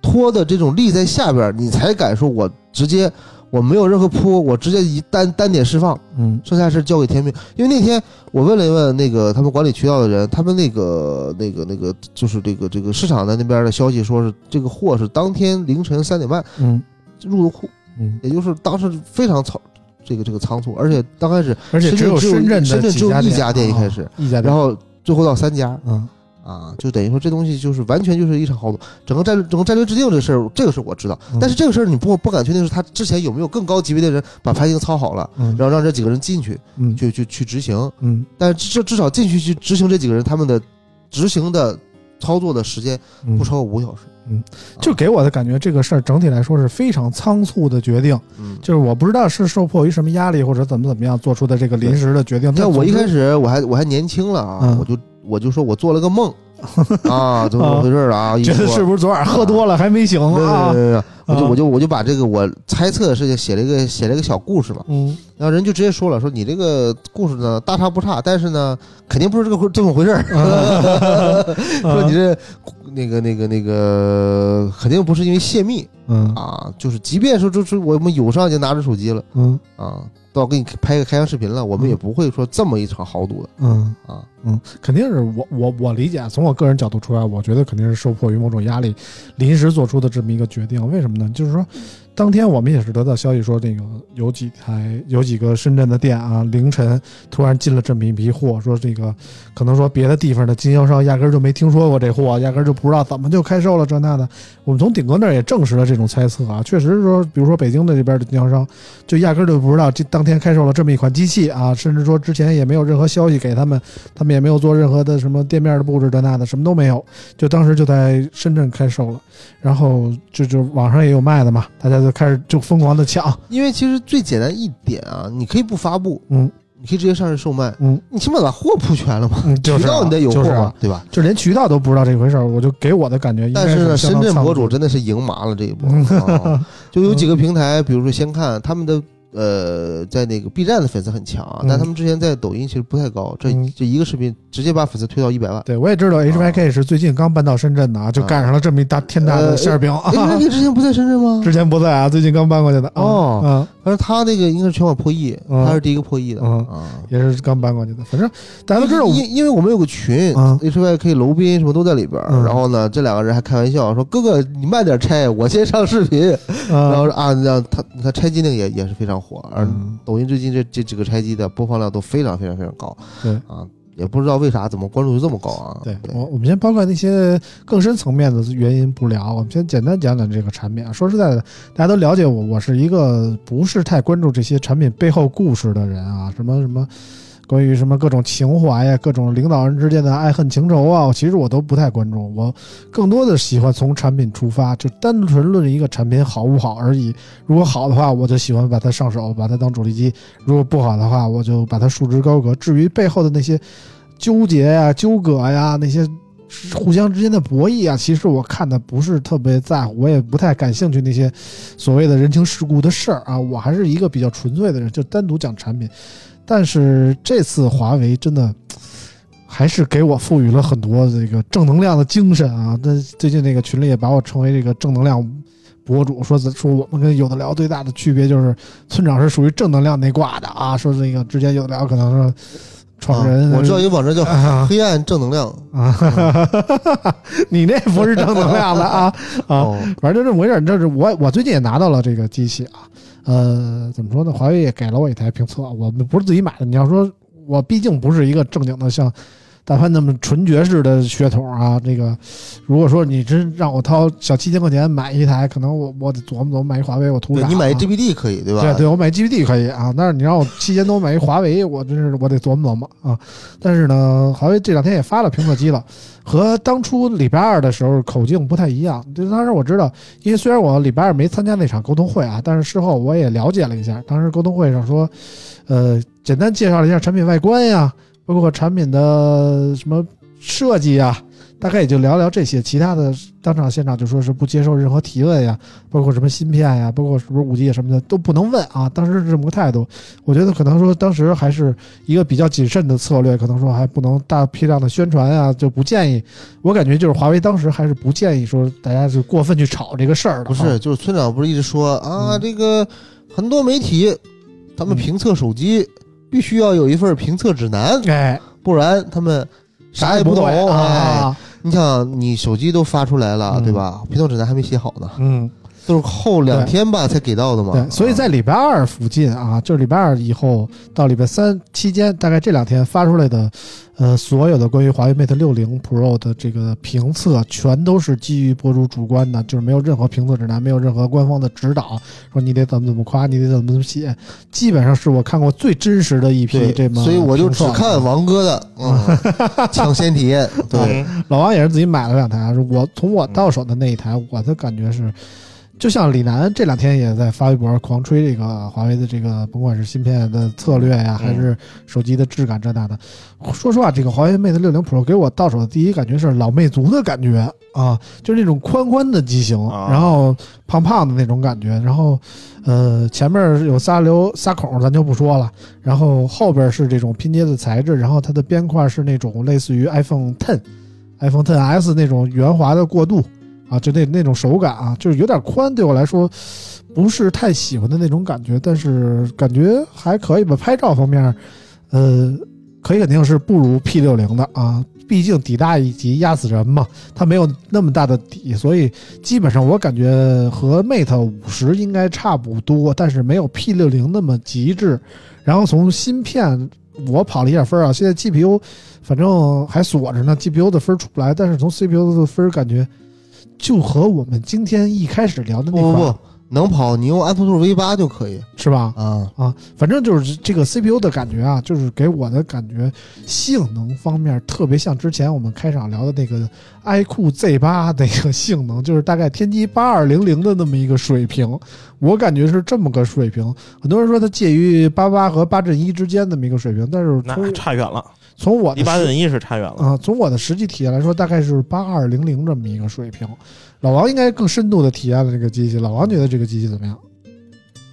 [SPEAKER 4] 拖的这种力在下边儿，你才敢说我直接我没有任何铺，我直接一单单点释放，
[SPEAKER 2] 嗯
[SPEAKER 4] 剩下事交给天命。因为那天我问了一问那个他们管理渠道的人，他们那个那个那个就是这个这个市场的那边的消息，说是这个货是当天凌晨三点半
[SPEAKER 2] 嗯
[SPEAKER 4] 入的库，
[SPEAKER 2] 嗯，
[SPEAKER 4] 也就是当时非常仓这个这个仓促，而且刚开始
[SPEAKER 2] 而且只有
[SPEAKER 4] 深
[SPEAKER 2] 圳
[SPEAKER 4] 圳
[SPEAKER 2] 的
[SPEAKER 4] 深圳
[SPEAKER 2] 几
[SPEAKER 4] 只有一
[SPEAKER 2] 家
[SPEAKER 4] 家店一
[SPEAKER 2] 啊
[SPEAKER 4] 开始，
[SPEAKER 2] 一家店，
[SPEAKER 4] 然后最后到三家
[SPEAKER 2] 嗯
[SPEAKER 4] 啊，就等于说这东西就是完全就是一场豪赌。整个战略整个战略制定这事儿，这个是我知道，
[SPEAKER 2] 嗯
[SPEAKER 4] 但是这个事儿你不不敢确定是他之前有没有更高级别的人把排定操好了，
[SPEAKER 2] 嗯
[SPEAKER 4] 然后让这几个人进去
[SPEAKER 2] 嗯
[SPEAKER 4] 去去去执行。
[SPEAKER 2] 嗯
[SPEAKER 4] 但至至少进去去执行这几个人，他们的执行的操作的时间
[SPEAKER 2] 嗯
[SPEAKER 4] 不超过五小时。
[SPEAKER 2] 就给我的感觉，这个事儿整体来说是非常仓促的决定，
[SPEAKER 4] 嗯，
[SPEAKER 2] 就是我不知道是受迫于什么压力或者怎么怎么样做出的这个临时的决定。
[SPEAKER 4] 你看
[SPEAKER 2] 但
[SPEAKER 4] 我一开
[SPEAKER 2] 始，
[SPEAKER 4] 始我还我还年轻了啊，
[SPEAKER 2] 嗯
[SPEAKER 4] 我就我就说我做了 个梦啊，怎么怎么回事了啊？一
[SPEAKER 2] 觉得
[SPEAKER 4] 说
[SPEAKER 2] 是不是昨晚喝多了还没醒
[SPEAKER 4] 没有
[SPEAKER 2] 啊
[SPEAKER 4] 没？有没有没有，我就
[SPEAKER 2] 啊
[SPEAKER 4] 我就我就把这个我猜测的事情写了一个写了一个小故事嘛，
[SPEAKER 2] 嗯
[SPEAKER 4] 然后人就直接说了，说你这个故事呢大差不差，但是呢肯定不是这个回这么回事儿， 说
[SPEAKER 2] 嗯
[SPEAKER 4] 你这那个那个那个肯定不是因为泄密，
[SPEAKER 2] 嗯
[SPEAKER 4] 啊，就是即便说就是我们友商已经拿着手机了
[SPEAKER 2] 嗯
[SPEAKER 4] 啊，到给你拍个开箱视频了，我们也不会说这么一场豪赌的
[SPEAKER 2] 嗯
[SPEAKER 4] 啊。
[SPEAKER 2] 嗯，肯定是我我我理解，从我个人角度出来，我觉得肯定是受迫于某种压力，临时做出的这么一个决定。为什么呢？就是说，当天我们也是得到消息说，这个有几台有几个深圳的店啊，凌晨突然进了这么一批货，说这个可能说别的地方的经销商压根儿就没听说过这货，压根儿就不知道怎么就开售了这那的。我们从顶哥那儿也证实了这种猜测啊，确实是说，比如说北京的这边的经销商，就压根儿就不知道这当天开售了这么一款机器啊，甚至说之前也没有任何消息给他们。他们也没有做任何的什么店面的布置这那的，什么都没有，就当时就在深圳开售了，然后就就网上也有卖的嘛，大家就开始就疯狂的抢，
[SPEAKER 4] 因为其实最简单一点啊，你可以不发布，
[SPEAKER 2] 嗯
[SPEAKER 4] 你可以直接上市售卖，
[SPEAKER 2] 嗯
[SPEAKER 4] 你起码把货铺全了嘛，
[SPEAKER 2] 嗯，就
[SPEAKER 4] 渠
[SPEAKER 2] 是啊、
[SPEAKER 4] 道你得有
[SPEAKER 2] 就
[SPEAKER 4] 货
[SPEAKER 2] 是
[SPEAKER 4] 嘛，
[SPEAKER 2] 啊、
[SPEAKER 4] 对吧？
[SPEAKER 2] 就连渠道都不知道这回事儿，我就给我的感觉应该
[SPEAKER 4] 但是呢，
[SPEAKER 2] 相
[SPEAKER 4] 深
[SPEAKER 2] 当
[SPEAKER 4] 圳
[SPEAKER 2] 仓
[SPEAKER 4] 博
[SPEAKER 2] 促嗯
[SPEAKER 4] 主真的是赢麻了这 一波，啊就有几个平台，比如说先看他们的。呃，在那个 B 站的粉丝很强啊，
[SPEAKER 2] 嗯
[SPEAKER 4] 但他们之前在抖音其实不太高，这
[SPEAKER 2] 嗯
[SPEAKER 4] 这一个视频直接把粉丝推到一 百万，
[SPEAKER 2] 对，我也
[SPEAKER 4] 啊
[SPEAKER 2] 知道 HYK 是最近刚搬到深圳的啊，就赶上了这么一大天大的
[SPEAKER 4] 呃
[SPEAKER 2] 馅儿饼啊。
[SPEAKER 4] 哎，那你之前不在深圳吗？
[SPEAKER 2] 之前不在啊，最近刚搬过去的啊
[SPEAKER 4] 哦
[SPEAKER 2] 嗯，
[SPEAKER 4] 反正他那个应该是全网破亿，
[SPEAKER 2] 嗯
[SPEAKER 4] 他是第一个破亿的
[SPEAKER 2] 嗯
[SPEAKER 4] 啊。
[SPEAKER 2] 也是刚搬过去的。反正大家都知道我，
[SPEAKER 4] 因因为我们有个群
[SPEAKER 2] 嗯
[SPEAKER 4] ，H Y K 楼斌什么都在里边儿
[SPEAKER 2] 嗯。
[SPEAKER 4] 然后呢，这两个人还开玩笑说：“哥哥，你慢点拆，我先上视频。”然后
[SPEAKER 2] 嗯
[SPEAKER 4] 说啊，让他你看拆机那个也也是非常火，而
[SPEAKER 2] 嗯
[SPEAKER 4] 抖音最近这这几个拆机的播放量都非常非常非常高。
[SPEAKER 2] 对
[SPEAKER 4] 啊，也不知道为啥怎么关注度这么高啊？
[SPEAKER 2] 对我，我们先抛开那些更深层面的原因不聊，我们先简单讲讲这个产品啊。说实在的，大家都了解我，我是一个不是太关注这些产品背后故事的人啊，什么什么。关于什么各种情怀呀，各种领导人之间的爱恨情仇啊，其实我都不太关注。我更多的喜欢从产品出发，就单纯论一个产品好不好而已。如果好的话，我就喜欢把它上手，把它当主力机；如果不好的话，我就把它束之高阁。至于背后的那些纠结呀、纠葛呀，那些互相之间的博弈啊，其实我看的不是特别在乎，我也不太感兴趣那些所谓的人情世故的事儿啊。我还是一个比较纯粹的人，就单独讲产品。但是这次华为真的。还是给我赋予了很多这个正能量的精神啊！那最近那个群里也把我称为这个正能量博主，说说我们跟有的聊最大的区别就是村长是属于正能量那挂的啊，说那个之前有的聊可能说创始人、
[SPEAKER 4] 啊我知道一个网站叫
[SPEAKER 2] 啊
[SPEAKER 4] 黑暗正能量
[SPEAKER 2] 啊， 你那不是正能量的啊啊！
[SPEAKER 4] 哦，
[SPEAKER 2] 反正就这么回事儿，这是我我最近也拿到了这个机器啊，呃，怎么说呢？华为也给了我一台评测，我们不是自己买的。你要说我毕竟不是一个正经的像但凡那么纯爵士的血统啊，这个如果说你真让我掏小七千块钱买一台，可能我我得琢磨琢磨买一华为，我图
[SPEAKER 4] 对
[SPEAKER 2] 啥啊？
[SPEAKER 4] 你买 GBD 可以对吧？
[SPEAKER 2] 对对，我买 GBD 可以啊，但是你让我七千多买一华为，我真是我得琢磨琢磨啊。但是呢，华为这两天也发了评测机了，和当初礼拜二的时候口径不太一样。就当时我知道，因为虽然我礼拜二没参加那场沟通会啊，但是事后我也了解了一下，当时沟通会上说，呃，简单介绍了一下产品外观呀，包括产品的什么设计呀。大概也就聊聊这些，其他的当场现场就说是不接受任何提问呀，包括什么芯片呀，包括是不是五 G 什么的都不能问啊。当时是这么个态度，我觉得可能说当时还是一个比较谨慎的策略，可能说还不能大批量的宣传啊，就不建议。我感觉就是华为当时还是不建议说大家就过分去炒这个事儿的、
[SPEAKER 4] 不是，，就是村长不是一直说啊，
[SPEAKER 2] 啊嗯
[SPEAKER 4] 这个很多媒体，他们
[SPEAKER 2] 嗯
[SPEAKER 4] 评测手机必须要有一份评测指南，
[SPEAKER 2] 哎，
[SPEAKER 4] 不然他们啥也
[SPEAKER 2] 不
[SPEAKER 4] 不懂。
[SPEAKER 2] 会
[SPEAKER 4] 哎，
[SPEAKER 2] 啊，
[SPEAKER 4] 你想，你手机都发出来了，
[SPEAKER 2] 嗯
[SPEAKER 4] 对吧？评测指南还没写好呢，
[SPEAKER 2] 嗯。
[SPEAKER 4] 都是后两天吧才给到的嘛。嗯
[SPEAKER 2] 对，所以在礼拜二附近啊，就是礼拜二以后到礼拜三期间，大概这两天发出来的，呃，所有的关于华为 Mate 六零 Pro 的这个评测，全都是基于博主主观的，就是没有任何评测指南，没有任何官方的指导，说你得怎么怎么夸，你得怎么怎么写，基本上是我看过最真实的一批
[SPEAKER 4] 对，
[SPEAKER 2] 这么评测了。
[SPEAKER 4] 所以我就只看王哥的， 嗯，抢先体验，
[SPEAKER 3] 嗯
[SPEAKER 4] 对，
[SPEAKER 2] 老王也是自己买了两台啊，我从我到手的那一台，我的感觉是，就像李楠这两天也在发微博狂吹这个华为的这个，甭管是芯片的策略呀、还是手机的质感这那的。说实话，这个华为 Mate 六零 Pro 给我到手的第一感觉是老魅族的感觉啊，就是那种宽宽的机型，
[SPEAKER 3] 啊
[SPEAKER 2] 然后胖胖的那种感觉，然后呃前面有仨留仨孔，咱就不说了，然后后边是这种拼接的材质，然后它的边框是那种类似于 iPhone Ten。iPhone 10 S 那种圆滑的过渡啊，就那那种手感啊，就是有点宽，对我来说不是太喜欢的那种感觉，但是感觉还可以吧。拍照方面，呃，可以肯定是不如 P 6 0的啊，毕竟底大一级压死人嘛，它没有那么大的底，所以基本上我感觉和 Mate 五十应该差不多，但是没有 P 6 0那么极致。然后从芯片，我跑了一下分儿啊，现在 GPU 反正还锁着呢，GPU 的分儿出不来，但是从 CPU 的分儿感觉就和我们今天一开始聊的那款
[SPEAKER 4] 不不不，能跑你用 Apple 兔 V 八就可以
[SPEAKER 2] 是吧？
[SPEAKER 4] 啊。
[SPEAKER 2] 啊，反正就是这个 CPU 的感觉啊，就是给我的感觉，性能方面特别像之前我们开场聊的那个 iQOO Z 八那个性能，就是大概天玑八二零零的那么一个水平，我感觉是这么个水平。很多人说它介于八八和八阵一之间那么一个水平，但是
[SPEAKER 3] 那
[SPEAKER 2] 从
[SPEAKER 3] 差远了，
[SPEAKER 2] 从我
[SPEAKER 3] 离
[SPEAKER 4] 嗯
[SPEAKER 2] 的
[SPEAKER 3] 八
[SPEAKER 2] 实
[SPEAKER 3] 阵一是差远了。
[SPEAKER 2] 啊、从我的实际体验来说，大概是八二零零这么一个水平。老王应该更深度的体验了这个机器，老王觉得这个机器怎么样？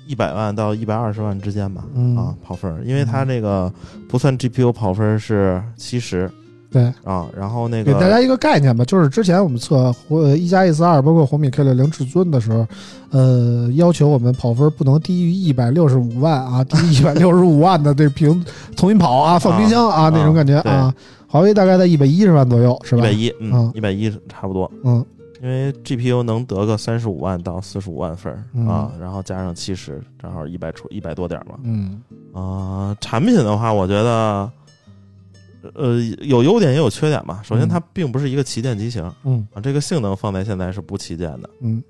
[SPEAKER 3] 一百万到一百二十万之间吧，
[SPEAKER 2] 嗯
[SPEAKER 3] 啊，跑分儿，因为
[SPEAKER 4] 嗯
[SPEAKER 3] 它这个不算 GPU 跑分儿是七十
[SPEAKER 2] 对，
[SPEAKER 3] 啊，然后那
[SPEAKER 2] 给
[SPEAKER 3] 个
[SPEAKER 2] 大家一个概念吧，就是之前我们测呃一加 S 二，包括红米 K 六零至尊的时候，呃，要求我们跑分不能低于一百六十五万啊，低于一百六十五万的这屏重新跑啊，放冰箱啊
[SPEAKER 3] 啊
[SPEAKER 2] 那种感觉
[SPEAKER 3] 对
[SPEAKER 2] 啊。华为大概在一百一十万左右，是
[SPEAKER 3] 一
[SPEAKER 2] 吧
[SPEAKER 3] 百？一，
[SPEAKER 2] 嗯
[SPEAKER 3] 嗯，一百一差不多，
[SPEAKER 2] 嗯，
[SPEAKER 3] 因为 GPU 能得个三十五万到四十五万分儿
[SPEAKER 2] 嗯
[SPEAKER 3] 啊，然后加上七十，正好一百出一百多点儿嘛。
[SPEAKER 2] 嗯
[SPEAKER 3] 啊、产品的话，我觉得，呃，有优点也有缺点吧。首先，
[SPEAKER 2] 嗯
[SPEAKER 3] 它并不是一个旗舰机型
[SPEAKER 2] 嗯
[SPEAKER 3] 啊，这个性能放在现在是不旗舰的。
[SPEAKER 2] 嗯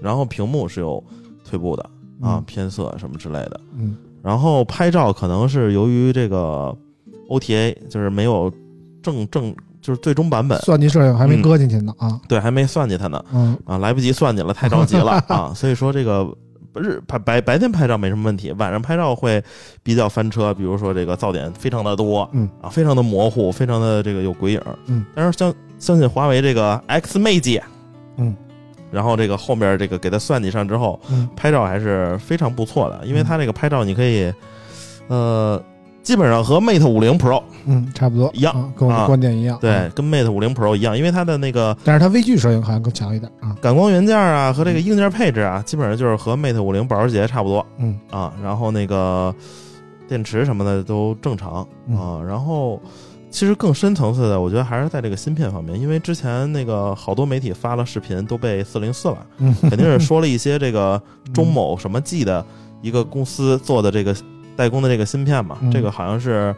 [SPEAKER 3] 然后屏幕是有退步的啊，
[SPEAKER 2] 嗯
[SPEAKER 3] 偏色什么之类的。
[SPEAKER 2] 嗯
[SPEAKER 3] 然后拍照可能是由于这个 OTA 就是没有正正就是最终版本，
[SPEAKER 2] 算计摄影还
[SPEAKER 3] 嗯
[SPEAKER 2] 没搁进去呢啊，
[SPEAKER 3] 对，还没算计它呢
[SPEAKER 2] 嗯
[SPEAKER 3] 啊，来不及算计了，太着急了 啊，所以说这个。日拍白白天拍照没什么问题，晚上拍照会比较翻车，比如说这个噪点非常的多，
[SPEAKER 2] 嗯
[SPEAKER 3] 啊，非常的模糊，非常的这个有鬼影，
[SPEAKER 2] 嗯，
[SPEAKER 3] 但是相相信华为这个 X 妹姐，
[SPEAKER 2] 嗯，
[SPEAKER 3] 然后这个后面这个给它算计上之后，
[SPEAKER 2] 嗯
[SPEAKER 3] 拍照还是非常不错的，因为它这个拍照你可以，呃，基本上和 Mate 五零 Pro
[SPEAKER 2] 嗯，差不多
[SPEAKER 3] 一样
[SPEAKER 2] 啊跟我的
[SPEAKER 3] 啊
[SPEAKER 2] 观点一样。
[SPEAKER 3] 对
[SPEAKER 2] 嗯，，
[SPEAKER 3] 跟 Mate 五零 Pro 一样，因为它的那个
[SPEAKER 2] 但是它微距摄影好像更强一点啊。
[SPEAKER 3] 感光元件啊和这个硬件配置啊，基本上就是和 Mate 五零保时捷差不多，
[SPEAKER 2] 嗯
[SPEAKER 3] 啊，然后那个电池什么的都正常
[SPEAKER 2] 嗯
[SPEAKER 3] 啊，然后。其实更深层次的，我觉得还是在这个芯片方面，因为之前那个好多媒体发了视频都被四零四 了，
[SPEAKER 2] 嗯，
[SPEAKER 3] 肯定是说了一些这个中某什么记的一个公司做的这个代工的这个芯片嘛，
[SPEAKER 2] 嗯
[SPEAKER 3] 这个好像是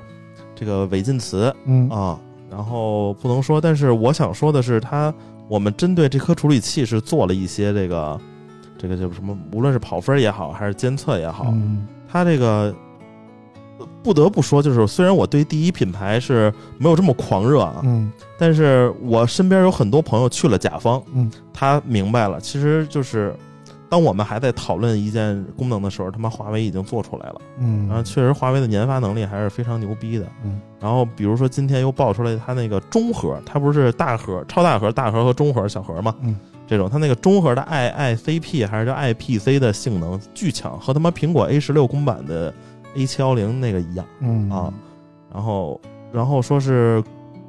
[SPEAKER 3] 这个违禁词
[SPEAKER 2] 嗯
[SPEAKER 3] 啊，然后不能说，但是我想说的是，它我们针对这颗处理器是做了一些这个这个叫什么，无论是跑分也好，还是监测也好，
[SPEAKER 2] 嗯，
[SPEAKER 3] 它这个呃不得不说，就是虽然我对第一品牌是没有这么狂热啊，
[SPEAKER 2] 嗯
[SPEAKER 3] 但是我身边有很多朋友去了甲方，
[SPEAKER 2] 嗯，
[SPEAKER 3] 他明白了，其实就是当我们还在讨论一件功能的时候，他妈华为已经做出来了，
[SPEAKER 2] 嗯，
[SPEAKER 3] 然后确实华为的研发能力还是非常牛逼的，
[SPEAKER 2] 嗯，
[SPEAKER 3] 然后比如说今天又爆出来它那个中核，它不是大核、超大核、大核和中核、小核嘛，
[SPEAKER 2] 嗯，
[SPEAKER 3] 这种它那个中核的 i ICP 还是叫 IPC 的性能巨强，和他妈苹果 A 十六公版的 A 七幺零那个一样。
[SPEAKER 2] 嗯
[SPEAKER 3] 啊，然后然后说是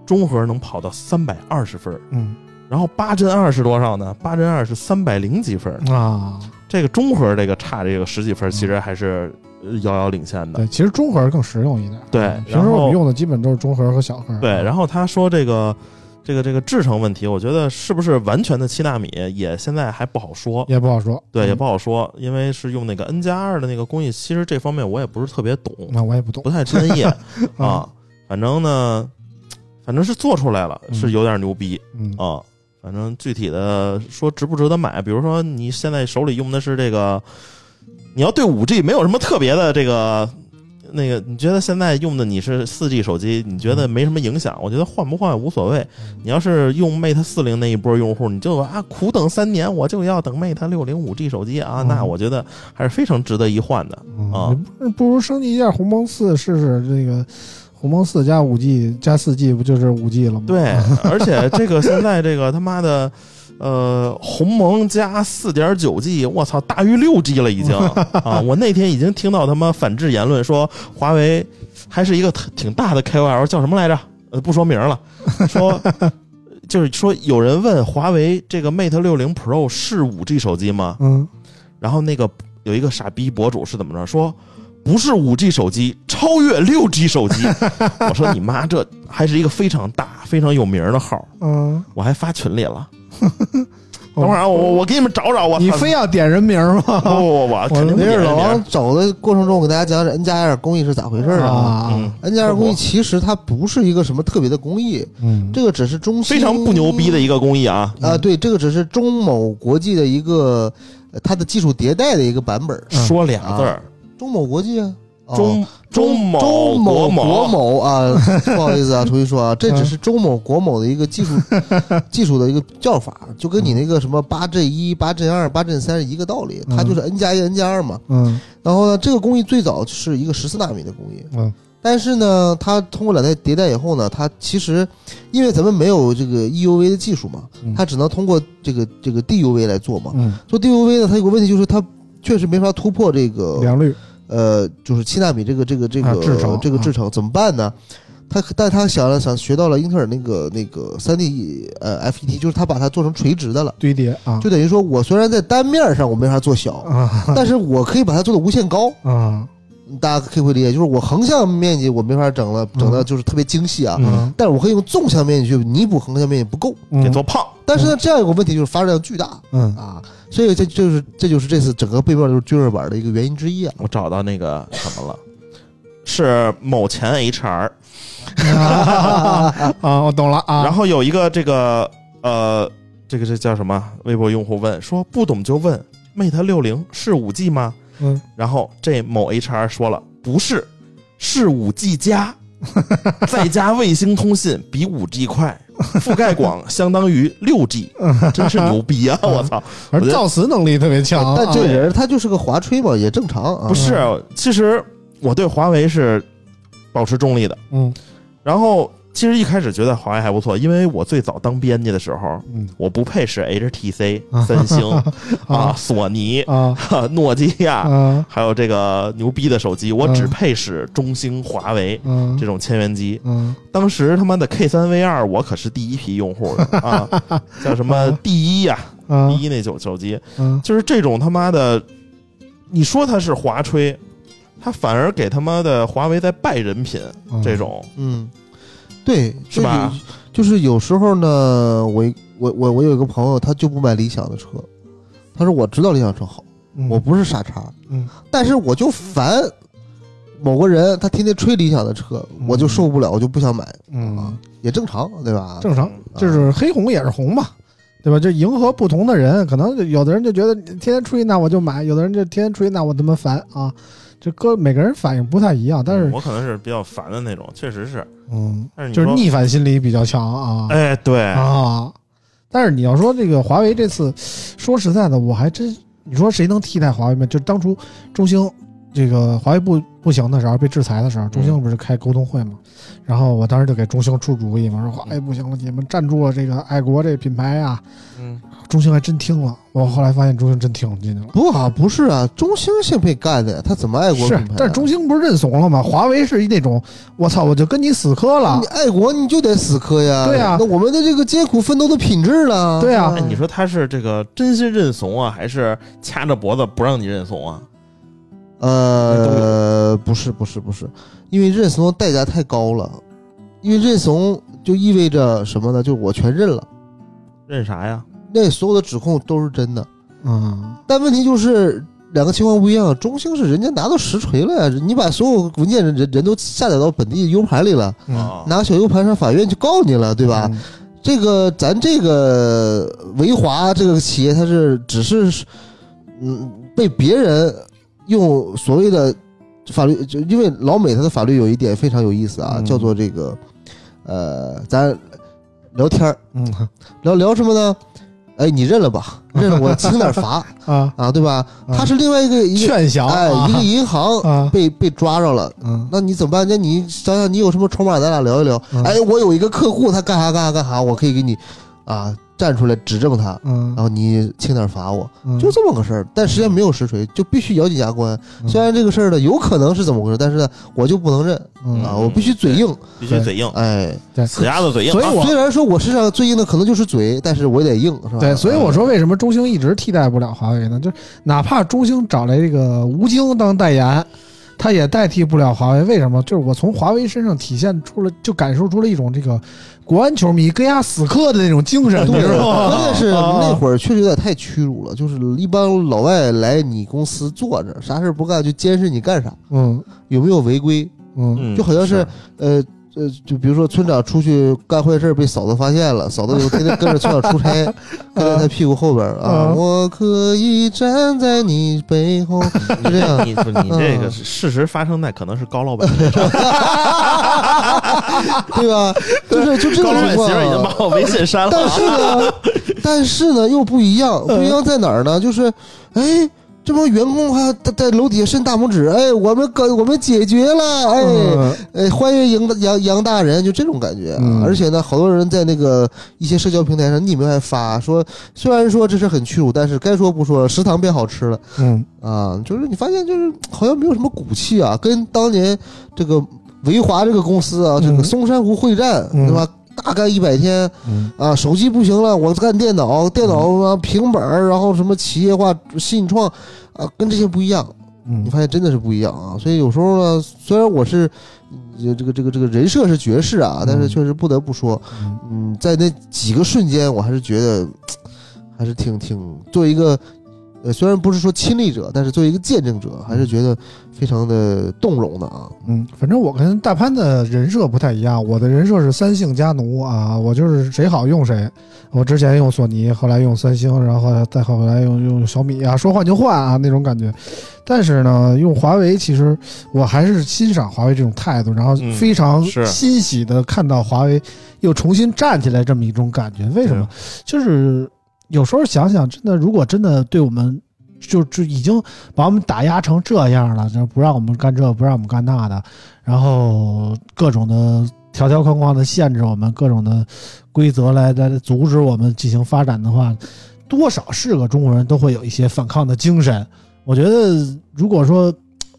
[SPEAKER 3] 中核能跑到三百二十分儿，
[SPEAKER 2] 嗯
[SPEAKER 3] 然后八针二是多少呢？八针二是三百零几分儿，
[SPEAKER 2] 啊，
[SPEAKER 3] 这个中核这个差这个十几
[SPEAKER 2] 嗯
[SPEAKER 3] 分儿，其实还是呃遥遥领先的。
[SPEAKER 2] 对，其实中核更实用一点。
[SPEAKER 3] 对
[SPEAKER 2] 嗯平
[SPEAKER 3] 然
[SPEAKER 2] 时
[SPEAKER 3] 后
[SPEAKER 2] 我们用的基本都是中核和小啊核。
[SPEAKER 3] 对，然后他说这个这个这个制程问题，我觉得是不是完全的七纳米也现在还不好说，
[SPEAKER 2] 也不好说。
[SPEAKER 3] 对，也
[SPEAKER 2] 嗯
[SPEAKER 3] 不好说，因为是用那个 N 加二的那个工艺，其实这方面我也不是特别懂，
[SPEAKER 2] 嗯那我也不懂
[SPEAKER 3] 不太专 业
[SPEAKER 2] 嗯
[SPEAKER 3] 啊。反正呢，反正是做出来了，是有点牛逼。
[SPEAKER 2] 嗯
[SPEAKER 3] 啊，反正具体的说值不值得买，比如说你现在手里用的是这个，你要对五 G 没有什么特别的这个那个，你觉得现在用的你是四 G 手机，你觉得没什么影响？我觉得换不换无所谓。你要是用 Mate 四零那一波用户，你就啊苦等三年，我就要等 Mate 六零五 G 手机啊，
[SPEAKER 2] 嗯
[SPEAKER 3] 那我觉得还是非常值得一换的。啊
[SPEAKER 2] 嗯，你不不如升级一下鸿蒙四试试这个鸿蒙四加五 G 加四 G 不就是五 G 了吗？
[SPEAKER 3] 对， 而且这个现在这个他妈的，呃，鸿蒙加四点九 G，我操，大于六 G 了已经啊！我那天已经听到他妈反制言论说，华为还是一个挺挺大的 KOL，叫什么来着？呃，不说名了，说就是说有人问华为这个 Mate 六零 Pro 是五 G 手机吗？
[SPEAKER 2] 嗯，
[SPEAKER 3] 然后那个有一个傻逼博主是怎么着说？不是五 G 手机，超越六 G 手 机。我说你妈，这还是一个非常大、非常有名的号，
[SPEAKER 2] 嗯
[SPEAKER 3] 我还发群里 了。等会儿啊，我我给你们找找。我
[SPEAKER 2] 你
[SPEAKER 3] 操
[SPEAKER 2] 非要点人名
[SPEAKER 3] 不
[SPEAKER 2] 吗？
[SPEAKER 3] 不不不，肯定不
[SPEAKER 4] 没事，
[SPEAKER 3] 点
[SPEAKER 4] 老
[SPEAKER 3] 名儿
[SPEAKER 4] 王走的过程中，我给大家讲讲 N 加二工艺是咋回事儿啊。
[SPEAKER 2] 啊，
[SPEAKER 3] 嗯，
[SPEAKER 4] N 加二工
[SPEAKER 3] 我
[SPEAKER 4] 艺其实它不是一个什么特别的工艺，
[SPEAKER 2] 嗯，
[SPEAKER 4] 这个只是中兴
[SPEAKER 3] 非常不牛逼的一个工艺啊。
[SPEAKER 4] 啊、对，这个只是中某国际的一个呃它的技术迭代的一个版本儿。
[SPEAKER 2] 嗯
[SPEAKER 3] 说俩字儿，
[SPEAKER 4] 中某国际嗯啊，哦
[SPEAKER 3] 中
[SPEAKER 4] 中
[SPEAKER 3] 某
[SPEAKER 4] 中
[SPEAKER 3] 国
[SPEAKER 4] 国某啊， 不好意思啊，重新说啊，这只是中某国某的一个技术技术的一个叫法，就跟你那个什么八 G 一、八 G 二、八 G 三是一个道理，它就是 N 加一、N 加二嘛。
[SPEAKER 3] 啊
[SPEAKER 2] 嗯
[SPEAKER 4] 然后呢，这个工艺最早是一个十四纳米的工艺，
[SPEAKER 2] 嗯，
[SPEAKER 4] 但是呢，它通过两代迭代以后呢，它其实因为咱们没有这个 EUV 的技术嘛
[SPEAKER 2] 嗯，
[SPEAKER 4] 它只能通过这个这个 DUV 来做嘛。
[SPEAKER 2] 嗯，
[SPEAKER 4] 做 DUV 呢，它有个问题就是它确实没法突破这个
[SPEAKER 2] 良率，
[SPEAKER 4] 呃，就是七纳米这个这个这个、呃
[SPEAKER 2] 啊制程
[SPEAKER 4] 这个制程怎么办呢？他但他想了想，学到了英特尔那个那个三 D 呃 FET，就是他把它做成垂直的了，
[SPEAKER 2] 堆叠啊，
[SPEAKER 4] 就等于说我虽然在单面上我没法做小，
[SPEAKER 2] 啊
[SPEAKER 4] 但是我可以把它做的无限高。
[SPEAKER 2] 啊
[SPEAKER 4] 大家可以会理解，就是我横向面积我没法整了，整的就是特别精细啊，
[SPEAKER 2] 嗯
[SPEAKER 4] 但是我可以用纵向面积去弥补横向面积不够。
[SPEAKER 3] 给
[SPEAKER 2] 嗯
[SPEAKER 3] 做胖。
[SPEAKER 4] 但是呢，这样有个问题就是发热量巨大
[SPEAKER 2] 嗯
[SPEAKER 4] 啊，所以这就是这就是这次整个背面就是均热板的一个原因之一啊。
[SPEAKER 3] 我找到那个什么了，是某前 HR，
[SPEAKER 2] 啊，我懂了啊，
[SPEAKER 3] 然后有一个这个呃，这个这叫什么？微博用户问说不懂就问 Mate 六零是五 G 吗？
[SPEAKER 2] 嗯，
[SPEAKER 3] 然后这某 HR 说了不是，是五 G 加， 再加卫星通信比五 G 快，覆盖广相当于六 G，真是牛逼啊！我操！
[SPEAKER 2] 而造词能力特别强啊，
[SPEAKER 4] 但这人儿他就是个滑吹嘛，也正常啊。
[SPEAKER 3] 不是，其实我对华为是保持中立的。
[SPEAKER 2] 嗯
[SPEAKER 3] 然后其实一开始觉得华为还不错，因为我最早当编辑的时候，
[SPEAKER 2] 嗯
[SPEAKER 3] 我不配是 HTC、三星啊、索尼、
[SPEAKER 2] 啊
[SPEAKER 3] 哈诺基亚，
[SPEAKER 2] 啊
[SPEAKER 3] 还有这个牛逼的手机，我只
[SPEAKER 2] 嗯
[SPEAKER 3] 配使中兴、华为
[SPEAKER 2] 嗯
[SPEAKER 3] 这种千元机。
[SPEAKER 2] 嗯
[SPEAKER 3] 当时他妈的 K 三 V 二，我可是第一批用户的啊，叫什么第一呀、
[SPEAKER 2] 啊
[SPEAKER 3] 第一那九手机，
[SPEAKER 2] 嗯
[SPEAKER 3] 就是这种他妈的，你说它是华吹，它反而给他妈的华为在败人品，
[SPEAKER 2] 啊
[SPEAKER 3] 这种
[SPEAKER 4] 嗯，对，
[SPEAKER 3] 是吧？
[SPEAKER 4] 就有？就是有时候呢，我我我我有一个朋友，他就不买理想的车，他说我知道理想车好，我不是傻叉，
[SPEAKER 2] 嗯，
[SPEAKER 4] 但是我就烦某个人他天天吹理想的车，我就受不了，我就不想买，
[SPEAKER 2] 嗯
[SPEAKER 4] 啊，也正常，对吧？啊
[SPEAKER 2] 正常，就是黑红也是红嘛，对吧？就迎合不同的人，可能有的人就觉得天天吹那我就买，有的人就天天吹那我他妈烦啊。这各每个人反应不太一样，但是
[SPEAKER 3] 我可能是比较烦的那种，确实是。
[SPEAKER 2] 嗯，
[SPEAKER 3] 但是你
[SPEAKER 2] 就是
[SPEAKER 3] 说，
[SPEAKER 2] 逆反心理比较强啊、
[SPEAKER 3] 哎，对，
[SPEAKER 2] 啊。但是你要说这个华为这次，说实在的，我还真你说谁能替代华为吗？就是当初中兴这个华为不不行的时候，被制裁的时候，中兴不是开沟通会嘛？然后我当时就给中兴出主意嘛，说华为不行了，你们站住了这个爱国这品牌啊！
[SPEAKER 3] 嗯，
[SPEAKER 2] 中兴还真听了，我后来发现中兴真听进去了。
[SPEAKER 4] 不啊，不是啊，中兴先被干的，他怎么爱国
[SPEAKER 2] 是
[SPEAKER 4] 品牌啊？，
[SPEAKER 2] 但是中兴不是认怂了吗？华为是一那种，我操，我就跟你死磕了
[SPEAKER 4] 你。爱国你就得死磕呀。
[SPEAKER 2] 对啊
[SPEAKER 4] 那我们的这个艰苦奋斗的品质呢？
[SPEAKER 2] 对啊
[SPEAKER 3] 哎，你说他是这个真心认怂啊，还是掐着脖子不让你认怂啊？
[SPEAKER 4] 呃，不是不是不是，因为认怂的代价太高了，因为认怂就意味着什么呢？就我全认了，
[SPEAKER 3] 认啥呀？
[SPEAKER 4] 那所有的指控都是真的。
[SPEAKER 2] 嗯，
[SPEAKER 4] 但问题就是两个情况不一样，中兴是人家拿到实锤了呀，你把所有文件人人人都下载到本地 U 盘里了，
[SPEAKER 2] 嗯
[SPEAKER 3] 啊，
[SPEAKER 4] 拿小 U 盘上法院去告你了，对吧？
[SPEAKER 2] 嗯？
[SPEAKER 4] 这个咱这个维华这个企业，它是只是嗯被别人用所谓的法律，就因为老美它的法律有一点非常有意思啊，
[SPEAKER 2] 嗯
[SPEAKER 4] 叫做这个呃，咱聊天儿
[SPEAKER 2] 嗯
[SPEAKER 4] 聊聊什么呢？哎，你认 了吧，认了我轻点儿罚
[SPEAKER 2] 啊，
[SPEAKER 4] 啊，对吧？
[SPEAKER 2] 嗯
[SPEAKER 4] 他是另外一个一个
[SPEAKER 2] 劝降
[SPEAKER 4] 哎
[SPEAKER 2] 啊
[SPEAKER 4] 一个银行
[SPEAKER 2] 啊，
[SPEAKER 4] 被被抓着了。
[SPEAKER 2] 嗯，
[SPEAKER 4] 那你怎么办？那你想想，你有什么筹码？咱俩聊一聊。
[SPEAKER 2] 嗯
[SPEAKER 4] 哎，我有一个客户，他干啥干啥干啥，我可以给你啊站出来指证他，
[SPEAKER 2] 嗯
[SPEAKER 4] 然，后你轻点罚我，
[SPEAKER 2] 嗯
[SPEAKER 4] 就这么个事儿。但实际上没有实锤，就必须咬紧牙关。
[SPEAKER 2] 嗯
[SPEAKER 4] 虽然这个事儿呢有可能是怎么回事，但是呢我就不能认
[SPEAKER 2] 嗯
[SPEAKER 4] 啊，我必须嘴硬。
[SPEAKER 3] 必须嘴硬，
[SPEAKER 4] 哎，
[SPEAKER 2] 对
[SPEAKER 3] 死鸭子嘴硬。
[SPEAKER 2] 所以
[SPEAKER 3] 啊
[SPEAKER 2] 我
[SPEAKER 4] 虽然说我身上最硬的可能就是嘴，但是我也得硬，是吧？哎
[SPEAKER 2] 对，所以我说为什么中兴一直替代不了华为呢？就是哪怕中兴找来这个吴京当代言，他也代替不了华为。为什么？就是我从华为身上体现出了，就感受出了一种这个国安球迷跟丫死磕的那种精神，你
[SPEAKER 4] 对，
[SPEAKER 2] 知道吗？
[SPEAKER 4] 关键是
[SPEAKER 2] 啊
[SPEAKER 4] 那会儿确实有点太屈辱了，就是一帮老外来你公司坐着，啥事儿不干就监视你干啥，
[SPEAKER 2] 嗯
[SPEAKER 4] 有没有违规？
[SPEAKER 2] 嗯
[SPEAKER 3] 嗯
[SPEAKER 4] 就好像是呃呃，就比如说村长出去干坏事儿被嫂子发现了，嫂子以后天天跟着村 长出差，跟在他屁股后边儿啊，
[SPEAKER 3] 嗯
[SPEAKER 2] 啊
[SPEAKER 4] 我可以站在你 背后，就这样。
[SPEAKER 3] 你不你这个
[SPEAKER 4] 嗯
[SPEAKER 3] 是事实发生在可能是高老板，
[SPEAKER 4] 对吧？就是就这
[SPEAKER 3] 高
[SPEAKER 4] 种
[SPEAKER 3] 老板媳妇
[SPEAKER 4] 情况
[SPEAKER 3] 儿已经
[SPEAKER 4] 啊。
[SPEAKER 3] 把我微信删
[SPEAKER 4] 但
[SPEAKER 3] 了。
[SPEAKER 4] 是 呢，但是呢又不一样，不一样在哪儿呢？就是，哎，这帮员工还在在楼底下伸大拇指，哎，我们搞我们解决了，哎，
[SPEAKER 2] 嗯
[SPEAKER 4] 呃，欢迎杨大杨杨大人，就这种感觉、啊
[SPEAKER 2] 嗯
[SPEAKER 4] 而且呢，好多人在那个一些社交平台上匿名还发说，虽然说这是很屈辱，但是该说不说，食堂变好吃了
[SPEAKER 2] 嗯
[SPEAKER 4] 啊。就是你发现，就是好像没有什么骨气啊，跟当年这个维华这个公司啊，这个
[SPEAKER 2] 嗯
[SPEAKER 4] 松山湖会战、
[SPEAKER 2] 嗯
[SPEAKER 4] 对吧？大干一百天
[SPEAKER 2] 嗯
[SPEAKER 4] 啊，手机不行了，我干电脑，电脑啊平板儿，然后什么企业化、信创啊，跟这些不一样。你
[SPEAKER 2] 嗯
[SPEAKER 4] 发现真的是不一样啊。所以有时候呢，虽然我是嗯这个这个这个人设是爵士啊，
[SPEAKER 2] 嗯
[SPEAKER 4] 但是确实不得不说，嗯，在那几个瞬间，我还是觉得嘖还是挺挺作为一个。呃，虽然不是说亲历者，但是作为一个见证者，还是觉得非常的动容的啊。
[SPEAKER 2] 嗯，反正我跟大潘的人设不太一样，我的人设是三姓家奴啊，我就是谁好用谁。我之前用索尼，后来用三星，然后再后来用用小米啊，说换就换啊那种感觉。但是呢，用华为其实我还是欣赏华为这种态度，然后
[SPEAKER 3] 嗯
[SPEAKER 2] 非常
[SPEAKER 3] 是
[SPEAKER 2] 欣喜的看到华为又重新站起来这么一种感觉。为什么？就是有时候想想，真的，如果真的对我们。就就已经把我们打压成这样了，就不让我们干这，不让我们干那的，然后各种的条条框框的限制我们，各种的规则来来阻止我们进行发展的话，多少是个中国人都会有一些反抗的精神。我觉得，如果说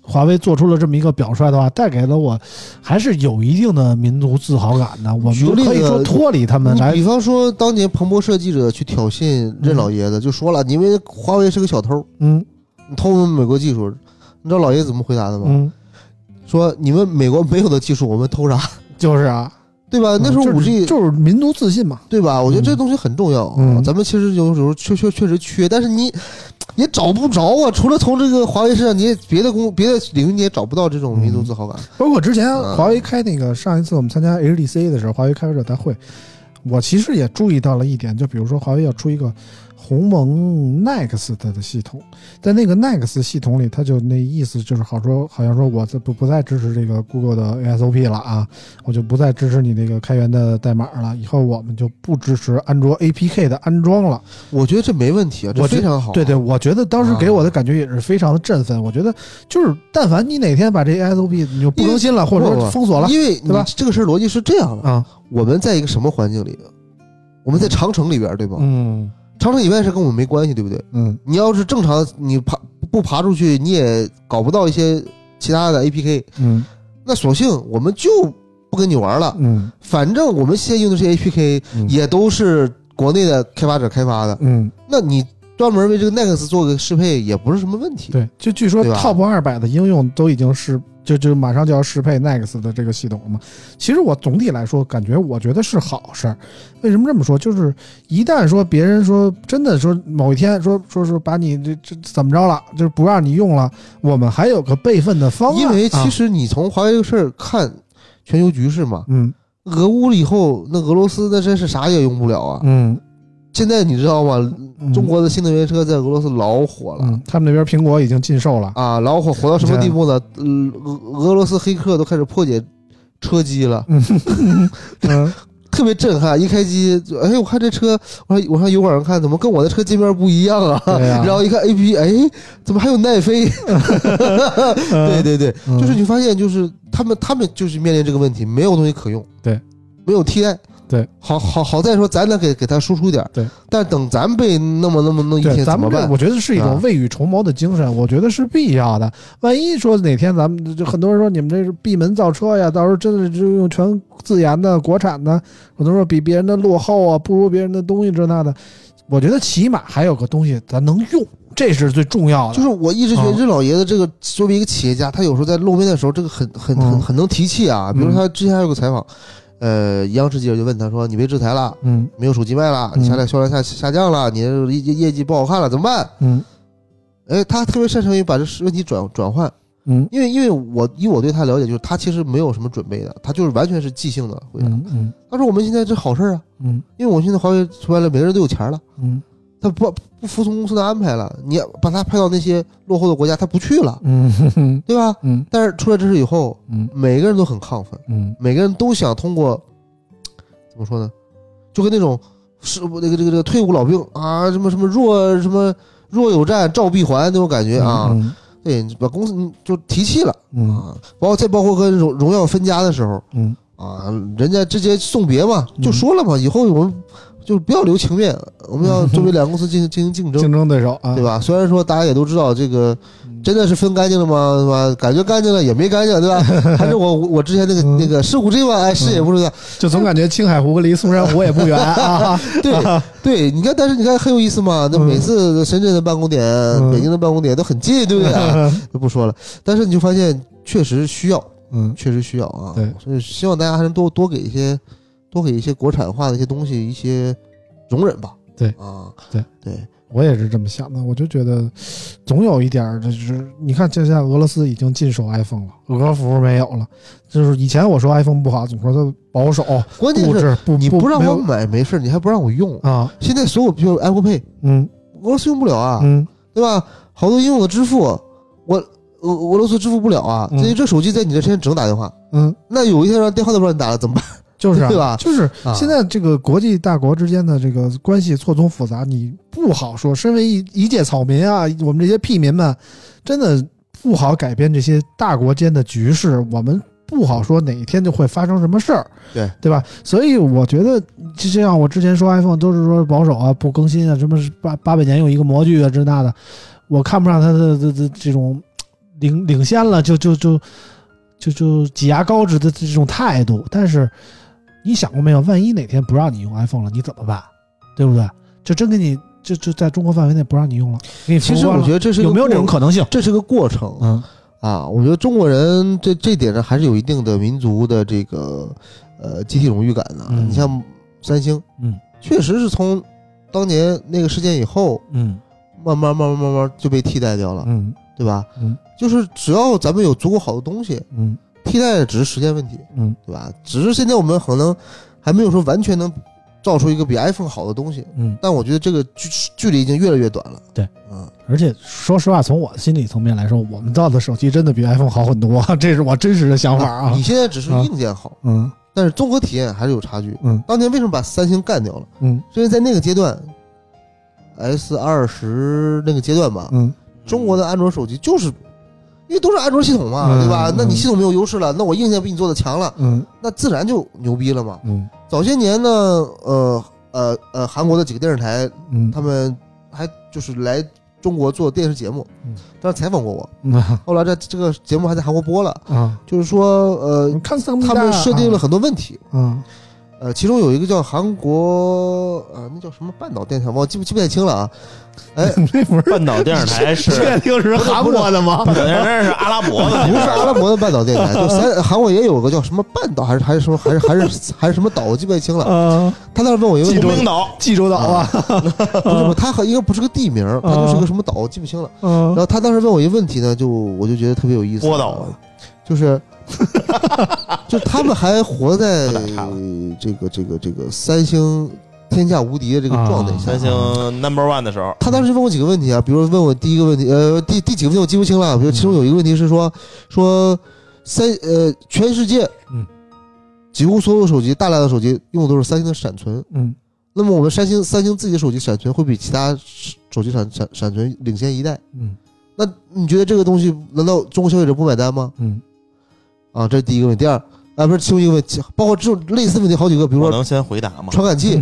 [SPEAKER 2] 华为做出了这么一个表率的话，带给了我还是有一定的民族自豪感的。我
[SPEAKER 4] 举
[SPEAKER 2] 们
[SPEAKER 4] 个例子
[SPEAKER 2] 可以说脱离他们
[SPEAKER 4] 你
[SPEAKER 2] 来
[SPEAKER 4] 比，方说，当年彭博社记者去挑衅任老爷子，就说了，你以为华为是个小偷，
[SPEAKER 2] 嗯
[SPEAKER 4] 你偷我们美国技术，你知道老爷子怎么回答的吗？
[SPEAKER 2] 嗯，
[SPEAKER 4] 说你们美国没有的技术，我们偷啥？
[SPEAKER 2] 就是啊，
[SPEAKER 4] 对吧？那时候
[SPEAKER 2] 嗯就
[SPEAKER 4] 五
[SPEAKER 2] 是
[SPEAKER 4] G
[SPEAKER 2] 就是民族自信嘛，
[SPEAKER 4] 对吧？我觉得这东西很重要啊。
[SPEAKER 2] 嗯
[SPEAKER 4] 咱们其实有时候确确确实缺，但是你也找不着啊。除了从这个华为身上，你也别的公别的领域你也找不到这
[SPEAKER 2] 嗯
[SPEAKER 4] 种民族自豪感。
[SPEAKER 2] 包括之前
[SPEAKER 4] 嗯
[SPEAKER 2] 华为开那个上一次我们参加 HDC 的时候，华为开发者大会，我其实也注意到了一点，就比如说华为要出一个鸿蒙 Next 的系统，在那个 Next 系统里，它就那意思就是好说，好像说我这不不再支持这个 Google 的 ASOP 了啊，我就不再支持你那个开源的代码了，以后我们就不支持安卓 APK 的安装了。
[SPEAKER 4] 我觉得这没问题啊，这
[SPEAKER 2] 我觉
[SPEAKER 4] 非常好啊。
[SPEAKER 2] 对对，我觉得当时给我的感觉也是非常的振奋。我觉得就是，但凡你哪天把这 ASOP 你就不更新了，或者
[SPEAKER 4] 嗯不
[SPEAKER 2] 说封锁了
[SPEAKER 4] 因为你
[SPEAKER 2] 对吧
[SPEAKER 4] 这个事儿逻辑是这样的：
[SPEAKER 2] 啊，
[SPEAKER 4] 我们在一个什么环境里？我们在长城里边儿，对吧？
[SPEAKER 2] 嗯
[SPEAKER 4] 长城以外是跟我们没关系，对不对？
[SPEAKER 2] 嗯
[SPEAKER 4] 你要是正常，你爬不爬出去，你也搞不到一些其他的 APK。
[SPEAKER 2] 嗯
[SPEAKER 4] 那索性我们就不跟你玩了，
[SPEAKER 2] 嗯
[SPEAKER 4] 反正我们现在用的这些 APK
[SPEAKER 2] 嗯
[SPEAKER 4] 也都是国内的开发者开发的，
[SPEAKER 2] 嗯，
[SPEAKER 4] 那你专门为这个 Next 做个适配也不是什么问题。
[SPEAKER 2] 对，就据说
[SPEAKER 4] 对吧
[SPEAKER 2] Top 二百的应用都已经是就就马上就要适配 Next 的这个系统了嘛。其实我总体来说，感觉我觉得是好事儿。为什么这么说？就是一旦说别人说真的说某一天说说是把你这这怎么着了，就是不让你用了，我们还有个备份的方案。
[SPEAKER 4] 因为其
[SPEAKER 2] 啊
[SPEAKER 4] 实你从华为这个事儿看全球局势嘛，
[SPEAKER 2] 嗯
[SPEAKER 4] 俄乌了以后，那俄罗斯那真是啥也用不了啊。
[SPEAKER 2] 嗯，
[SPEAKER 4] 现在你知道吗？
[SPEAKER 2] 嗯
[SPEAKER 4] 中国的新能源车在俄罗斯老火了。
[SPEAKER 2] 嗯，他们那边苹果已经禁售了。
[SPEAKER 4] 啊，老火火到什么地步呢？嗯俄俄罗斯黑客都开始破解车机了，
[SPEAKER 2] 嗯
[SPEAKER 4] 特别震撼。一开机就，哎，我看这车，我说我上油管上看，怎么跟我的车界面不一样啊？
[SPEAKER 2] 对呀
[SPEAKER 4] 然后一看 A P P，哎，怎么还有奈 飞？ 对对对，
[SPEAKER 2] 嗯
[SPEAKER 4] 就是你发现，就是他们他们就是面临这个问题，没有东西可用，
[SPEAKER 2] 对，
[SPEAKER 4] 没有替代。
[SPEAKER 2] 对，
[SPEAKER 4] 好好好在说，咱能给给他输出点儿
[SPEAKER 2] 对，
[SPEAKER 4] 但等咱被那么那么弄一
[SPEAKER 2] 对，
[SPEAKER 4] 天
[SPEAKER 2] 咱
[SPEAKER 4] 怎么
[SPEAKER 2] 们这
[SPEAKER 4] 办？
[SPEAKER 2] 我觉得是一种未雨绸缪的精神，我觉得是必要的。万一说哪天咱们就很多人说你们这是闭门造车呀，到时候真的就用全自研的、国产的，很多说比别人的落后啊，不如别人的东西这那的。我觉得起码还有个东西咱能用，这是最重要的。
[SPEAKER 4] 就是我一直
[SPEAKER 2] 啊
[SPEAKER 4] 觉得任老爷子这个作为一个企业家，他有时候在露面的时候，这个很很
[SPEAKER 2] 嗯
[SPEAKER 4] 很很能提气啊。比如说他之前还有个采访，呃，央视记者就问他说：“你被制裁了，
[SPEAKER 2] 嗯
[SPEAKER 4] 没有手机卖了，
[SPEAKER 2] 嗯
[SPEAKER 4] 你销量销量下下降了，你的业业绩不好看了，怎么办
[SPEAKER 2] 嗯？”
[SPEAKER 4] 哎，他特别擅长于把这问题转转换，
[SPEAKER 2] 嗯
[SPEAKER 4] 因为因为我以我对他了解，就是他其实没有什么准备的，他就是完全是即兴的回答。
[SPEAKER 2] 嗯嗯
[SPEAKER 4] 他说：“我们现在这好事儿啊，
[SPEAKER 2] 嗯
[SPEAKER 4] 因为我们现在华为出来了，每个人都有钱了。”
[SPEAKER 2] 嗯
[SPEAKER 4] 他不不服从公司的安排了，你把他派到那些落后的国家，他不去了，
[SPEAKER 2] 嗯
[SPEAKER 4] 对吧？
[SPEAKER 2] 嗯
[SPEAKER 4] 但是出来这事以后，
[SPEAKER 2] 嗯
[SPEAKER 4] 每个人都很亢奋，
[SPEAKER 2] 嗯
[SPEAKER 4] 每个人都想通过怎么说呢？就跟那种是那个这个这个退伍老兵啊，什么什么若什么若有战召必还那种感觉啊，对，你把公司你就提气了
[SPEAKER 2] 嗯
[SPEAKER 4] 啊。包括再包括跟荣荣耀分家的时候
[SPEAKER 2] 嗯
[SPEAKER 4] 啊，人家直接送别嘛，
[SPEAKER 2] 嗯
[SPEAKER 4] 就说了嘛，以后我们就不要留 情面，我们要作为两个公司进行进行竞争
[SPEAKER 2] 竞。争对手啊，
[SPEAKER 4] 对吧？虽然说大家也都知道这个
[SPEAKER 2] 嗯
[SPEAKER 4] 真的是分干净了吗？是吧？感觉干净了也没干净，对吧？ 还是我我之前那个
[SPEAKER 2] 嗯
[SPEAKER 4] 那个是虎这吧？哎，是也不 是的，
[SPEAKER 2] 就总 感觉青海湖离 松山湖也不远啊。
[SPEAKER 4] 对对。你看，但是你看很有意思嘛。那
[SPEAKER 2] 嗯
[SPEAKER 4] 每次深圳的办公点、北京的办公点都很近，对 不对啊？就不说了。但是你就发现，确实需要，
[SPEAKER 2] 嗯
[SPEAKER 4] 确实需要啊。
[SPEAKER 2] 对
[SPEAKER 4] 所以希望大家还能多多给一些，多给一些国产化的一些东西一些容忍吧。
[SPEAKER 2] 对
[SPEAKER 4] 啊，
[SPEAKER 2] 对
[SPEAKER 4] 对，
[SPEAKER 2] 我也是这么想的，我就觉得总有一点儿，就是你看，现在俄罗斯已经禁售 iPhone 了，俄服没有了。就是以前我说 iPhone 不好，总说它保守、
[SPEAKER 4] 关键
[SPEAKER 2] 固
[SPEAKER 4] 哦是
[SPEAKER 2] 执，不
[SPEAKER 4] 你
[SPEAKER 2] 不
[SPEAKER 4] 不让
[SPEAKER 2] 没
[SPEAKER 4] 我
[SPEAKER 2] 有
[SPEAKER 4] 买没事儿，你还不让我用。
[SPEAKER 2] 啊，
[SPEAKER 4] 现在所有比如 Apple Pay。
[SPEAKER 2] 嗯
[SPEAKER 4] 俄罗斯用不了啊，
[SPEAKER 2] 嗯
[SPEAKER 4] 对吧？好多应用的支付，我俄俄罗斯支付不了啊，
[SPEAKER 2] 嗯
[SPEAKER 4] 所以这手机在你这身上只能打电话。
[SPEAKER 2] 嗯，
[SPEAKER 4] 那有一天让电话都不让你打了怎么办？
[SPEAKER 2] 就是啊
[SPEAKER 4] 对吧
[SPEAKER 2] 就是
[SPEAKER 4] 啊
[SPEAKER 2] 现在这个国际大国之间的这个关系错综复杂，你不好说。身为一一介草民啊，我们这些屁民们，真的不好改变这些大国间的局势，我们不好说哪一天就会发生什么事儿，
[SPEAKER 4] 对
[SPEAKER 2] 对吧？所以我觉得，就就像我之前说 iPhone 都是说保守啊，不更新啊，什么是八八百年用一个模具啊，这那的，我看不上它的这这这种领领先了，就就就就就挤牙膏似的这种态度，但是。你想过没有？万一哪天不让你用 iPhone 了，你怎么办？对不对？就真给你就就在中国范围内不让你用了，给你
[SPEAKER 4] 其实
[SPEAKER 2] 封关
[SPEAKER 4] 我
[SPEAKER 2] 了
[SPEAKER 4] 觉得这是一个
[SPEAKER 2] 有没有这种
[SPEAKER 4] 过
[SPEAKER 2] 可能性？
[SPEAKER 4] 这是个过程
[SPEAKER 2] 嗯
[SPEAKER 4] 啊。我觉得中国人这这点上还是有一定的民族的这个呃集体荣誉感的、
[SPEAKER 2] 嗯
[SPEAKER 4] 你像三星，
[SPEAKER 2] 嗯，
[SPEAKER 4] 确实是从当年那个事件以后，
[SPEAKER 2] 嗯
[SPEAKER 4] 慢慢慢慢慢慢就被替代掉了，
[SPEAKER 2] 嗯
[SPEAKER 4] 对吧？
[SPEAKER 2] 嗯，
[SPEAKER 4] 就是只要咱们有足够好的东西，
[SPEAKER 2] 嗯
[SPEAKER 4] 替代的只是时间问题，
[SPEAKER 2] 嗯
[SPEAKER 4] 对吧？只是现在我们可能还没有说完全能造出一个比 iPhone 好的东西，
[SPEAKER 2] 嗯。
[SPEAKER 4] 但我觉得这个距距离已经越来越短了。
[SPEAKER 2] 对，
[SPEAKER 4] 嗯，
[SPEAKER 2] 而且说实话，从我的心理层面来说，我们造的手机真的比 iPhone 好很多，啊这是我真实的想法啊
[SPEAKER 4] 你。现在只是硬件好，
[SPEAKER 2] 嗯
[SPEAKER 4] 但是综合体验还是有差距。
[SPEAKER 2] 嗯
[SPEAKER 4] 当年为什么把三星干掉了？
[SPEAKER 2] 嗯
[SPEAKER 4] 是因为在那个阶段，S 二十那个阶段吧，
[SPEAKER 2] 嗯
[SPEAKER 4] 中国的安卓手机就是因为都是安卓系统嘛，
[SPEAKER 2] 嗯
[SPEAKER 4] 对吧
[SPEAKER 2] 嗯？
[SPEAKER 4] 那你系统没有优势了，那我硬件比你做的强了，
[SPEAKER 2] 嗯
[SPEAKER 4] 那自然就牛逼了嘛。
[SPEAKER 2] 嗯
[SPEAKER 4] 早些年呢，呃呃呃，韩国的几个电视台
[SPEAKER 2] 嗯，
[SPEAKER 4] 他们还就是来中国做电视节目
[SPEAKER 2] 嗯，
[SPEAKER 4] 当时采访过我。
[SPEAKER 2] 们啊
[SPEAKER 4] 后来这这个节目还在韩国播了，
[SPEAKER 2] 啊，
[SPEAKER 4] 就是说呃
[SPEAKER 2] 你，看他
[SPEAKER 4] 他们设定了很多问题，
[SPEAKER 2] 啊
[SPEAKER 4] 呃，其中有一个叫韩国呃，那叫什么半岛电台，我记不记不太 清了啊。哎，
[SPEAKER 3] 啊半岛电视台是
[SPEAKER 5] 确定是韩国的吗？
[SPEAKER 3] 半岛电视台是阿拉伯的，
[SPEAKER 4] 不是阿拉伯的半岛电台，就三韩国也有个叫什么半岛，还是还是什么，还是 还是还是什么岛，我记不太清了。
[SPEAKER 2] 啊，
[SPEAKER 4] 他当时问我一个问
[SPEAKER 3] 不
[SPEAKER 4] 题，
[SPEAKER 3] 是冰岛，
[SPEAKER 2] 济州岛啊，
[SPEAKER 4] 不是不是，他和应该不是个地名，他就是个什么岛，我记不清了。
[SPEAKER 2] 嗯
[SPEAKER 4] 然后他当时问我一个问题呢，就我就觉得特别有意思。
[SPEAKER 3] 波岛，啊
[SPEAKER 4] 就是 就他们还活在
[SPEAKER 3] 不打岔了
[SPEAKER 4] 这个这个这个三星天下无敌的这个状态
[SPEAKER 2] 啊
[SPEAKER 4] 下
[SPEAKER 3] 三星 number one 的时候，
[SPEAKER 4] 他当时问我几个问题啊，比如问我第一个问题，呃，第第几个问题我记不清了，比如其中有一个问题是说、说三呃，全世界
[SPEAKER 2] 嗯，
[SPEAKER 4] 几乎所有手机大量的手机用的都是三星的闪存，
[SPEAKER 2] 嗯
[SPEAKER 4] 那么我们三星三星自己的手机闪存会比其他手机闪闪闪存领先一代，
[SPEAKER 2] 嗯
[SPEAKER 4] 那你觉得这个东西难道中国消费者不买单吗？
[SPEAKER 2] 嗯
[SPEAKER 4] 啊，这是第一个问题，第二啊不是其中一个问题，包括这种类似问题好几个，比如
[SPEAKER 3] 我
[SPEAKER 4] 说
[SPEAKER 3] 能先回答吗？
[SPEAKER 4] 传感器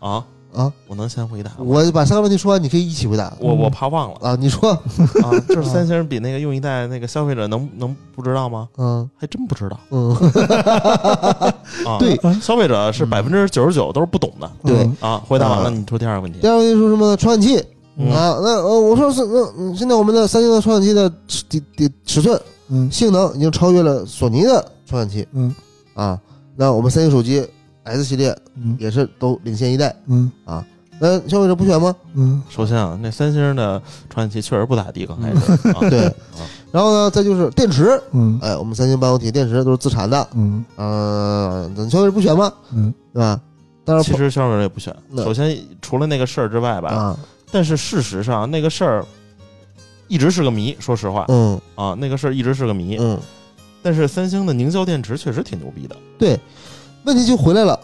[SPEAKER 3] 啊，
[SPEAKER 4] 啊，
[SPEAKER 3] 我能先回答吗？
[SPEAKER 4] 我把三个问题说完，你可以一起回答
[SPEAKER 3] 我我怕忘了
[SPEAKER 4] 啊，你说，
[SPEAKER 3] 啊，就是三星比那个用一代那个消费者能能不知道吗？
[SPEAKER 4] 嗯
[SPEAKER 3] 还真不知道
[SPEAKER 4] 嗯，
[SPEAKER 3] 啊。
[SPEAKER 4] 对，
[SPEAKER 3] 消费者是百分之九十九都是不懂的
[SPEAKER 4] 对。
[SPEAKER 3] 嗯啊。回答完了，
[SPEAKER 4] 嗯
[SPEAKER 3] 你说第二个问题
[SPEAKER 4] 第。二个问题说什么呢？传感器
[SPEAKER 3] 嗯
[SPEAKER 4] 啊，那呃，我说是那、嗯现在我们的三星的传感器的尺底底尺寸
[SPEAKER 2] 嗯
[SPEAKER 4] 性能已经超越了索尼的传感器
[SPEAKER 2] 嗯
[SPEAKER 4] 啊。那我们三星手机 S 系列
[SPEAKER 2] 嗯
[SPEAKER 4] 也是都领先一代，
[SPEAKER 2] 嗯
[SPEAKER 4] 那消费者不选吗？
[SPEAKER 2] 嗯
[SPEAKER 3] 首先啊，那三星的传感器确实不咋地，刚开 始啊。
[SPEAKER 4] 对
[SPEAKER 3] 啊
[SPEAKER 4] 然后呢，再就是电池，
[SPEAKER 2] 嗯
[SPEAKER 4] 哎，我们三星半导体电池都是自产的，
[SPEAKER 2] 嗯
[SPEAKER 4] 呃，咱消费者不选吗？
[SPEAKER 2] 嗯
[SPEAKER 4] 对吧？当然
[SPEAKER 3] 其
[SPEAKER 4] 不
[SPEAKER 3] 实消费者也不选。
[SPEAKER 4] 那
[SPEAKER 3] 首先，除了那个事儿之外吧，
[SPEAKER 4] 啊，
[SPEAKER 3] 但是事实上那个事儿一直是个谜。说实话
[SPEAKER 4] 嗯
[SPEAKER 3] 啊，那个事儿一直是个谜。
[SPEAKER 4] 嗯，
[SPEAKER 3] 但是三星的凝胶电池确实挺牛逼的。
[SPEAKER 4] 对，问题就回来了。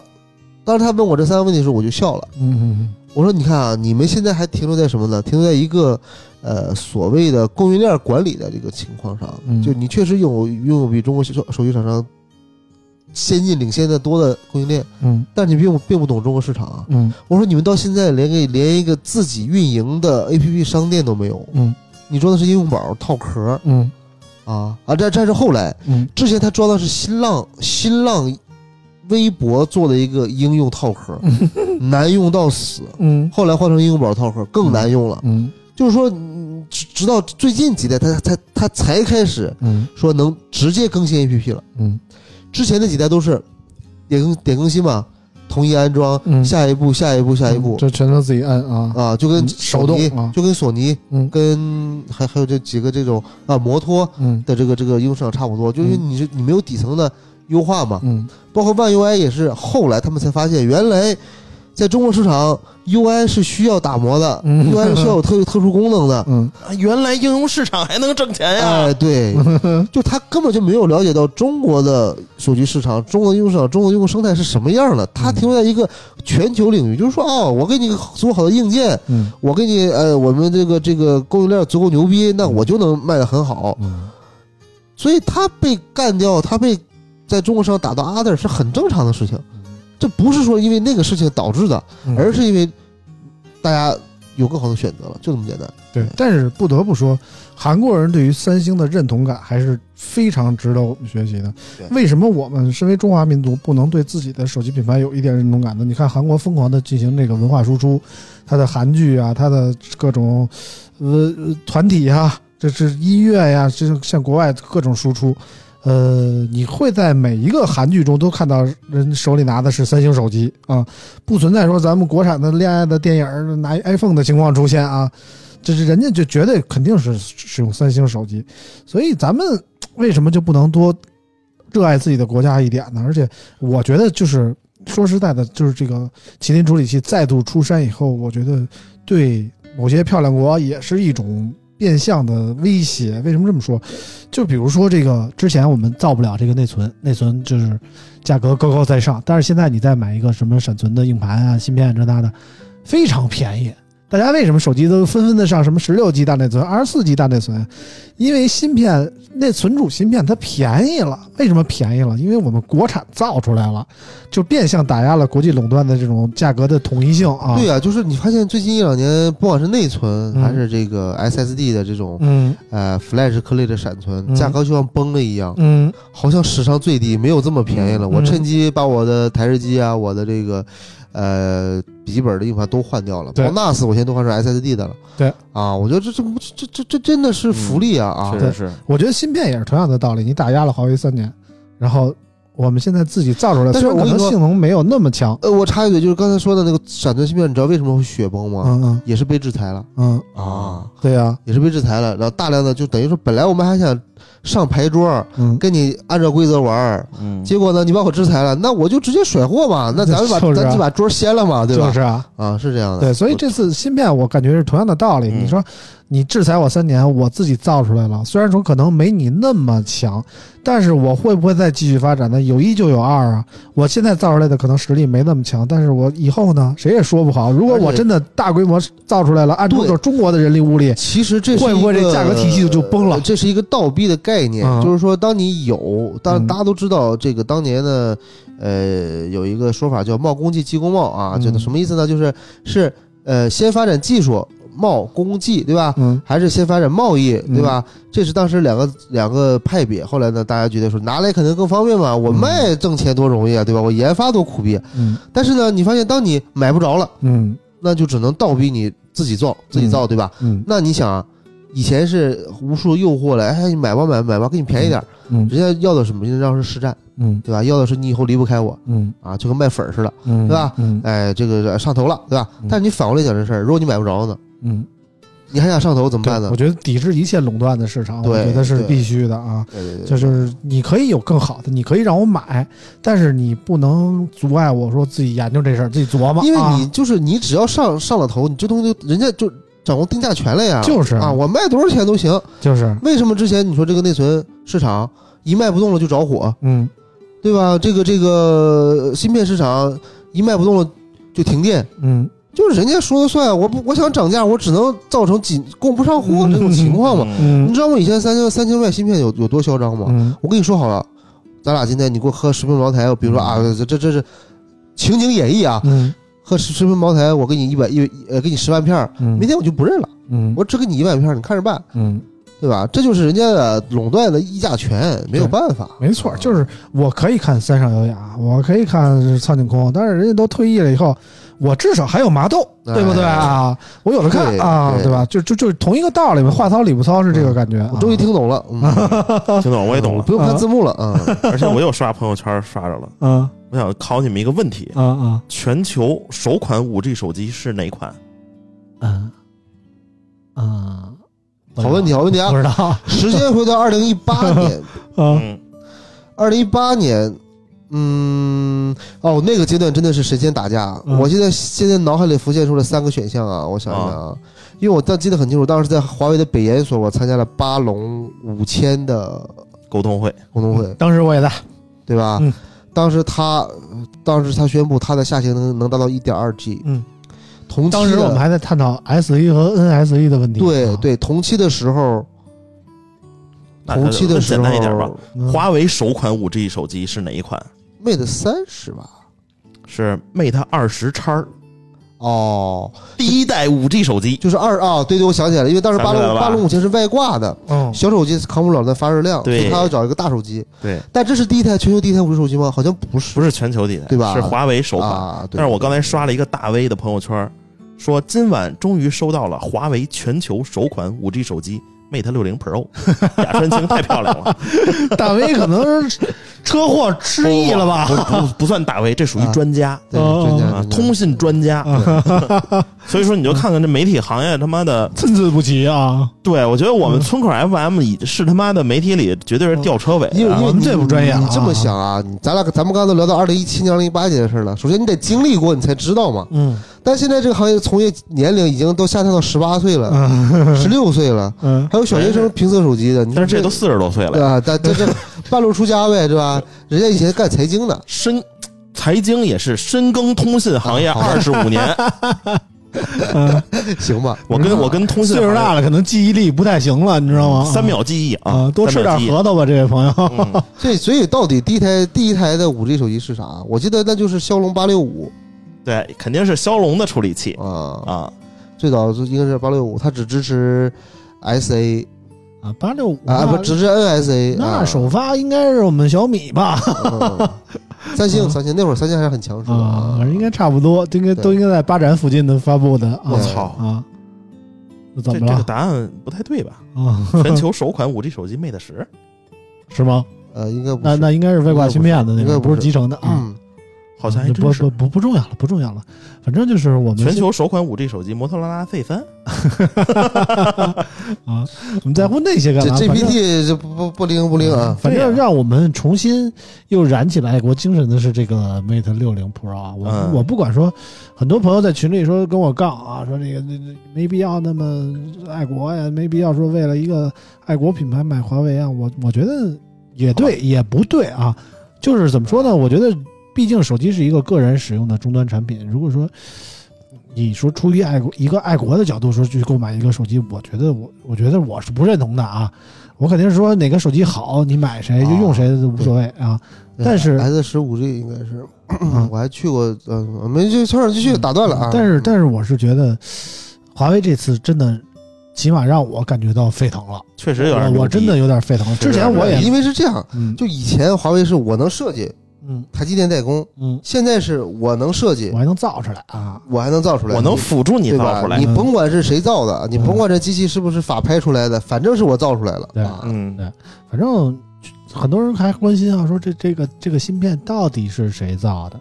[SPEAKER 4] 当时他问我这三个问题的时候，我就笑了。
[SPEAKER 2] 嗯
[SPEAKER 4] 我说：“你看啊，你们现在还停留在什么呢？停留在一个呃所谓的供应链管理的这个情况上，
[SPEAKER 2] 嗯
[SPEAKER 4] 就你确实有拥有比中国手手机厂商先进领先的多的供应链，
[SPEAKER 2] 嗯
[SPEAKER 4] 但你并不并不懂中国市场啊。
[SPEAKER 2] 嗯
[SPEAKER 4] 我说你们到现在连个连一个自己运营的 APP 商店都没有，
[SPEAKER 2] 嗯
[SPEAKER 4] 你装的是应用宝套壳
[SPEAKER 2] 嗯
[SPEAKER 4] 啊啊！这这是后来，
[SPEAKER 2] 嗯
[SPEAKER 4] 之前他装的是新浪新浪微博做的一个应用套壳， 难用到死。”
[SPEAKER 2] 嗯
[SPEAKER 4] 后来换成英用宝套壳更难用了。
[SPEAKER 2] 嗯
[SPEAKER 4] 就是说，嗯直直到最近几代，它才它才开始
[SPEAKER 2] 嗯
[SPEAKER 4] 说能直接更新 APP 了。
[SPEAKER 2] 嗯
[SPEAKER 4] 之前那几代都是点更点更新嘛，统一安装，
[SPEAKER 2] 嗯
[SPEAKER 4] 下一步下一步下一步
[SPEAKER 2] 这全都自己摁啊
[SPEAKER 4] 啊，就跟
[SPEAKER 2] 嗯手动
[SPEAKER 4] 索尼
[SPEAKER 2] 啊
[SPEAKER 4] 就跟索尼
[SPEAKER 2] 嗯
[SPEAKER 4] 跟还还有这几个这种啊摩托
[SPEAKER 2] 嗯
[SPEAKER 4] 的这个这个应用市场差不多，就是因为你是你没有底层的优化嘛，
[SPEAKER 2] 嗯
[SPEAKER 4] 包括 One UI 也是后来他们才发现，原来在中国市场 UI 是需要打磨的、
[SPEAKER 2] 嗯
[SPEAKER 4] u i 是需要有特 特殊功能的。
[SPEAKER 2] 嗯
[SPEAKER 3] 啊，原来应用市场还能挣钱
[SPEAKER 2] 啊
[SPEAKER 3] 呀！
[SPEAKER 4] 哎，对，就他根本就没有了解到中国的手机市场、中国的应用市场、中国的应用生态是什么样的。他停留在一个全球领域，就是说，哦，我给你足够好的硬件，
[SPEAKER 2] 嗯
[SPEAKER 4] 我给你，呃，我们这个这个供应链足够牛逼，那我就能卖得很好。
[SPEAKER 2] 嗯
[SPEAKER 4] 所以他被干掉，他被在中国市场打到 other 是很正常的事情。
[SPEAKER 2] 嗯
[SPEAKER 4] 这不是说因为那个事情导致的，而是因为大家有更好的选择了，就这么简单。
[SPEAKER 2] 对，但是不得不说，韩国人对于三星的认同感还是非常值得我们学习的
[SPEAKER 4] 对。
[SPEAKER 2] 为什么我们身为中华民族不能对自己的手机品牌有一点认同感呢？你看韩国疯狂的进行这个文化输出，它的韩剧啊，它的各种呃团体啊，这是音乐呀、这就向国外各种输出。呃，你会在每一个韩剧中都看到人手里拿的是三星手机啊，不存在说咱们国产的恋爱的电影儿拿 iPhone 的情况出现啊。这是人家就绝对肯定是使用三星手机，所以咱们为什么就不能多热爱自己的国家一点呢？而且我觉得就是说实在的，就是这个麒麟处理器再度出山以后，我觉得对某些漂亮国也是一种变相的威胁。为什么这么说？就比如说这个之前我们造不了这个内存，内存就是价格高高在上，但是现在你再买一个什么闪存的硬盘啊、芯片啊这那的，非常便宜。大家为什么手机都纷纷的上什么十六 G 大内存、二十四 G 大内存？因为芯片内存主芯片它便宜了。为什么便宜了？因为我们国产造出来了，就变相打压了国际垄断的这种价格的统一性啊。
[SPEAKER 4] 对呀、就是你发现最近一两年，不管是内存
[SPEAKER 2] 嗯
[SPEAKER 4] 还是这个 SSD 的这种
[SPEAKER 2] 嗯
[SPEAKER 4] 呃 Flash 颗粒的闪存，
[SPEAKER 2] 嗯
[SPEAKER 4] 价格就像崩了一样，
[SPEAKER 2] 嗯
[SPEAKER 4] 好像史上最低，没有这么便宜了。我
[SPEAKER 2] 嗯
[SPEAKER 4] 趁机把我的台式机啊，我的这个呃笔记本的硬盘都换掉了，
[SPEAKER 2] 对
[SPEAKER 4] 包 NAS 我现在都换成 SSD 的了。
[SPEAKER 2] 对嗯
[SPEAKER 4] 啊，我觉得这这这这这真的是福利啊、啊！
[SPEAKER 3] 确实是，
[SPEAKER 2] 我觉得芯片也是同样的道理，你打压了华为三年，然后我们现在自己造出来，虽
[SPEAKER 4] 但是
[SPEAKER 2] 然可
[SPEAKER 4] 我
[SPEAKER 2] 能
[SPEAKER 4] 跟你说
[SPEAKER 2] 性能没有那么强，
[SPEAKER 4] 呃，我插一嘴，就是刚才说的那个闪存芯片，你知道为什么会雪崩吗？
[SPEAKER 2] 嗯嗯
[SPEAKER 4] 也是被制裁了
[SPEAKER 2] 嗯，
[SPEAKER 4] 啊，
[SPEAKER 2] 对呀、啊，
[SPEAKER 4] 也是被制裁了。然后大量的就等于说，本来我们还想上牌桌，啊
[SPEAKER 2] 嗯，
[SPEAKER 4] 跟你按照规则玩儿，
[SPEAKER 3] 嗯，
[SPEAKER 4] 结果呢，你把我制裁了，那我就直接甩货嘛，那咱们把、
[SPEAKER 2] 就是啊
[SPEAKER 4] 咱就把桌掀了嘛，对吧？
[SPEAKER 2] 就是啊，
[SPEAKER 4] 啊，是这样的。
[SPEAKER 2] 对，所以这次芯片我感觉是同样的道理。
[SPEAKER 4] 嗯
[SPEAKER 2] 你说你制裁我三年，我自己造出来了，虽然说可能没你那么强，但是我会不会再继续发展呢？有一就有二啊！我现在造出来的可能实力没那么强，但是我以后呢，谁也说不好。如果
[SPEAKER 4] 而且
[SPEAKER 2] 我真的大规模造出来了，按照
[SPEAKER 4] 对
[SPEAKER 2] 就是中国的人力物力，
[SPEAKER 4] 其实这是
[SPEAKER 2] 会不会
[SPEAKER 4] 一个
[SPEAKER 2] 这价格体系就崩了
[SPEAKER 4] 呃这是一个倒逼的概念，
[SPEAKER 2] 嗯
[SPEAKER 4] 就是说，当你有，当
[SPEAKER 2] 嗯
[SPEAKER 4] 大家都知道这个当年呢，呃，有一个说法叫“冒功绩技功冒”啊，
[SPEAKER 2] 嗯
[SPEAKER 4] 就是什么意思呢？就是是呃，先发展技术冒功绩，对吧？
[SPEAKER 2] 嗯
[SPEAKER 4] 还是先发展贸易，
[SPEAKER 2] 嗯
[SPEAKER 4] 对吧？这是当时两个两个派别。后来呢，大家觉得说拿来肯定更方便嘛，我
[SPEAKER 2] 嗯
[SPEAKER 4] 卖挣钱多容易啊，对吧？我研发多苦逼。
[SPEAKER 2] 嗯
[SPEAKER 4] 但是呢，你发现当你买不着了，
[SPEAKER 2] 嗯
[SPEAKER 4] 那就只能倒逼你自己造，自己造，对吧？
[SPEAKER 2] 嗯
[SPEAKER 4] 那你想，啊，以前是无数诱惑来，哎，你买吧，买吧买吧，给你便宜点儿。
[SPEAKER 2] 嗯
[SPEAKER 4] 人家要的什么？人家要的是实战，
[SPEAKER 2] 嗯
[SPEAKER 4] 对吧？要的是你以后离不开我
[SPEAKER 2] 嗯
[SPEAKER 4] 啊，就跟卖粉儿似的。
[SPEAKER 2] 嗯，
[SPEAKER 4] 对吧
[SPEAKER 2] 嗯
[SPEAKER 4] 哎，这个上头了，对吧
[SPEAKER 2] 嗯？
[SPEAKER 4] 但是你反过来讲这事儿，如果你买不着呢，
[SPEAKER 2] 嗯，
[SPEAKER 4] 你还想上头怎么
[SPEAKER 2] 对
[SPEAKER 4] 办，呢
[SPEAKER 2] 我？觉得抵制一切垄断的市场，我
[SPEAKER 4] 对
[SPEAKER 2] 觉得是
[SPEAKER 4] 对
[SPEAKER 2] 必须的啊。
[SPEAKER 4] 对对对，
[SPEAKER 2] 就就是你可以有更好的，你可以让我买，但是你不能阻碍我说自己研究这事儿，自己琢磨。
[SPEAKER 4] 因为
[SPEAKER 2] 啊
[SPEAKER 4] 你就是你只要上上了头，你这东西就人家就掌握定价权了呀。
[SPEAKER 2] 就是
[SPEAKER 4] 啊，我卖多少钱都行。
[SPEAKER 2] 就是
[SPEAKER 4] 为什么之前你说这个内存市场一卖不动了就着火，
[SPEAKER 2] 嗯
[SPEAKER 4] 对吧？这个这个芯片市场一卖不动了就停电，
[SPEAKER 2] 嗯
[SPEAKER 4] 就是人家说了算，我不我想涨价，我只能造成紧供不上货这种情况嘛。
[SPEAKER 3] 嗯
[SPEAKER 4] 你
[SPEAKER 2] 嗯
[SPEAKER 4] 知道吗？以前三星三星卖芯片有有多嚣张吗？
[SPEAKER 2] 嗯
[SPEAKER 4] 我跟你说好了，咱俩今天你给我喝十瓶茅台，比如说啊，这这这是情景演绎啊，
[SPEAKER 2] 嗯
[SPEAKER 4] 喝十十瓶茅台，我给你一百一呃给你十万片儿，
[SPEAKER 2] 嗯，
[SPEAKER 4] 明天我就不认了，
[SPEAKER 2] 嗯
[SPEAKER 4] 我只给你一万片儿，你看着办，
[SPEAKER 2] 嗯，
[SPEAKER 4] 对吧？这就是人家的垄断的议价权，没有办法。
[SPEAKER 2] 没错，就是我可以看《三上悠亚》，我可以看《苍井空》，但是人家都退役了以后，我至少还有麻豆，
[SPEAKER 4] 哎
[SPEAKER 2] 对不对啊？我有的看
[SPEAKER 4] 对
[SPEAKER 2] 啊，
[SPEAKER 4] 对
[SPEAKER 2] 对吧？就就就是同一个道理嘛，话糙理不糙是这个感觉。
[SPEAKER 4] 我终于
[SPEAKER 2] 啊
[SPEAKER 4] 听懂了，嗯，
[SPEAKER 3] 听懂我也懂
[SPEAKER 4] 我
[SPEAKER 3] 了，
[SPEAKER 4] 不用看字幕了，嗯，
[SPEAKER 3] 而且我又刷朋友圈刷着了。
[SPEAKER 2] 嗯
[SPEAKER 3] 我想考你们一个问题：
[SPEAKER 2] 嗯
[SPEAKER 3] 全球首款五 G 手机是哪款？
[SPEAKER 2] 嗯嗯嗯，不知
[SPEAKER 4] 好
[SPEAKER 2] 道
[SPEAKER 4] 问题，好问题啊
[SPEAKER 2] 不！知道嗯
[SPEAKER 4] 时间回到二零一八年，
[SPEAKER 2] 啊
[SPEAKER 3] 嗯，
[SPEAKER 4] 二零一八年，嗯，哦，那个阶段真的是神仙打架。
[SPEAKER 2] 嗯
[SPEAKER 4] 我现在现在脑海里浮现出了三个选项啊，我想一想啊，因为我当记得很清楚，当时在华为的北研所，我参加了巴龙五千的
[SPEAKER 3] 沟通会，
[SPEAKER 4] 股东会，
[SPEAKER 2] 当时我也在，
[SPEAKER 4] 对吧？
[SPEAKER 2] 嗯
[SPEAKER 4] 当时他，呃当时他宣布他的下行能能达到一点二 G，
[SPEAKER 2] 嗯，
[SPEAKER 4] 同期的
[SPEAKER 2] 当时我们还在探讨 S E 和 N S E 的问题。
[SPEAKER 4] 对
[SPEAKER 2] 啊，
[SPEAKER 4] 对同期的时候，
[SPEAKER 3] 那
[SPEAKER 4] 同期的时候，
[SPEAKER 3] 简单一点吧。
[SPEAKER 2] 嗯
[SPEAKER 3] 华为首款五 G 手机是哪一款？
[SPEAKER 4] ，Mate 三十吧。
[SPEAKER 3] 是 Mate 二十叉，
[SPEAKER 4] 哦，
[SPEAKER 3] 第一代五 G 手机。
[SPEAKER 4] 就是二啊、对对，我想起来了，因为当时八
[SPEAKER 3] 想起来
[SPEAKER 4] 龙
[SPEAKER 3] 了吧
[SPEAKER 4] 八龙五千是外挂的，
[SPEAKER 2] 嗯，
[SPEAKER 4] 小手机扛不了那发热量，
[SPEAKER 3] 对
[SPEAKER 4] 所以他要找一个大手机。
[SPEAKER 3] 对，
[SPEAKER 4] 但这是第一台全球第一台五 G 手机吗？好像不是，
[SPEAKER 3] 不是全球第一台，
[SPEAKER 4] 对吧
[SPEAKER 3] 是华为首款。
[SPEAKER 4] 啊。对
[SPEAKER 3] 但是我刚才刷了一个大 V 的朋友圈，说今晚终于收到了华为全球首款五 G 手机 Mate 六零 Pro，雅川青太漂亮了，
[SPEAKER 2] 大 V 可能是
[SPEAKER 5] 车祸失忆了吧？
[SPEAKER 3] 不不不算大 V，这属于专家
[SPEAKER 4] 对，
[SPEAKER 2] 哦
[SPEAKER 4] 专家
[SPEAKER 3] 啊，通信专家。所以说，你就看看这媒体行业他妈的，
[SPEAKER 2] 参差不齐啊！
[SPEAKER 3] 对我觉得我们村口 FM 已是他妈的媒体里 绝对是吊车尾
[SPEAKER 4] 因为
[SPEAKER 3] 啊
[SPEAKER 4] 因为
[SPEAKER 5] 我们这不专业了啊
[SPEAKER 4] 你这么想啊？你咱俩咱们刚才都聊到二零一七年、二零一八年的事儿了。首先你得经历过，你才知道嘛。
[SPEAKER 2] 嗯
[SPEAKER 4] 但现在这个行业从业年龄已经都下降到十八岁了， 十六岁了，
[SPEAKER 2] 嗯，
[SPEAKER 4] 还有小学生评测手机的。你说
[SPEAKER 3] 但是这都四十多岁
[SPEAKER 4] 对
[SPEAKER 3] 了，
[SPEAKER 4] 啊，但 这这半路出家呗，是吧？人家以前干财经的，
[SPEAKER 3] 深财经也是深耕通信行业
[SPEAKER 4] 啊好
[SPEAKER 3] 二十五年。
[SPEAKER 4] 行吧？
[SPEAKER 3] 我跟我跟通信
[SPEAKER 2] 岁数大了，
[SPEAKER 3] 了，
[SPEAKER 2] 可能记忆力不太行了，你知道吗？
[SPEAKER 3] 三秒记忆啊
[SPEAKER 2] 啊，，多吃
[SPEAKER 3] 三秒
[SPEAKER 2] 点
[SPEAKER 3] 记忆
[SPEAKER 2] 核桃吧，这位朋友。
[SPEAKER 3] 嗯
[SPEAKER 4] 这所以到底第一台第一台的五 G 手机是啥？我记得那就是骁龙八六五
[SPEAKER 3] 对，肯定是骁龙的处理器
[SPEAKER 4] 啊，
[SPEAKER 3] 啊。
[SPEAKER 4] 最早就应该是八六五，它只支持 SA
[SPEAKER 2] 啊，八六五
[SPEAKER 4] 啊，不只支持 NSA
[SPEAKER 2] 那
[SPEAKER 4] 啊
[SPEAKER 2] 首发应该是我们小米 吧？
[SPEAKER 4] 嗯三星，
[SPEAKER 2] 嗯
[SPEAKER 4] 三星那会儿三星还是很强势的
[SPEAKER 2] 啊，
[SPEAKER 4] 啊
[SPEAKER 2] 反正应该差不多，应该
[SPEAKER 4] 对
[SPEAKER 2] 都应该在八展附近的发布的啊。
[SPEAKER 3] 我操，
[SPEAKER 2] 啊！那
[SPEAKER 3] 这
[SPEAKER 2] 怎
[SPEAKER 3] 这
[SPEAKER 2] 么
[SPEAKER 3] 个
[SPEAKER 2] 了
[SPEAKER 3] 答案不太对吧？
[SPEAKER 2] 啊？
[SPEAKER 3] 全球首款五 G 手机 Mate 十，
[SPEAKER 2] 是吗？
[SPEAKER 4] 呃，应该不
[SPEAKER 2] 那
[SPEAKER 4] 是。
[SPEAKER 2] 那应该是外挂芯片的那
[SPEAKER 4] 应该
[SPEAKER 2] 种，
[SPEAKER 4] 不是
[SPEAKER 2] 不是集成的啊。
[SPEAKER 4] 嗯，
[SPEAKER 3] 好像还
[SPEAKER 2] 那
[SPEAKER 3] 真
[SPEAKER 2] 不
[SPEAKER 3] 是
[SPEAKER 2] 不。不不重要了，不重要了。反正就是我们
[SPEAKER 3] 全球首款五 G 手机摩托罗拉 Z 三，
[SPEAKER 2] 啊，我们在乎那些干
[SPEAKER 4] 这
[SPEAKER 2] 嘛？反正
[SPEAKER 4] GPT 这不不不灵不灵啊！
[SPEAKER 2] 反
[SPEAKER 3] 对
[SPEAKER 2] 正
[SPEAKER 3] 啊
[SPEAKER 2] 让我们重新又燃起了爱国精神的是这个 Mate 六零 Pro 啊！我、
[SPEAKER 3] 嗯
[SPEAKER 2] 我不管说，很多朋友在群里说跟我杠啊，说这个这这没必要那么爱国呀，没必要说为了一个爱国品牌买华为啊。我我觉得也对，也不对啊。就是怎么说呢？我觉得毕竟手机是一个个人使用的终端产品，如果说。你说出于爱国一个爱国的角度说去购买一个手机，我觉得我我觉得我是不认同的啊，我肯定是说哪个手机好，你买谁就用谁都无所谓啊。但是
[SPEAKER 4] S 十五 G 应该是，
[SPEAKER 2] 嗯
[SPEAKER 4] 我还去过，呃，没就上继续打断了啊。
[SPEAKER 2] 但是但是我是觉得，华为这次真的，起码让我感觉到沸腾了，
[SPEAKER 3] 确实有点
[SPEAKER 2] 我
[SPEAKER 3] 牛
[SPEAKER 2] 我
[SPEAKER 3] 逼
[SPEAKER 2] 真的有点沸腾了。之前我也
[SPEAKER 4] 因为是这样，
[SPEAKER 2] 嗯
[SPEAKER 4] 就以前华为是我能设计，
[SPEAKER 2] 嗯
[SPEAKER 4] 台积电代工，
[SPEAKER 2] 嗯，
[SPEAKER 4] 现在是我能设计
[SPEAKER 2] 我，还能造出来啊，
[SPEAKER 4] 我还能造出来，
[SPEAKER 3] 我能
[SPEAKER 4] 你
[SPEAKER 3] 辅助你
[SPEAKER 4] 对
[SPEAKER 3] 造出
[SPEAKER 4] 吧？
[SPEAKER 3] 来
[SPEAKER 4] 你。甭管是谁造的，你
[SPEAKER 2] 嗯
[SPEAKER 4] 甭管这机器是不是法拍出来的，反正是我造出来了
[SPEAKER 2] 对
[SPEAKER 4] 啊。
[SPEAKER 3] 嗯，
[SPEAKER 2] 反正很多人还关心啊，说这这个这个芯片到底是谁造的，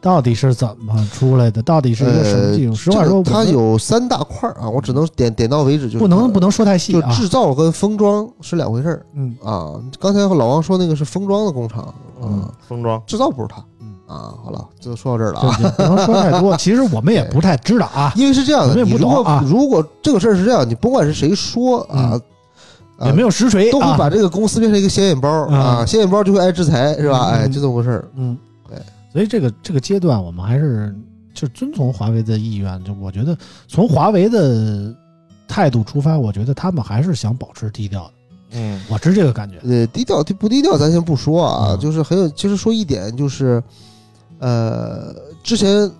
[SPEAKER 2] 到底是怎么出来的，到底是一个什么技术？
[SPEAKER 4] 呃
[SPEAKER 2] 实话说，
[SPEAKER 4] 这个它
[SPEAKER 2] 我们
[SPEAKER 4] 有三大块儿啊，我只能点点到为止，就是
[SPEAKER 2] 不能不能说太细
[SPEAKER 4] 就
[SPEAKER 2] 啊，
[SPEAKER 4] 制造跟封装是两回事儿
[SPEAKER 2] 嗯
[SPEAKER 4] 啊。刚才老王说那个是封装的工厂啊，
[SPEAKER 3] 封装
[SPEAKER 4] 制造不是它
[SPEAKER 2] 嗯
[SPEAKER 4] 啊。好了，就说到这儿了
[SPEAKER 2] 对
[SPEAKER 4] 啊。
[SPEAKER 2] 对，不能说太 多。其实我们也不太知道啊，
[SPEAKER 4] 因为是这样
[SPEAKER 2] 我
[SPEAKER 4] 的，
[SPEAKER 2] 们
[SPEAKER 4] 你
[SPEAKER 2] 也不
[SPEAKER 4] 如果
[SPEAKER 2] 懂啊
[SPEAKER 4] 如果这个事儿是这样，你甭管是谁说啊
[SPEAKER 2] 嗯，
[SPEAKER 4] 啊
[SPEAKER 2] 也没有实锤，
[SPEAKER 4] 都会
[SPEAKER 2] 啊
[SPEAKER 4] 把这个公司变成一个显眼包啊，
[SPEAKER 2] 啊
[SPEAKER 4] 显眼包就会挨制裁是吧？
[SPEAKER 2] 嗯
[SPEAKER 4] 哎，就这么回事儿。
[SPEAKER 2] 嗯，
[SPEAKER 4] 对，
[SPEAKER 2] 所以这个这个阶段，我们还是就遵从华为的意愿。就我觉得，从华为的态度出发，我觉得他们还是想保持低调的。
[SPEAKER 3] 嗯，
[SPEAKER 2] 我是这个感觉。
[SPEAKER 4] 呃，低调低不低调，咱先不说啊，
[SPEAKER 2] 嗯
[SPEAKER 4] 就是很有，其实说一点就是，呃，之前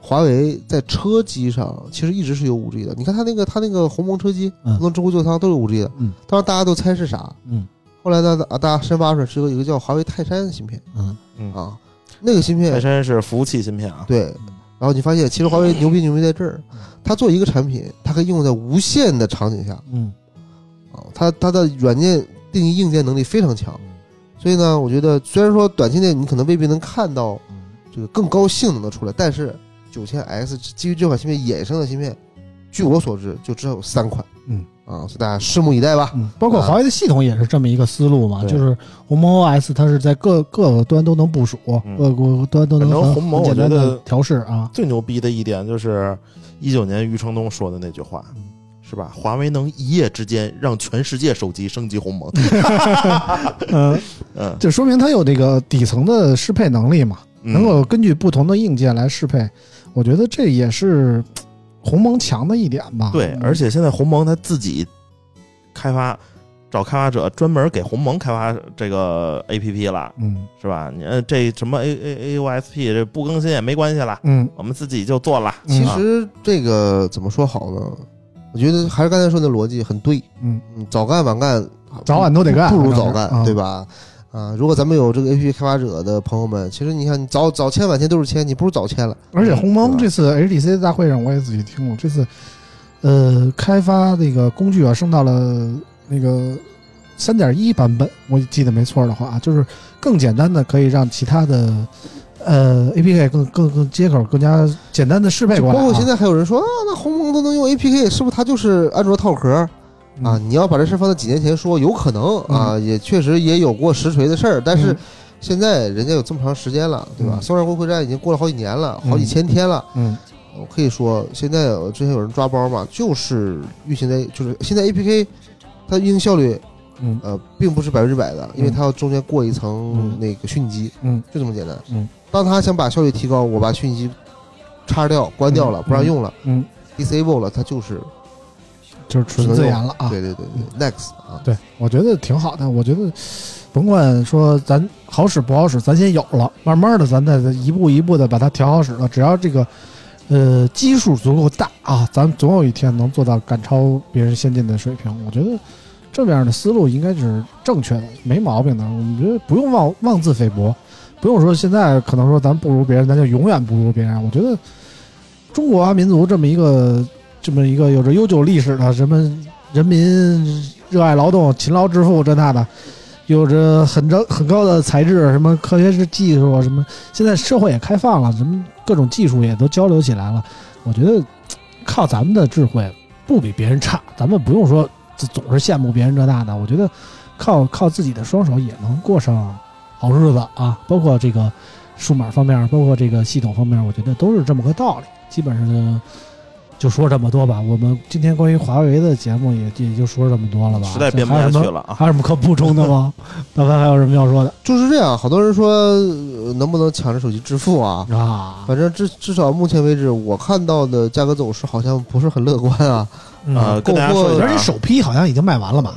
[SPEAKER 4] 华为在车机上其实一直是有五 G 的，你看它那个它那个鸿蒙车机，
[SPEAKER 2] 嗯
[SPEAKER 4] 能知乎座舱都有五 G 的，
[SPEAKER 2] 嗯，
[SPEAKER 4] 当时大家都猜是啥，
[SPEAKER 2] 嗯
[SPEAKER 4] 后来呢，啊，大家深挖出来是有一个叫华为泰山的芯片
[SPEAKER 2] 嗯
[SPEAKER 4] 啊，那个芯
[SPEAKER 3] 泰
[SPEAKER 4] 片
[SPEAKER 3] 山是服务器芯片啊。
[SPEAKER 4] 对，
[SPEAKER 2] 嗯
[SPEAKER 4] 然后你发现其实华为牛逼牛逼在这儿，它做一个产品，它可以应用在无限的场景下，
[SPEAKER 2] 嗯
[SPEAKER 4] 啊，它它的软件定义硬件能力非常强
[SPEAKER 2] 嗯，
[SPEAKER 4] 所以呢，我觉得虽然说短期内你可能未必能看到
[SPEAKER 2] 嗯
[SPEAKER 4] 这个更高性能的出来，但是九千 X 基于这款芯片衍生的芯片，据我所知就至少有三款，
[SPEAKER 2] 嗯
[SPEAKER 4] 啊，所以大家拭目以待吧。
[SPEAKER 2] 嗯，包括华为的系统也是这么一个思路嘛，
[SPEAKER 4] 对
[SPEAKER 2] 就是鸿蒙 OS 它是在各各个端都能部署，
[SPEAKER 3] 嗯
[SPEAKER 2] 各个端都能
[SPEAKER 3] 反正
[SPEAKER 2] 很
[SPEAKER 3] 鸿蒙
[SPEAKER 2] 很简单
[SPEAKER 3] 我觉
[SPEAKER 2] 的
[SPEAKER 3] 得
[SPEAKER 2] 调试啊。
[SPEAKER 3] 最牛逼的一点就是一九年余承东说的那句话，
[SPEAKER 2] 嗯
[SPEAKER 3] 是吧？华为能一夜之间让全世界手机升级鸿 蒙。
[SPEAKER 2] 嗯，
[SPEAKER 3] 嗯，
[SPEAKER 2] 就说明它有这个底层的适配能力嘛。能够根据不同的硬件来适配，我觉得这也是嘖鸿蒙强的一点吧。
[SPEAKER 3] 对，而且现在鸿蒙它自己开发，找开发者专门给鸿蒙开发这个 A P P 了，
[SPEAKER 2] 嗯
[SPEAKER 3] 是吧？你呃这什么 A A A U S P 这不更新也没关系啦，
[SPEAKER 2] 嗯
[SPEAKER 3] 我们自己就做了。
[SPEAKER 4] 其
[SPEAKER 3] 啊
[SPEAKER 4] 实这个怎么说好呢？我觉得还是刚才说的逻辑很对，
[SPEAKER 2] 嗯，
[SPEAKER 4] 嗯，早干晚干，
[SPEAKER 2] 早晚都得干，
[SPEAKER 4] 不如早干，
[SPEAKER 2] 啊
[SPEAKER 4] 对？吧？啊，如果咱们有这个 A P P 开发者的朋友们，其实你看，你早早签晚签都是签，你不如早签了。
[SPEAKER 2] 而且鸿
[SPEAKER 4] 嗯对
[SPEAKER 2] 蒙
[SPEAKER 4] 吧
[SPEAKER 2] 这次 HTC 大会上我也仔细听了，这次呃开发那个工具啊升到了那个三点一版本，我记得没错的话，啊就是更简单的，可以让其他的呃 APK 更更更接口更加简单的适配
[SPEAKER 4] 就
[SPEAKER 2] 过来、啊。
[SPEAKER 4] 包括现在还有人说啊，那鸿蒙都能用 APK，是不是它就是安卓套壳儿啊？
[SPEAKER 2] 嗯
[SPEAKER 4] 你要把这事儿放在几年前说，有可能啊，也确实也有过实锤的事儿，但是
[SPEAKER 2] 嗯
[SPEAKER 4] 现在人家有这么长时间了，对吧？
[SPEAKER 2] 嗯
[SPEAKER 4] 搜查国会战已经过了好几年了，
[SPEAKER 2] 嗯
[SPEAKER 4] 好几千天了。
[SPEAKER 2] 嗯
[SPEAKER 4] 我可以说，现在有之前有人抓包嘛，就是运行在就是现在 APK 它运行效率
[SPEAKER 2] 嗯
[SPEAKER 4] 呃并不是百分之百的，因为它要中间过一层
[SPEAKER 2] 嗯
[SPEAKER 4] 那个迅击，
[SPEAKER 2] 嗯，
[SPEAKER 4] 就这么简单。
[SPEAKER 2] 嗯，
[SPEAKER 4] 当他想把效率提高，我把迅击插掉、关掉了，
[SPEAKER 2] 嗯
[SPEAKER 4] 不让用了，
[SPEAKER 2] 嗯
[SPEAKER 4] disable 了，它就是
[SPEAKER 2] 就是
[SPEAKER 4] 只
[SPEAKER 2] 纯
[SPEAKER 4] 能
[SPEAKER 2] 自
[SPEAKER 4] 用
[SPEAKER 2] 研了啊。
[SPEAKER 4] 对对对对，next 啊，
[SPEAKER 2] 对，我觉得挺好的。我觉得甭管说咱好使不好使，咱先有了，慢慢的咱再一步一步的把它调好使了。只要这个呃基数足够大啊，咱总有一天能做到赶超别人先进的水平。我觉得这么样的思路应该是正确的，没毛病的。我们觉得不用妄妄自菲薄，不用说现在可能说咱不如别人，咱就永远不如别人。我觉得中华民族这么一个这么一个有着悠久历史的什么。人民热爱劳动、勤劳致富这那的，有着很高很高的才智，什么科学是技术啊，什么现在社会也开放了，什么各种技术也都交流起来了。我觉得靠咱们的智慧不比别人差，咱们不用说这总是羡慕别人这那的。我觉得靠靠自己的双手也能过上好日子啊，包括这个数码方面，包括这个系统方面，我觉得都是这么个道理。基本上就说这么多吧。我们今天关于华为的节目也也就说这么多了吧。
[SPEAKER 3] 实在
[SPEAKER 2] 这
[SPEAKER 3] 编不
[SPEAKER 2] 还有
[SPEAKER 3] 下
[SPEAKER 2] 什么
[SPEAKER 3] 去了啊！
[SPEAKER 2] 还有什么可补充的吗？ 大凡还有什么要说的
[SPEAKER 4] 就是这样。好多人说、呃能不能抢着手机支付啊？
[SPEAKER 2] 啊？
[SPEAKER 4] 反正至至少目前为止，我看到的价格走势好像不是很乐观啊。
[SPEAKER 3] 呃，
[SPEAKER 2] 嗯，
[SPEAKER 3] 跟大家说一
[SPEAKER 2] 而且
[SPEAKER 3] 下、啊，
[SPEAKER 2] 首批好像已经卖完了吧？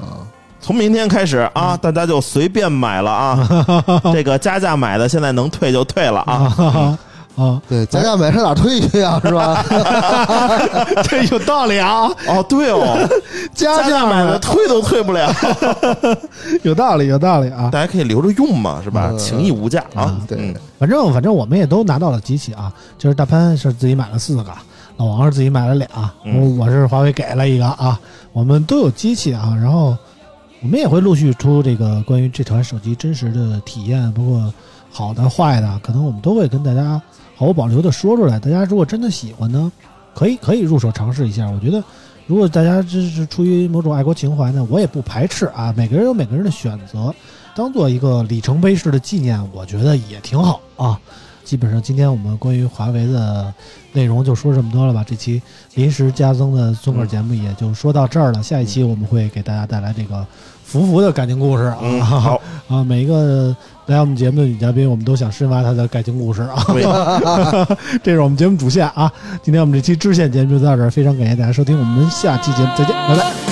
[SPEAKER 3] 从明天开始啊，大家就随便买了啊。 这个加价买的，现在能退就退了啊。
[SPEAKER 2] 啊啊，
[SPEAKER 4] 对，加价买上哪退去啊呀、是吧？
[SPEAKER 2] 这有道理啊，
[SPEAKER 3] 哦，对哦，
[SPEAKER 2] 加
[SPEAKER 3] 加价买的退都退不了，
[SPEAKER 2] 有道理，有道理啊。
[SPEAKER 3] 大家可以留着用嘛，是吧？
[SPEAKER 4] 嗯
[SPEAKER 3] 情义无价啊
[SPEAKER 4] 嗯。对
[SPEAKER 3] 嗯
[SPEAKER 2] 反正反正我们也都拿到了机器啊，就是大潘是自己买了四个，老王是自己买了俩，我
[SPEAKER 3] 嗯
[SPEAKER 2] 我是华为给了一个啊，我们都有机器啊，然后我们也会陆续出这个关于这款手机真实的体验，包括好的坏的，可能我们都会跟大家毫无保留的说出来。大家如果真的喜欢呢，可以可以入手 尝试一下。我觉得，如果大家这是出于某种爱国情怀呢，我也不排斥啊。每个人有每个人的选择，当做一个里程碑式的纪念，我觉得也挺好啊。基本上今天我们关于华为的内容就说这么多了吧。这期临时加增的综合节目也就说到这儿了。下一期我们会给大家带来这个福福的感情故事啊。
[SPEAKER 3] 嗯， 好，
[SPEAKER 2] 啊，每一个来我们节目的女嘉宾，我们都想深挖她的感情故事啊。
[SPEAKER 3] 对，
[SPEAKER 2] 这是我们节目主线啊。今天我们这期支线节目就到这儿，非常感谢大家收听，我们下期节目再见，拜拜。